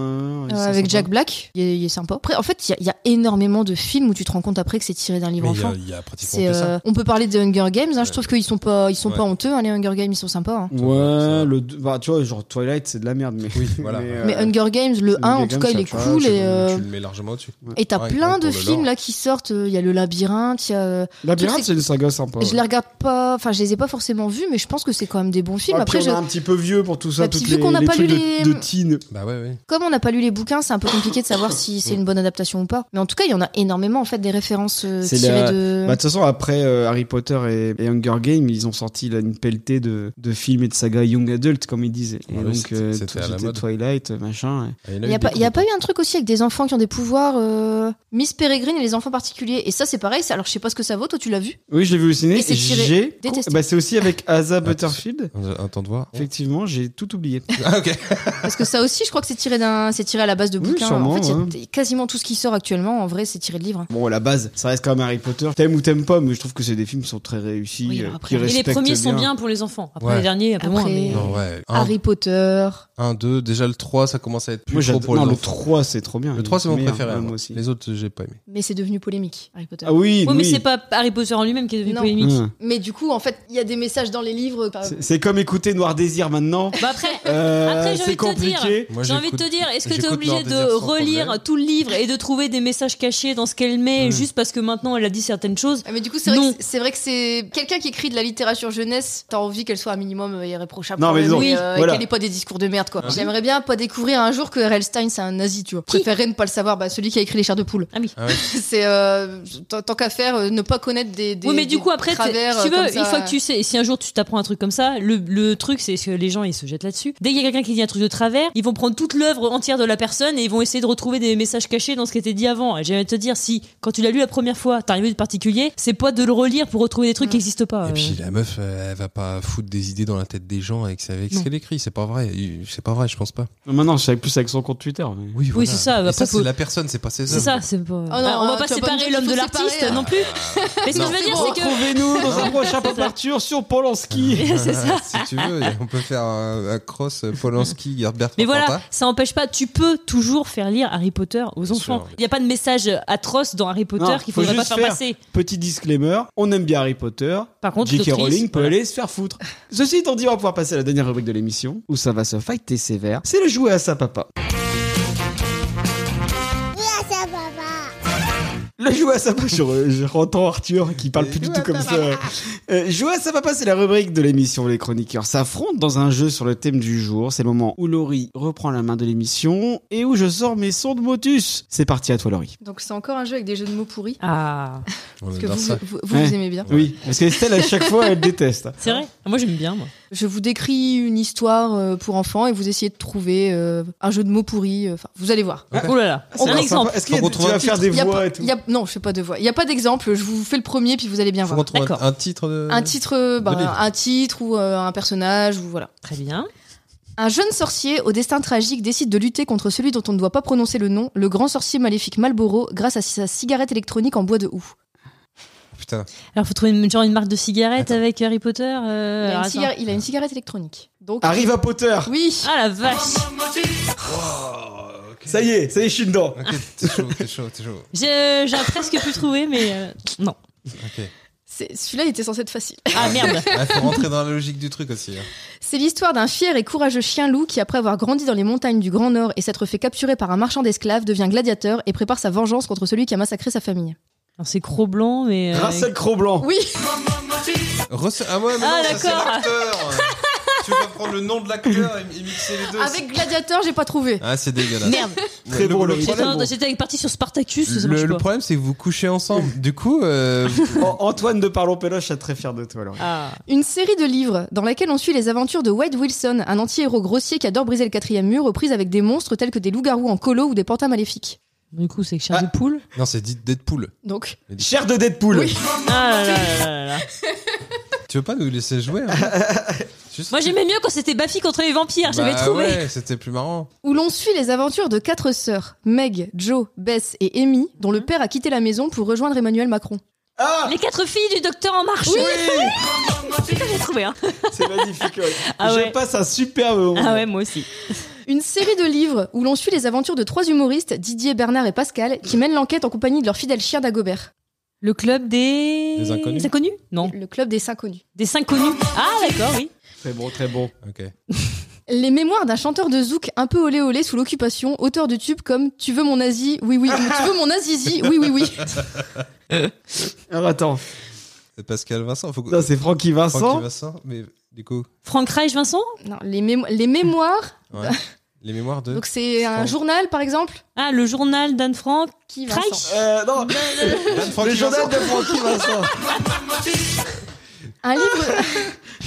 B: ouais, c'est
D: euh, avec
B: sympa.
D: Jack Black, il est, il est sympa. Après, en fait, il y a- il y, a énormément de films où tu te rends compte après que c'est tiré d'un livre
C: Mais il y
D: enfant.
C: a- il y, a pratiquement
D: C'est,
C: que ça.
D: euh, on peut parler des Hunger Games. hein,
C: Ouais.
D: je trouve qu'ils sont pas, ils sont
C: Ouais.
D: pas honteux. hein, les Hunger Games, ils sont sympas. hein.
B: Ouais, le, bah, tu vois, genre Twilight, c'est de la merde, mais.
C: Oui, voilà.
B: Mais,
C: Ouais.
B: euh,
D: Mais Hunger Games, le
B: Hunger
D: 1, en tout
B: Games,
D: cas, il
B: ça
D: est
B: passe,
D: cool.
B: c'est
D: Et
B: bon,
D: euh,
C: Tu le mets largement au-dessus.
D: et t'as
C: Ouais,
D: plein
C: ouais, pour
D: de
C: le
D: films
C: lore.
D: là qui sortent. euh, Il y a le labyrinthe. il y a, euh,
B: Labyrinthe,
D: Tout
B: c'est une saga sympa.
D: Je les regarde pas. Enfin, je les ai pas forcément vus, mais je pense que c'est quand même des bons films. Après,
B: Après, Bah, on est
D: je-
B: un petit peu vieux pour tout ça,
D: Bah, puis
B: toutes
D: vu
B: les,
D: qu'on n'a
B: les
D: pas lu
B: trucs de-
D: les-
B: de teen.
C: Bah ouais, ouais.
D: comme on n'a pas lu les bouquins, c'est un peu compliqué de savoir si c'est une bonne adaptation ou pas. Mais en tout cas, il y en a énormément en fait des références euh,
B: C'est
D: tirées
B: la-
D: de.
B: Bah, de toute façon, après euh, Harry Potter et, et Hunger Games, ils ont sorti là, une pelletée de, de films et de sagas young adult, comme ils disent. Et
C: Ouais,
B: donc,
C: c'était-
B: euh,
C: c'était
B: tout
C: à la
B: c'était
C: mode.
B: Twilight, euh, machin.
C: Ah, en
D: Il n'y a,
C: eu
D: pas-
C: des
D: y a
C: cool.
D: pas eu un truc aussi avec des enfants qui ont des pouvoirs euh, Miss Peregrine et les enfants particuliers. Et ça, c'est pareil. ça- Alors, je sais pas ce que ça vaut. Toi, tu l'as vu
B: Oui, je l'ai vu au ciné.
D: Et c'est tiré-
B: J'ai.
D: Détesté.
B: Bah, c'est aussi avec Asa
C: Ah, tu-
B: Butterfield.
C: Un- Attends de voir.
B: Effectivement, j'ai tout oublié.
C: Ah, ok.
D: Parce que ça aussi, je crois que c'est tiré d'un, c'est tiré à la base de
B: Oui,
D: bouquins.
B: sûrement,
D: en fait, il y a
B: ouais.
D: t- quasiment tout ce qui sort actuellement, en vrai, c'est tiré de livres. hein.
B: Bon, à la base, ça reste quand même Harry Potter. T'aimes ou t'aimes pas, mais je trouve que c'est des films qui sont très réussis.
D: Oui,
B: euh,
D: après,
B: qui
D: et
E: Et les
B: respectent
E: premiers sont bien pour les enfants. Après
C: Ouais.
E: les derniers, un peu
D: Après-
E: moins. mais-
C: Non, ouais.
D: Harry Potter.
C: 1, 2. Déjà le 3, ça commence à être plus
B: Moi,
C: trop
B: j'adore.
C: pour les
B: Non, le
C: enfants.
B: 3, c'est trop bien.
C: Le 3, c'est mon
B: Meilleur,
C: préféré.
B: ouais,
C: moi.
B: Moi aussi.
C: Les autres, j'ai pas aimé.
D: Mais c'est devenu polémique, Harry Potter.
B: Ah oui,
E: Oui, mais
B: oui.
E: c'est pas Harry Potter en lui-même qui est devenu
D: Non.
E: polémique.
B: Hum.
D: Mais du coup, en fait, il y a des messages dans les livres. par-
B: C'est- C'est comme écouter Noir Désir maintenant.
E: Ah Bah après,
B: Euh,
E: Après, j'ai
B: c'est
E: envie de te dire,
B: compliqué.
C: Moi,
E: j'ai envie de
C: j'écoute-
E: te dire, est-ce que tu es
C: j'écoute
E: obligé
C: Laure
E: de
C: Désir sans
E: relire
C: problème.
E: tout le livre et de trouver des messages cachés dans ce qu'elle met
B: Ouais.
E: juste parce que maintenant elle a dit certaines choses
D: Ah, Mais du coup, c'est vrai,
E: Non.
D: que c'est- c'est vrai que c'est quelqu'un qui écrit de la littérature jeunesse. T'as envie qu'elle soit un minimum euh, irréprochable.
B: Non,
D: quand
B: mais
D: même,
B: non,
D: et, euh,
B: oui,
D: et
B: voilà. Ah
D: qu'elle ait pas des discours de merde, quoi. J'aimerais bien pas découvrir un jour que R.L. Stein c'est un nazi, tu vois. Je préférerais ne pas le savoir. Bah, celui qui a écrit Les Chairs de Poule.
E: Ah oui.
C: Ah ouais.
D: c'est euh, tant tant qu'à faire, euh, ne pas connaître des. des
E: oui, mais du
D: des
E: coup, après, t'es-
D: travers,
E: si tu
D: euh,
E: veux,
D: comme ça.
E: une fois que tu sais, et si un jour tu t'apprends un truc comme ça, le, le truc, c'est que les gens, ils se jettent là-dessus. Dès qu'il y a quelqu'un qui dit un truc de travers, ils vont prendre toute l'œuvre entière de la personne et ils vont essayer de retrouver des messages cachés dans ce qui était dit avant. Et J'allais te dire, si, quand tu l'as lu la première fois, t'as arrivé de particulier, c'est pas de le relire pour retrouver des
D: Mm.
E: trucs qui n'existent pas.
C: Et puis
E: euh.
C: la meuf, euh, elle va pas foutre des idées dans la tête des gens avec, avec ce
E: Non.
C: qu'elle écrit. C'est pas vrai. Il- C'est pas vrai, je pense pas.
B: Non, Maintenant, je savais plus avec son compte Twitter. mais-
C: Oui,
E: voilà. c'est ça,
C: Et
E: après,
C: ça,
E: faut-
C: c'est la personne, c'est pas ses
E: C'est
C: œuvres.
E: ça, c'est pas. Alors, on va
D: euh,
E: pas
D: tu vas pas me
E: séparer
D: dire
E: l'homme
D: qu'il
E: de
D: faut
E: l'artiste
D: séparer,
E: non plus. Mais ce que
C: Non,
E: je veux
D: c'est
E: dire,
D: bon.
E: c'est que.
B: Retrouvez-nous dans un prochain pop Arthur sur Polanski.
E: c'est ça.
C: si tu veux, on peut faire un, un cross euh, Polanski, Bertrand
E: Mais voilà,
C: Cantat.
E: ça n'empêche pas, tu peux toujours faire lire Harry Potter aux
C: Bien
E: enfants.
C: sûr.
E: Il n'y a pas de message atroce dans Harry Potter
B: Non,
E: qu'il
B: faut
E: faudrait pas
B: juste
E: faire,
B: faire.
E: passer.
B: Petit disclaimer, on aime bien Harry Potter.
E: Par contre,
B: J.K.
E: l'autrice,
B: Rowling peut
E: voilà.
B: aller se faire foutre. Ceci étant dit, on va pouvoir passer à la dernière rubrique de l'émission, où ça va se fighter sévère. C'est le jouer à sa papa.
A: Ah, Oui, à ça, papa.
B: Le jouet à sa papa, je, re- je rentends Arthur qui parle plus du tout comme ça. Euh, jouet à sa papa, c'est la rubrique de l'émission. où Les chroniqueurs s'affrontent dans un jeu sur le thème du jour. C'est le moment où Laurie reprend la main de l'émission et où je sors mes sons de motus. C'est parti à toi, Laurie.
D: Donc c'est encore un jeu avec des jeux de mots pourris.
E: Ah,
C: On
D: Parce que
C: adore
D: vous,
C: ça.
D: vous, vous,
B: Ouais.
D: vous aimez bien.
B: Oui, parce qu'Estelle, à chaque fois, elle déteste.
E: c'est vrai. Ah, Moi j'aime bien. Moi.
D: Je vous décris une histoire euh, pour enfants et vous essayez de trouver euh, un jeu de mots pourris. euh, Enfin, vous allez voir.
E: Oh là
C: Ah,
E: là.
B: C'est
E: un exemple.
B: Est-ce qu'il y a
C: Faut
B: des- tu
C: qu'on trouve
B: vas
C: un
B: faire des
D: Il y a
B: voix
D: pas-
B: et tout
D: il y a- non, je fais pas de voix. Il n'y a pas d'exemple. Je vous fais le premier puis vous allez bien
C: Faut
D: voir.
C: qu'on trouve
E: D'accord.
C: un, un titre de...
D: Un titre, euh, bah,
C: livre.
D: un titre ou euh, un personnage ou voilà.
E: Très bien.
D: Un jeune sorcier au destin tragique décide de lutter contre celui dont on ne doit pas prononcer le nom, le grand sorcier maléfique Malboro, grâce à sa cigarette électronique en bois de houx.
C: Putain.
E: Alors faut trouver une, genre une marque de cigarette avec Harry Potter. euh,
D: Il a,
E: alors,
D: une
E: attends.
D: cigar- il a une cigarette électronique. Donc
B: Arrive à Potter
D: oui.
E: Ah la vache.
B: Ça y est, ça y est, je suis dedans
C: Ok, t'es chaud, t'es chaud, t'es chaud.
E: J'ai j'ai presque pu trouver mais euh, non.
C: Ok.
D: C'est- Celui-là il était censé être facile.
E: Ah merde.
C: Ah, faut rentrer dans la logique du truc aussi. hein.
D: C'est l'histoire d'un fier et courageux chien loup qui, après avoir grandi dans les montagnes du Grand Nord et s'être fait capturer par un marchand d'esclaves, devient gladiateur et prépare sa vengeance contre celui qui a massacré sa famille.
E: Alors, C'est gros blanc mais. euh,
B: Russell Crowe-Blanc
D: Oui,
C: Rece- Ah ouais, mais
E: Ah,
C: non, ça, c'est
E: d'accord.
C: l'acteur. tu vas prendre le nom de l'acteur et, et mixer les deux. c'est-
D: avec gladiateur, j'ai pas trouvé.
C: Ah, c'est dégueulasse.
E: Merde.
B: Très
C: Le-
B: bon,
C: le,
B: le-
E: J'étais
B: problème,
E: en-
B: bon.
E: J'étais partie sur Spartacus. ça
C: le-
E: marche
C: le
E: pas.
C: problème, c'est que vous couchez ensemble. Du coup, euh,
B: An- Antoine de Parlons-Péloche, je suis très fier de toi, Laurie.
E: Ah.
D: Une série de livres dans laquelle on suit les aventures de Wade Wilson, un anti-héros grossier qui adore briser le quatrième mur aux prises avec des monstres tels que des loups-garous en colo ou des pantins maléfiques.
E: Du coup, c'est
C: Ah.
E: chair de poule.
C: non, c'est dit Deadpool.
D: Donc,
B: Cher de Deadpool
D: Oui.
E: Ah là là là là là.
C: Tu veux pas nous laisser jouer hein Juste-
E: Moi, j'aimais mieux quand c'était Buffy contre les vampires. J'avais
C: Bah
E: trouvé.
C: ouais, c'était plus marrant.
D: où l'on suit les aventures de quatre sœurs, Meg, Joe, Bess et Amy, dont le père a quitté la maison pour rejoindre Emmanuel Macron.
B: Ah
E: Les quatre filles du docteur en marche. Putain, j'ai trouvé. Hein.
B: C'est magnifique, ouais.
E: Ah
B: Je
E: ouais.
B: passe un superbe moment.
E: Ah ouais, moi aussi.
D: Une série de livres où l'on suit les aventures de trois humoristes, Didier, Bernard et Pascal, qui mènent l'enquête en compagnie de leur fidèle chien d'Agobert.
E: Le club des.
C: Des inconnus.
E: Des inconnus Non.
D: Le club des cinq connus.
E: Des cinq connus. Ah, d'accord, oui.
B: Très bon, très bon.
C: Ok.
D: Les mémoires d'un chanteur de zouk un peu olé olé sous l'occupation, auteur de tubes comme Tu veux mon Asie, oui oui, ou Tu veux mon Azizi, oui oui oui.
B: Alors attends,
C: C'est Pascal Vincent. Faut... que-
B: non, c'est Francky Vincent.
C: Francky Vincent, mais du coup,
E: Franck Reich, Vincent
D: Non, les, mémo- les mémoires,
C: ouais. les mémoires
B: Euh,
C: de.
D: donc c'est un
C: Franck.
D: journal par exemple
E: Ah, le journal d'Anne Frank.
D: qui Vincent
E: Reich
B: Euh, non,
C: Dan Francky
B: le journal
C: Vincent.
B: de Francky Vincent.
D: Un livre,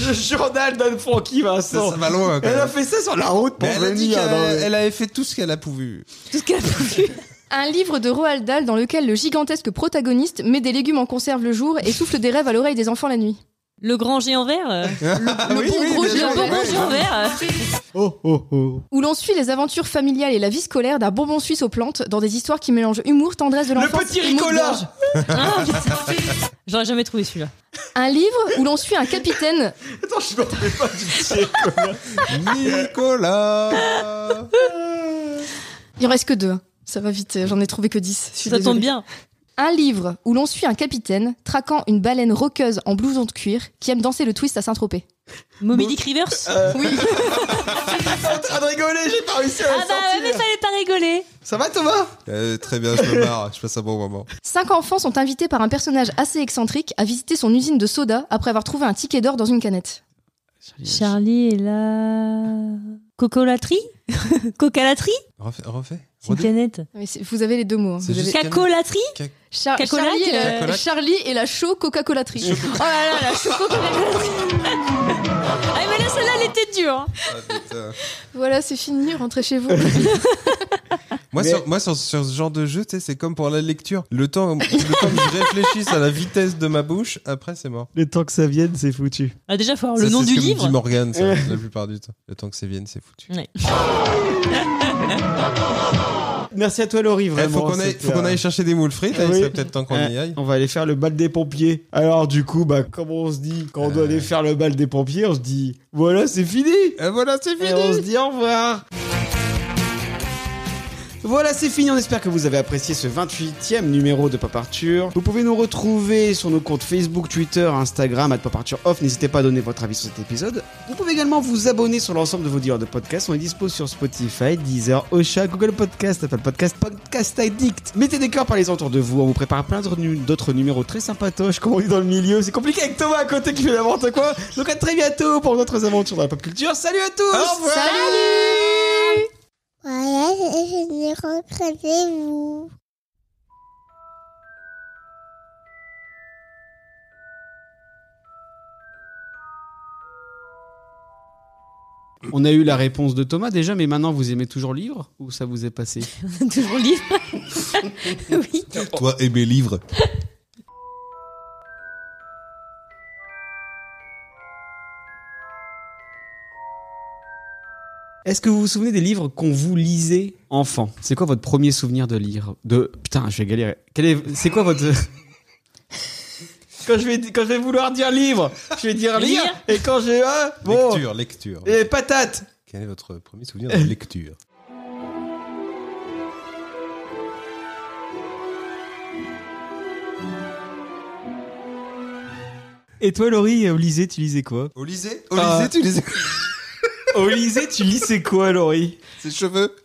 B: le journal de Francky
C: Ça,
B: Vincent.
C: ça va loin. Quand
B: Elle a
C: même.
B: fait ça sur la route
C: Mais
B: pour
C: elle a dit
B: venir.
C: qu'elle
B: non, mais-
C: elle avait fait tout ce qu'elle a pu.
E: Tout ce qu'elle a voulu.
D: un livre de Roald Dahl dans lequel le gigantesque protagoniste met des légumes en conserve le jour et souffle des rêves à l'oreille des enfants la nuit.
E: Le grand géant vert. euh,
B: Ah
C: Le
D: bon gros
E: Le
D: géant,
E: bon grand
D: ouais,
E: géant vert. euh,
B: Oh, oh, oh.
D: où l'on suit les aventures familiales et la vie scolaire d'un bonbon suisse aux plantes dans des histoires qui mélangent humour, tendresse de
B: Le
D: l'enfance
B: petit
D: et mot de
B: Ricola
D: gorge.
E: Ah, putain. J'aurais jamais trouvé celui-là.
D: Un livre où l'on suit un capitaine.
B: Attends, je m'en remets pas du pied.
C: Nicolas.
D: Il en reste que deux. hein. Ça va vite, j'en ai trouvé que dix. je suis
E: Ça
D: désolée.
E: tombe bien.
D: Un livre où l'on suit un capitaine traquant une baleine roqueuse en blouson de cuir qui aime danser le twist à Saint-Tropez.
E: Moby Dick Rivers.
D: Oui,
B: en train de rigoler, j'ai pas réussi à
E: Ah
B: la
E: bah ouais,
B: sortir.
E: mais fallait pas rigoler.
B: Ça va, Thomas
C: Euh, très bien, je me marre. Je passe un bon moment.
D: cinq enfants sont invités par un personnage assez excentrique à visiter son usine de soda après avoir trouvé un ticket d'or dans une canette.
E: Charlie est là. Cocolaterie Cocolaterie
C: Refais. refais.
E: C'est une
C: Redis.
E: canette.
D: Mais c'est- vous avez les deux mots. hein.
C: C'est
D: Vous avez-
C: juste-
E: Cacolaterie
D: Char-
E: Cacolac,
D: Charlie, et la-
C: Cacolac.
D: Charlie et la show Coca-Colatrice.
E: Oh là là, la choco-colaterie Ah mais là, celle-là, elle était dure. hein.
C: Ah, putain.
D: Voilà, c'est fini, rentrez chez vous.
C: Moi,
B: Mais-
C: sur, moi sur, sur ce genre de jeu, tu sais, c'est comme pour la lecture. Le temps, le temps que je réfléchisse à la vitesse de ma bouche, après, c'est mort.
B: Le temps que ça vienne, c'est foutu.
E: Ah, déjà, faut avoir
C: Ça,
E: le nom
C: c'est
E: du
C: ce que me dit
E: livre. Mm.
C: Morgane, ça, la plupart du temps. Le temps que ça vienne, c'est foutu.
B: Merci à toi, Laurie,
C: Il
B: vraiment.
C: Eh, faut qu'on aille,
B: c'était,
C: faut qu'on
B: euh,
C: aille chercher des moules frites, hein,
B: Oui.
C: il serait peut-être temps qu'on y
B: Euh,
C: aille.
B: on va aller faire le bal des pompiers. Alors du coup, bah, comme on se dit, quand on doit
C: Euh.
B: aller faire le bal des pompiers, on se dit, voilà, c'est fini.
C: Et voilà, c'est
B: Et on se
C: fini
B: dit au revoir. Voilà, c'est fini. On espère que vous avez apprécié ce 28e numéro de Pop Arthur. Vous pouvez nous retrouver sur nos comptes Facebook, Twitter, Instagram, at Pop Arthur Off. N'hésitez pas à donner votre avis sur cet épisode. Vous pouvez également vous abonner sur l'ensemble de vos dealers de podcasts. On est dispo sur Spotify, Deezer, Ocha, Google Podcast, Apple Podcast, Podcast Addict. Mettez des cœurs par les autour de vous. On vous prépare plein d'autres nu- d'autres numéros très sympatoches. Comme on est dans le milieu, c'est compliqué avec Thomas à côté qui fait n'importe quoi. Donc à très bientôt pour d'autres aventures dans la pop culture. Salut à tous!
A: Voilà, je dis recréez-vous.
B: On a eu la réponse de Thomas déjà, mais maintenant vous aimez toujours le livre ou ça vous est passé
E: Toujours livre. oui.
C: Toi et mes livres.
B: Est-ce que vous vous souvenez des livres qu'on vous lisait enfant C'est quoi votre premier souvenir de lire De putain, je vais galérer. Quel est C'est quoi votre Quand je vais quand je vais vouloir dire livre, je vais dire lire,
E: Lire.
B: et quand j'ai ah, bon
C: Lecture, lecture.
B: et patate.
C: Quel est votre premier souvenir de lecture
B: Et toi Laurie, euh, au lycée, tu lisais quoi
C: Au lycée
B: Au lycée,
C: tu lisais
B: Au lycée, tu lisais quoi Laurie
C: ses cheveux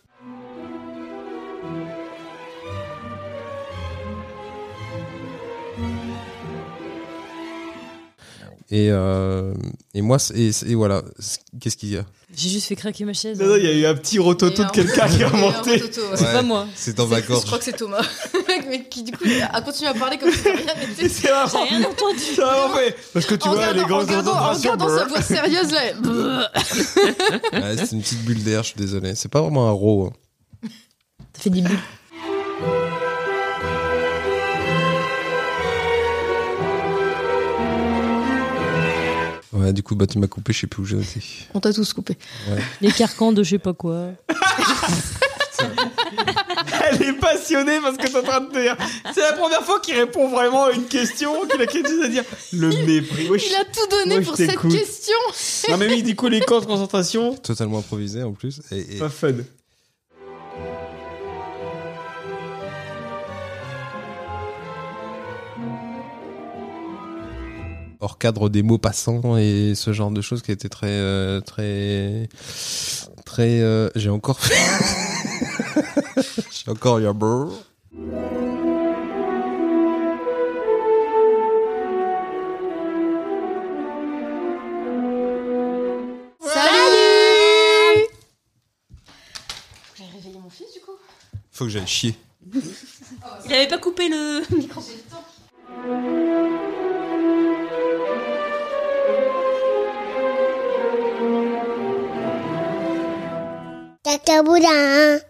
C: Et, euh, et moi, c'est- et, c'est- et voilà, C'est- qu'est-ce qu'il y a
E: J'ai juste fait craquer ma chaise. hein.
B: Non, non, il y a eu un petit rototo de quelqu'un qui est remonté.
E: C'est
C: Ouais.
E: pas moi.
C: C'est dans ma
D: Je crois que c'est Thomas. mais qui, du coup, a continué à parler comme si de rien n'était.
B: C'est vraiment-
E: J'ai rien entendu.
B: c'est vraiment fait. Parce que tu
D: en
B: vois, les
D: regardant, en
B: grandes
D: regardant, en
B: concentrations.
D: regardant sa voix sérieuse, là. brrr.
C: Ouais, c'est une petite bulle d'air, je suis désolé. C'est pas vraiment un raw. hein.
E: T'as fait des bulles.
C: Ouais, du coup, bah, tu m'as coupé, je sais plus où j'étais.
D: On t'a tous coupé.
E: Les carcans de je sais pas quoi.
B: Elle est passionnée parce que t'es en train de te dire. C'est la première fois qu'il répond vraiment à une question qu'il a quelque à dire. Le mépris. Ouais, je-
D: Il a tout donné
B: Moi, je
D: pour cette
B: t'écoute.
D: question.
B: Non, mais oui, du coup, les camps de concentration,
C: Totalement improvisé en plus. Et, et-
B: pas fun.
C: hors cadre des mots passants et ce genre de choses qui étaient très. euh, très. très. euh, J'ai encore fait. J'ai encore eu un brrr.
D: Salut
C: Faut que j'aille chier.
E: Il avait pas coupé le.
A: Caca boudin. hein?